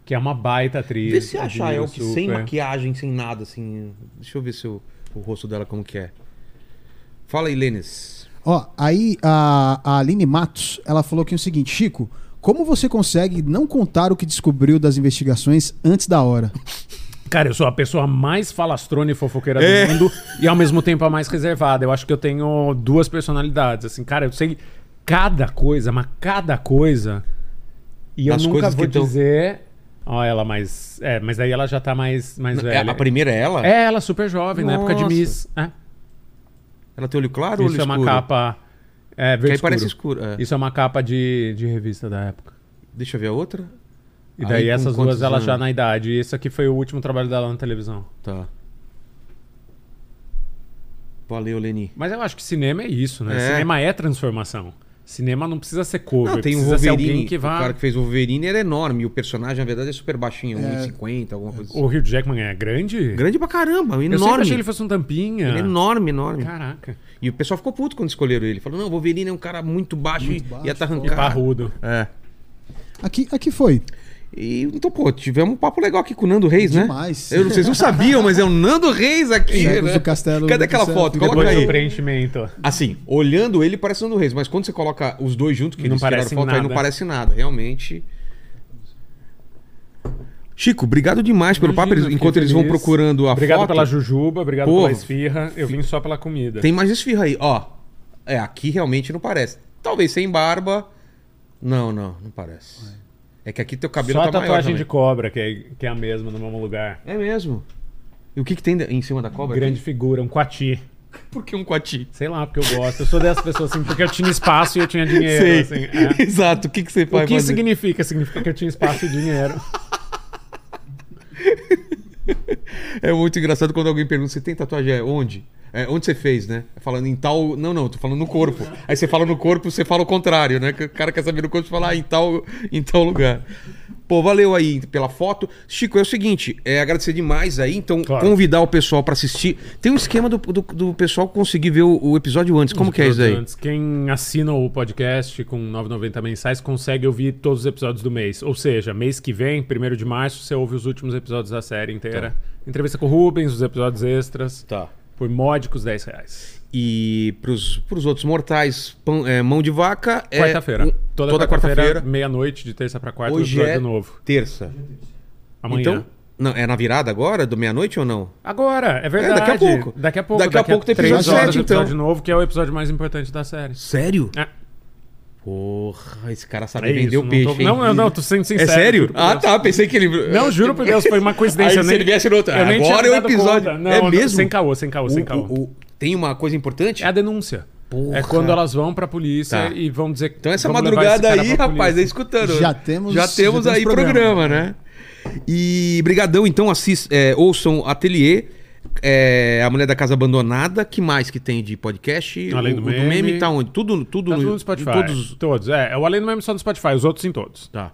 [SPEAKER 3] Que é uma baita atriz.
[SPEAKER 1] Vê se acha a El que
[SPEAKER 3] admiro
[SPEAKER 1] sem
[SPEAKER 3] super.
[SPEAKER 1] maquiagem, sem nada, assim. Deixa eu ver se o- o rosto dela como que é. Fala aí, Lênis.
[SPEAKER 2] Ó, aí a, a Aline Matos, ela falou aqui o seguinte, Chico, como você consegue não contar o que descobriu das investigações antes da hora?
[SPEAKER 3] Cara, eu sou a pessoa mais falastrona e fofoqueira
[SPEAKER 1] É.
[SPEAKER 3] do mundo e ao mesmo tempo a mais reservada. Eu acho que eu tenho duas personalidades. Assim, cara, eu sei cada coisa, mas cada coisa. E eu
[SPEAKER 1] As
[SPEAKER 3] nunca
[SPEAKER 1] coisas
[SPEAKER 3] vou
[SPEAKER 1] que tão-
[SPEAKER 3] dizer. Ó, ela mais. É, mas daí ela já tá mais, mais
[SPEAKER 1] É,
[SPEAKER 3] velha.
[SPEAKER 1] a primeira é ela?
[SPEAKER 3] É, ela super jovem, na época de
[SPEAKER 1] Nossa.
[SPEAKER 3] Miss. né?
[SPEAKER 1] Ela tem olho claro ou
[SPEAKER 3] Isso
[SPEAKER 1] olho
[SPEAKER 3] é uma
[SPEAKER 1] escuro?
[SPEAKER 3] capa. É,
[SPEAKER 1] Que
[SPEAKER 3] verde
[SPEAKER 1] aí parece
[SPEAKER 3] escuro.
[SPEAKER 1] escuro. é.
[SPEAKER 3] Isso é uma capa de, de revista da época.
[SPEAKER 1] Deixa eu ver a outra.
[SPEAKER 3] E
[SPEAKER 1] Aí,
[SPEAKER 3] daí
[SPEAKER 1] com
[SPEAKER 3] essas
[SPEAKER 1] quantos
[SPEAKER 3] duas ela já
[SPEAKER 1] anos?
[SPEAKER 3] na idade. E esse aqui foi o último trabalho dela na televisão.
[SPEAKER 1] Tá. Valeu, Leni.
[SPEAKER 3] Mas eu acho que cinema é isso, né?
[SPEAKER 1] É.
[SPEAKER 3] Cinema é transformação. Cinema não precisa ser cover,
[SPEAKER 1] Não, tem o
[SPEAKER 3] precisa ser alguém
[SPEAKER 1] Wolverine.
[SPEAKER 3] que vá...
[SPEAKER 1] O cara que fez o Wolverine era enorme. E o personagem, na verdade, é super baixinho. 1,50, alguma coisa assim.
[SPEAKER 3] O Hugh Jackman é grande?
[SPEAKER 1] Grande pra caramba.
[SPEAKER 3] Eu sempre
[SPEAKER 1] Enorme.
[SPEAKER 3] achei que ele fosse um tampinha.
[SPEAKER 1] Ele é enorme, enorme.
[SPEAKER 3] Caraca.
[SPEAKER 1] E o pessoal ficou puto quando escolheram ele. Falou, não, o Wolverine é um cara muito baixo, e- e
[SPEAKER 3] E
[SPEAKER 1] atarrancado.
[SPEAKER 3] parrudo.
[SPEAKER 1] É.
[SPEAKER 2] Aqui, aqui foi.
[SPEAKER 1] E, então, pô, tivemos um papo legal aqui com o Nando Reis, né?
[SPEAKER 2] Demais.
[SPEAKER 1] Eu, não- vocês não sabiam, mas é o Nando Reis aqui,
[SPEAKER 2] Jogos
[SPEAKER 1] né?
[SPEAKER 2] do Castelo
[SPEAKER 1] Cadê
[SPEAKER 2] do
[SPEAKER 1] aquela
[SPEAKER 2] Castelo,
[SPEAKER 1] foto?
[SPEAKER 2] depois
[SPEAKER 1] Coloca
[SPEAKER 3] Depois
[SPEAKER 1] aí.
[SPEAKER 3] do preenchimento.
[SPEAKER 1] Assim, olhando ele parece Nando Reis, mas quando você coloca os dois juntos, que
[SPEAKER 3] Não
[SPEAKER 1] eles tiraram
[SPEAKER 3] parece
[SPEAKER 1] foto, aí
[SPEAKER 3] nada.
[SPEAKER 1] não parece nada. Realmente. Chico, obrigado demais pelo
[SPEAKER 3] Imagina,
[SPEAKER 1] papo. Eles-
[SPEAKER 3] fiquei
[SPEAKER 1] enquanto eles vão
[SPEAKER 3] feliz.
[SPEAKER 1] procurando a
[SPEAKER 3] Obrigado
[SPEAKER 1] foto.
[SPEAKER 3] pela jujuba, obrigado
[SPEAKER 1] Porra.
[SPEAKER 3] pela esfirra. Eu vim só pela comida.
[SPEAKER 1] Tem mais esfirra aí, ó. É, aqui realmente não parece. Talvez sem barba. Não, não, não parece. É que aqui teu cabelo
[SPEAKER 3] só a
[SPEAKER 1] tá maior
[SPEAKER 3] tatuagem
[SPEAKER 1] também.
[SPEAKER 3] de cobra, que é, que é a mesma no mesmo lugar.
[SPEAKER 1] É mesmo. E o que que tem de- em cima da cobra?
[SPEAKER 3] Grande figura, um coati.
[SPEAKER 1] Por que um coati?
[SPEAKER 3] Sei lá, porque eu gosto. Eu sou dessas pessoas assim, porque eu tinha espaço e eu tinha dinheiro.
[SPEAKER 1] Sei.
[SPEAKER 3] assim, é.
[SPEAKER 1] Exato. O que que você
[SPEAKER 3] O
[SPEAKER 1] faz?
[SPEAKER 3] que significa? Significa que eu tinha espaço e dinheiro.
[SPEAKER 1] É muito engraçado quando alguém pergunta: você tem tatuagem É, onde? É, onde você fez, né? Falando em tal. Não, não, tô falando no corpo. Aí você fala no corpo, você fala o contrário, né? Que O cara quer saber no corpo e fala ah, em, tal, em tal lugar. Pô, valeu aí pela foto. Chico, é o seguinte, é agradecer demais aí, então
[SPEAKER 3] Claro.
[SPEAKER 1] convidar o pessoal pra assistir. Tem um esquema do, do, do pessoal conseguir ver o, o episódio antes. Como que é isso aí?
[SPEAKER 3] Antes, Quem assina o podcast com 9,90 mensais consegue ouvir todos os episódios do mês. Ou seja, mês que vem, 1 de março, você ouve os últimos episódios da série inteira. Entrevista com o Rubens, os episódios extras.
[SPEAKER 1] Tá.
[SPEAKER 3] Por módicos 10 reais.
[SPEAKER 1] E pros, pros outros mortais, pão- é, mão de vaca é.
[SPEAKER 3] Quarta-feira.
[SPEAKER 1] um-
[SPEAKER 3] toda quarta-feira, meia-noite, de terça pra quarta,
[SPEAKER 1] Hoje
[SPEAKER 3] episódio
[SPEAKER 1] é
[SPEAKER 3] novo.
[SPEAKER 1] terça.
[SPEAKER 3] Amanhã.
[SPEAKER 1] Então, não, é na virada agora, do meia-noite ou não?
[SPEAKER 3] Agora, é verdade.
[SPEAKER 1] daqui a pouco.
[SPEAKER 3] Daqui a pouco.
[SPEAKER 1] Daqui a pouco tem
[SPEAKER 3] três
[SPEAKER 2] episódio
[SPEAKER 3] horas,
[SPEAKER 1] sete, então.
[SPEAKER 3] episódio novo, que é o episódio mais importante da série.
[SPEAKER 1] Sério?
[SPEAKER 3] É.
[SPEAKER 1] Porra, esse cara sabe
[SPEAKER 3] É
[SPEAKER 1] vender
[SPEAKER 3] isso,
[SPEAKER 1] o peixe,
[SPEAKER 3] não, tô...
[SPEAKER 1] hein?
[SPEAKER 3] não, eu não, tô sendo
[SPEAKER 1] É
[SPEAKER 3] sincero.
[SPEAKER 1] sério?
[SPEAKER 3] juro por
[SPEAKER 1] Ah,
[SPEAKER 3] Deus.
[SPEAKER 1] tá, pensei que ele...
[SPEAKER 3] Não, juro por Deus, foi uma
[SPEAKER 1] Aí
[SPEAKER 3] coincidência.
[SPEAKER 1] se ele viesse no outro...
[SPEAKER 3] eu nem
[SPEAKER 1] Agora
[SPEAKER 3] tinha
[SPEAKER 1] é o
[SPEAKER 3] dado
[SPEAKER 1] episódio.
[SPEAKER 3] conta. Não,
[SPEAKER 1] é
[SPEAKER 3] não,
[SPEAKER 1] mesmo?
[SPEAKER 3] Sem caô, sem caô, sem
[SPEAKER 1] O-
[SPEAKER 3] caô.
[SPEAKER 1] o- o- Tem uma coisa importante?
[SPEAKER 3] É a denúncia.
[SPEAKER 1] Porra.
[SPEAKER 3] É quando elas vão pra polícia
[SPEAKER 1] Tá.
[SPEAKER 3] e vão dizer que.
[SPEAKER 1] Então essa
[SPEAKER 3] vamos levar esse
[SPEAKER 1] madrugada
[SPEAKER 3] cara
[SPEAKER 1] aí,
[SPEAKER 3] pra
[SPEAKER 1] rapaz,
[SPEAKER 3] polícia.
[SPEAKER 1] aí escutando.
[SPEAKER 2] Já temos-
[SPEAKER 1] já
[SPEAKER 2] já
[SPEAKER 1] temos
[SPEAKER 2] temos
[SPEAKER 1] aí programa,
[SPEAKER 2] programa.
[SPEAKER 1] né? E brigadão, então assis, é, ouçam Ateliê, é, A Mulher da Casa Abandonada, que mais que tem de podcast?
[SPEAKER 3] Além
[SPEAKER 1] O-
[SPEAKER 3] do
[SPEAKER 1] o
[SPEAKER 3] meme.
[SPEAKER 1] tá onde? Tudo, tudo,
[SPEAKER 3] Tá tudo no Spotify. Todos.
[SPEAKER 1] Todos
[SPEAKER 3] Todos. É, é o Além do Meme só no Spotify, os outros em todos.
[SPEAKER 1] tá.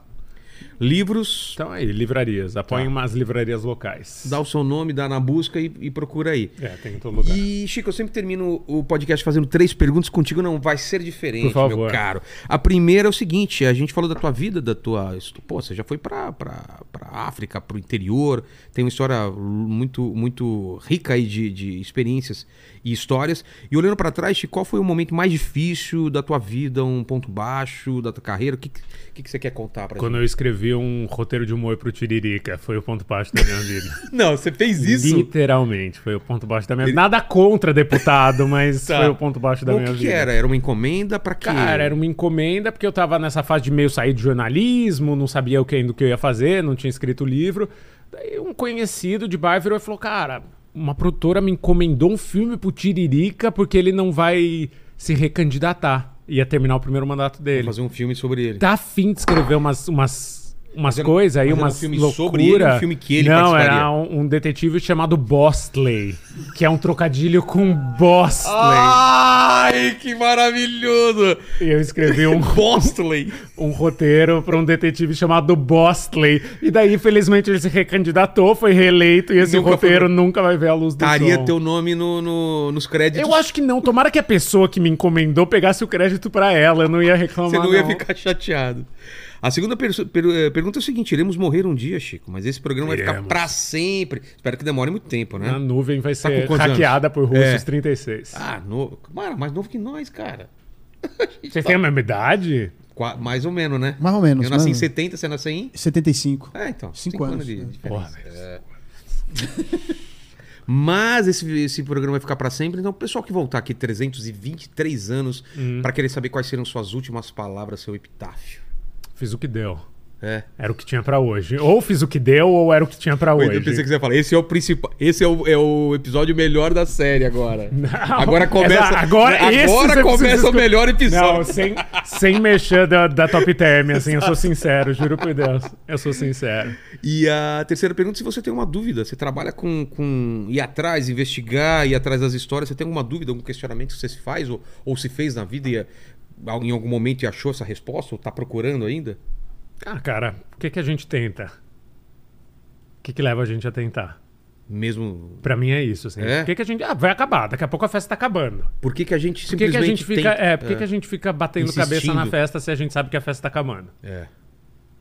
[SPEAKER 1] Livros,
[SPEAKER 3] Então aí, livrarias. Apoiem umas livrarias locais.
[SPEAKER 1] Tá. dá um o seu nome, dá na busca e, e procura aí.
[SPEAKER 3] É, tem em todo lugar.
[SPEAKER 1] E, Chico, eu sempre termino o podcast fazendo três perguntas. Contigo não vai ser diferente,
[SPEAKER 3] Por favor.
[SPEAKER 1] meu caro. A primeira é o seguinte: a gente falou da tua vida, da tua. Pô, você já foi pra, pra, pra África, pro interior. Tem uma história muito, muito rica aí de, de experiências e histórias. E olhando pra trás, Chico, qual foi o momento mais difícil da tua vida? Um ponto baixo da tua carreira? O que, que, o que que você quer contar pra
[SPEAKER 3] Quando eu escrevi um roteiro de humor pro Tiririca, foi o ponto baixo da minha vida.
[SPEAKER 1] gente? Não, você fez
[SPEAKER 3] Literalmente, foi o ponto baixo da minha vida. Nada contra deputado, mas
[SPEAKER 1] Tá.
[SPEAKER 3] foi o ponto baixo da
[SPEAKER 1] o
[SPEAKER 3] minha
[SPEAKER 1] que, é? que
[SPEAKER 3] vida.
[SPEAKER 1] era? Era uma encomenda pra quê?
[SPEAKER 3] Cara, era uma encomenda, porque eu tava nessa fase de meio sair de jornalismo, não sabia o que ainda o que eu ia fazer, não tinha escrito o livro. Daí um conhecido de bar virou e falou: Cara, uma produtora me encomendou um filme pro Tiririca porque ele não vai se recandidatar. Ia terminar o primeiro mandato dele.
[SPEAKER 1] fazer um filme sobre ele.
[SPEAKER 3] Tá afim de escrever umas. umas... Umas
[SPEAKER 1] Mas era-
[SPEAKER 3] coisas aí,
[SPEAKER 1] mas era um
[SPEAKER 3] umas
[SPEAKER 1] filme
[SPEAKER 3] loucura.
[SPEAKER 1] sobre ele, um filme que ele
[SPEAKER 3] Não,
[SPEAKER 1] participaria?
[SPEAKER 3] era um, um detetive chamado Bostley, que é um trocadilho com Bostley.
[SPEAKER 1] Ah. Ai, que maravilhoso!
[SPEAKER 3] E eu escrevi um
[SPEAKER 1] Bostley!
[SPEAKER 3] um roteiro para um detetive chamado Bostley. E daí, felizmente, ele se recandidatou, foi reeleito e esse
[SPEAKER 1] Nunca
[SPEAKER 3] roteiro
[SPEAKER 1] foi-
[SPEAKER 3] nunca vai ver a luz do
[SPEAKER 1] Estaria
[SPEAKER 3] sol.
[SPEAKER 1] teu nome no, no- nos créditos.
[SPEAKER 3] Eu acho que não. Tomara que a pessoa que me encomendou pegasse o crédito para ela. Eu não ia reclamar,
[SPEAKER 1] você não ia ficar chateado. A segunda perso- per- eh, pergunta é o seguinte: iremos morrer um dia, Chico, mas esse programa vai ficar
[SPEAKER 3] Iremos.
[SPEAKER 1] pra sempre. Espero que demore muito tempo, né?
[SPEAKER 3] A nuvem vai
[SPEAKER 1] Tá com
[SPEAKER 3] ser
[SPEAKER 1] quantos
[SPEAKER 3] hackeada por russos
[SPEAKER 1] É.
[SPEAKER 3] 36.
[SPEAKER 1] Ah, novo. Cara, mais novo que nós, cara.
[SPEAKER 3] Você
[SPEAKER 1] tá.
[SPEAKER 3] tem a mesma idade?
[SPEAKER 1] Qua- Mais ou menos, né?
[SPEAKER 2] Mais ou menos,
[SPEAKER 1] Eu nasci em
[SPEAKER 2] mais ou
[SPEAKER 1] 70, você nasceu em?
[SPEAKER 2] 75.
[SPEAKER 1] É, então.
[SPEAKER 2] Cinco
[SPEAKER 1] cinco
[SPEAKER 2] anos, né?
[SPEAKER 1] de
[SPEAKER 3] Porra,
[SPEAKER 1] diferença. É.
[SPEAKER 3] velho.
[SPEAKER 1] Mas esse, esse programa vai ficar pra sempre, então o pessoal que voltar aqui 323 anos
[SPEAKER 3] Hum.
[SPEAKER 1] pra querer saber quais serão suas últimas palavras, seu epitáfio.
[SPEAKER 3] Fiz o que deu.
[SPEAKER 1] É.
[SPEAKER 3] Era o que tinha pra hoje. Ou fiz o que deu, ou era o que tinha pra
[SPEAKER 1] Eu
[SPEAKER 3] hoje.
[SPEAKER 1] pensei que você ia falar, esse é o principal, esse é o, é o episódio melhor da série agora. Agora começa,
[SPEAKER 3] Essa- agora esse
[SPEAKER 1] agora
[SPEAKER 3] você
[SPEAKER 1] começa
[SPEAKER 3] precisa
[SPEAKER 1] o melhor
[SPEAKER 3] Não,
[SPEAKER 1] episódio.
[SPEAKER 3] sem, sem mexer da, da top term, assim, eu sou sincero, juro por Deus. Eu sou sincero.
[SPEAKER 1] E a terceira pergunta, se você tem uma dúvida, você trabalha com, com ir atrás, investigar, ir atrás das histórias, você tem alguma dúvida, algum questionamento que você se faz ou, ou se fez na vida e eh, em algum momento e achou essa resposta ou tá procurando ainda?
[SPEAKER 3] Ah, cara, o que, que a gente tenta? O que, que leva a gente a tentar?
[SPEAKER 1] Mesmo
[SPEAKER 3] Pra mim é isso, assim.
[SPEAKER 1] É?
[SPEAKER 3] O que, que a gente. Ah, vai acabar, daqui a pouco a festa tá acabando.
[SPEAKER 1] Por que, que a gente
[SPEAKER 3] Por que,
[SPEAKER 1] simplesmente
[SPEAKER 3] que a gente fica.
[SPEAKER 1] tem-
[SPEAKER 3] É, por que, que a gente fica batendo cabeça
[SPEAKER 1] Insistindo.
[SPEAKER 3] na festa se a gente sabe que a festa tá acabando?
[SPEAKER 1] É.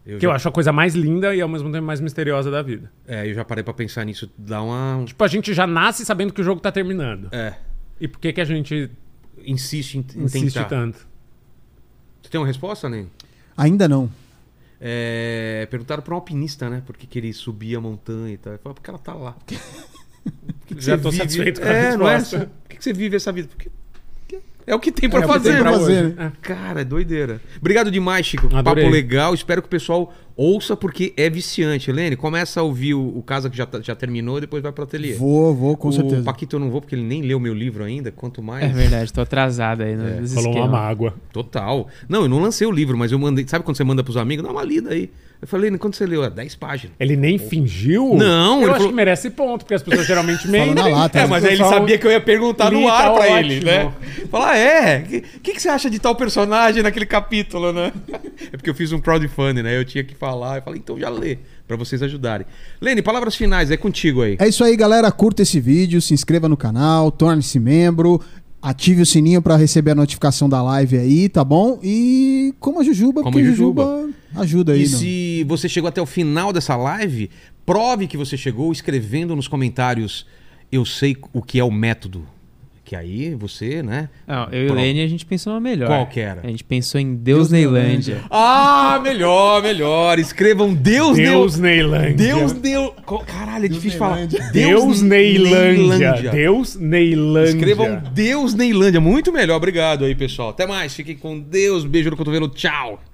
[SPEAKER 1] Eu
[SPEAKER 3] Que
[SPEAKER 1] já,
[SPEAKER 3] eu acho a coisa mais linda e ao mesmo tempo mais misteriosa da vida.
[SPEAKER 1] é, eu já parei pra pensar nisso, dá uma... um-
[SPEAKER 3] Tipo, a gente já nasce sabendo que o jogo tá terminando.
[SPEAKER 1] É,
[SPEAKER 3] E por que, que a gente
[SPEAKER 1] insiste em, em
[SPEAKER 3] insiste
[SPEAKER 1] tentar.
[SPEAKER 3] tanto?
[SPEAKER 1] Tu tem uma resposta, Nen?
[SPEAKER 2] Ainda não.
[SPEAKER 1] É, perguntaram pra um alpinista, né? Por que, que ele subia a montanha e tal. Ele falou, porque ela tá lá. Por que que
[SPEAKER 3] Já
[SPEAKER 1] você
[SPEAKER 3] tô
[SPEAKER 1] vive-
[SPEAKER 3] satisfeito com a
[SPEAKER 1] é, não é?
[SPEAKER 3] resposta.
[SPEAKER 1] Por que, que você vive essa vida? Porque é o que tem pra
[SPEAKER 3] É o que
[SPEAKER 1] fazer.
[SPEAKER 3] tem pra
[SPEAKER 1] né?
[SPEAKER 2] fazer,
[SPEAKER 3] hoje.
[SPEAKER 1] Cara, é doideira. Obrigado demais, Chico.
[SPEAKER 3] Adorei.
[SPEAKER 1] Papo legal. Espero que o pessoal Ouça porque é viciante. Helene, começa a ouvir o, o Casa que já, tá- já terminou e depois vai pro ateliê.
[SPEAKER 2] Vou, vou, com
[SPEAKER 1] o
[SPEAKER 2] certeza.
[SPEAKER 1] Paquito eu não vou porque ele nem leu meu livro ainda, quanto mais.
[SPEAKER 4] É verdade, tô atrasado aí.
[SPEAKER 1] É,
[SPEAKER 4] nos
[SPEAKER 3] Falou uma
[SPEAKER 4] esquemas.
[SPEAKER 3] mágoa.
[SPEAKER 1] Total. Não, eu não lancei o livro, mas eu mandei. Sabe quando você manda pros amigos? Dá uma lida aí. Eu falei, Helene, quando você leu? É 10 páginas.
[SPEAKER 3] Ele nem fingiu?
[SPEAKER 1] Não,
[SPEAKER 3] eu
[SPEAKER 1] ele
[SPEAKER 3] acho
[SPEAKER 1] falou-
[SPEAKER 3] que merece ponto, porque as pessoas geralmente
[SPEAKER 2] Falou
[SPEAKER 3] mentem.
[SPEAKER 2] na lata,
[SPEAKER 1] É,
[SPEAKER 2] né?
[SPEAKER 1] mas aí ele
[SPEAKER 3] Pessoal,
[SPEAKER 1] sabia que eu ia perguntar no
[SPEAKER 3] li,
[SPEAKER 1] ar
[SPEAKER 3] tá
[SPEAKER 1] pra
[SPEAKER 3] ótimo.
[SPEAKER 1] ele, né? Falar, ah, é, o que, que, que você acha de tal personagem naquele capítulo, né? É porque eu fiz um crowdfunding, né? Eu tinha que falar, eu falei, então já lê, pra vocês ajudarem. Lene, palavras finais, é contigo aí.
[SPEAKER 2] É isso aí, galera. Curta esse vídeo, se inscreva no canal, torne-se membro, ative o sininho pra receber a notificação da live aí, tá bom? E coma jujuba,
[SPEAKER 1] Coma
[SPEAKER 2] porque
[SPEAKER 1] jujuba.
[SPEAKER 2] jujuba. ajuda É aí.
[SPEAKER 1] E
[SPEAKER 2] não.
[SPEAKER 1] se você chegou até o final dessa live, prove que você chegou escrevendo nos comentários, eu sei o que é o método. Que aí você, né?
[SPEAKER 4] Não, eu e o
[SPEAKER 1] Pronto.
[SPEAKER 4] Lene a gente pensou uma melhor.
[SPEAKER 1] Qual que era?
[SPEAKER 4] A gente pensou em Deus, Neilândia.
[SPEAKER 1] Ah, melhor, melhor. Escrevam Deus,
[SPEAKER 3] Deus
[SPEAKER 1] Deus.
[SPEAKER 3] Neilândia.
[SPEAKER 1] Deus, Deus. Co- Caralho, é difícil falar.
[SPEAKER 2] Neilândia.
[SPEAKER 3] Deus Neilândia.
[SPEAKER 1] Neilândia. um
[SPEAKER 3] Deus Neilândia.
[SPEAKER 1] Escrevam Deus Neilândia. Muito melhor. Obrigado aí, pessoal. Até mais. Fiquem com Deus. Beijo no cotovelo. Tchau.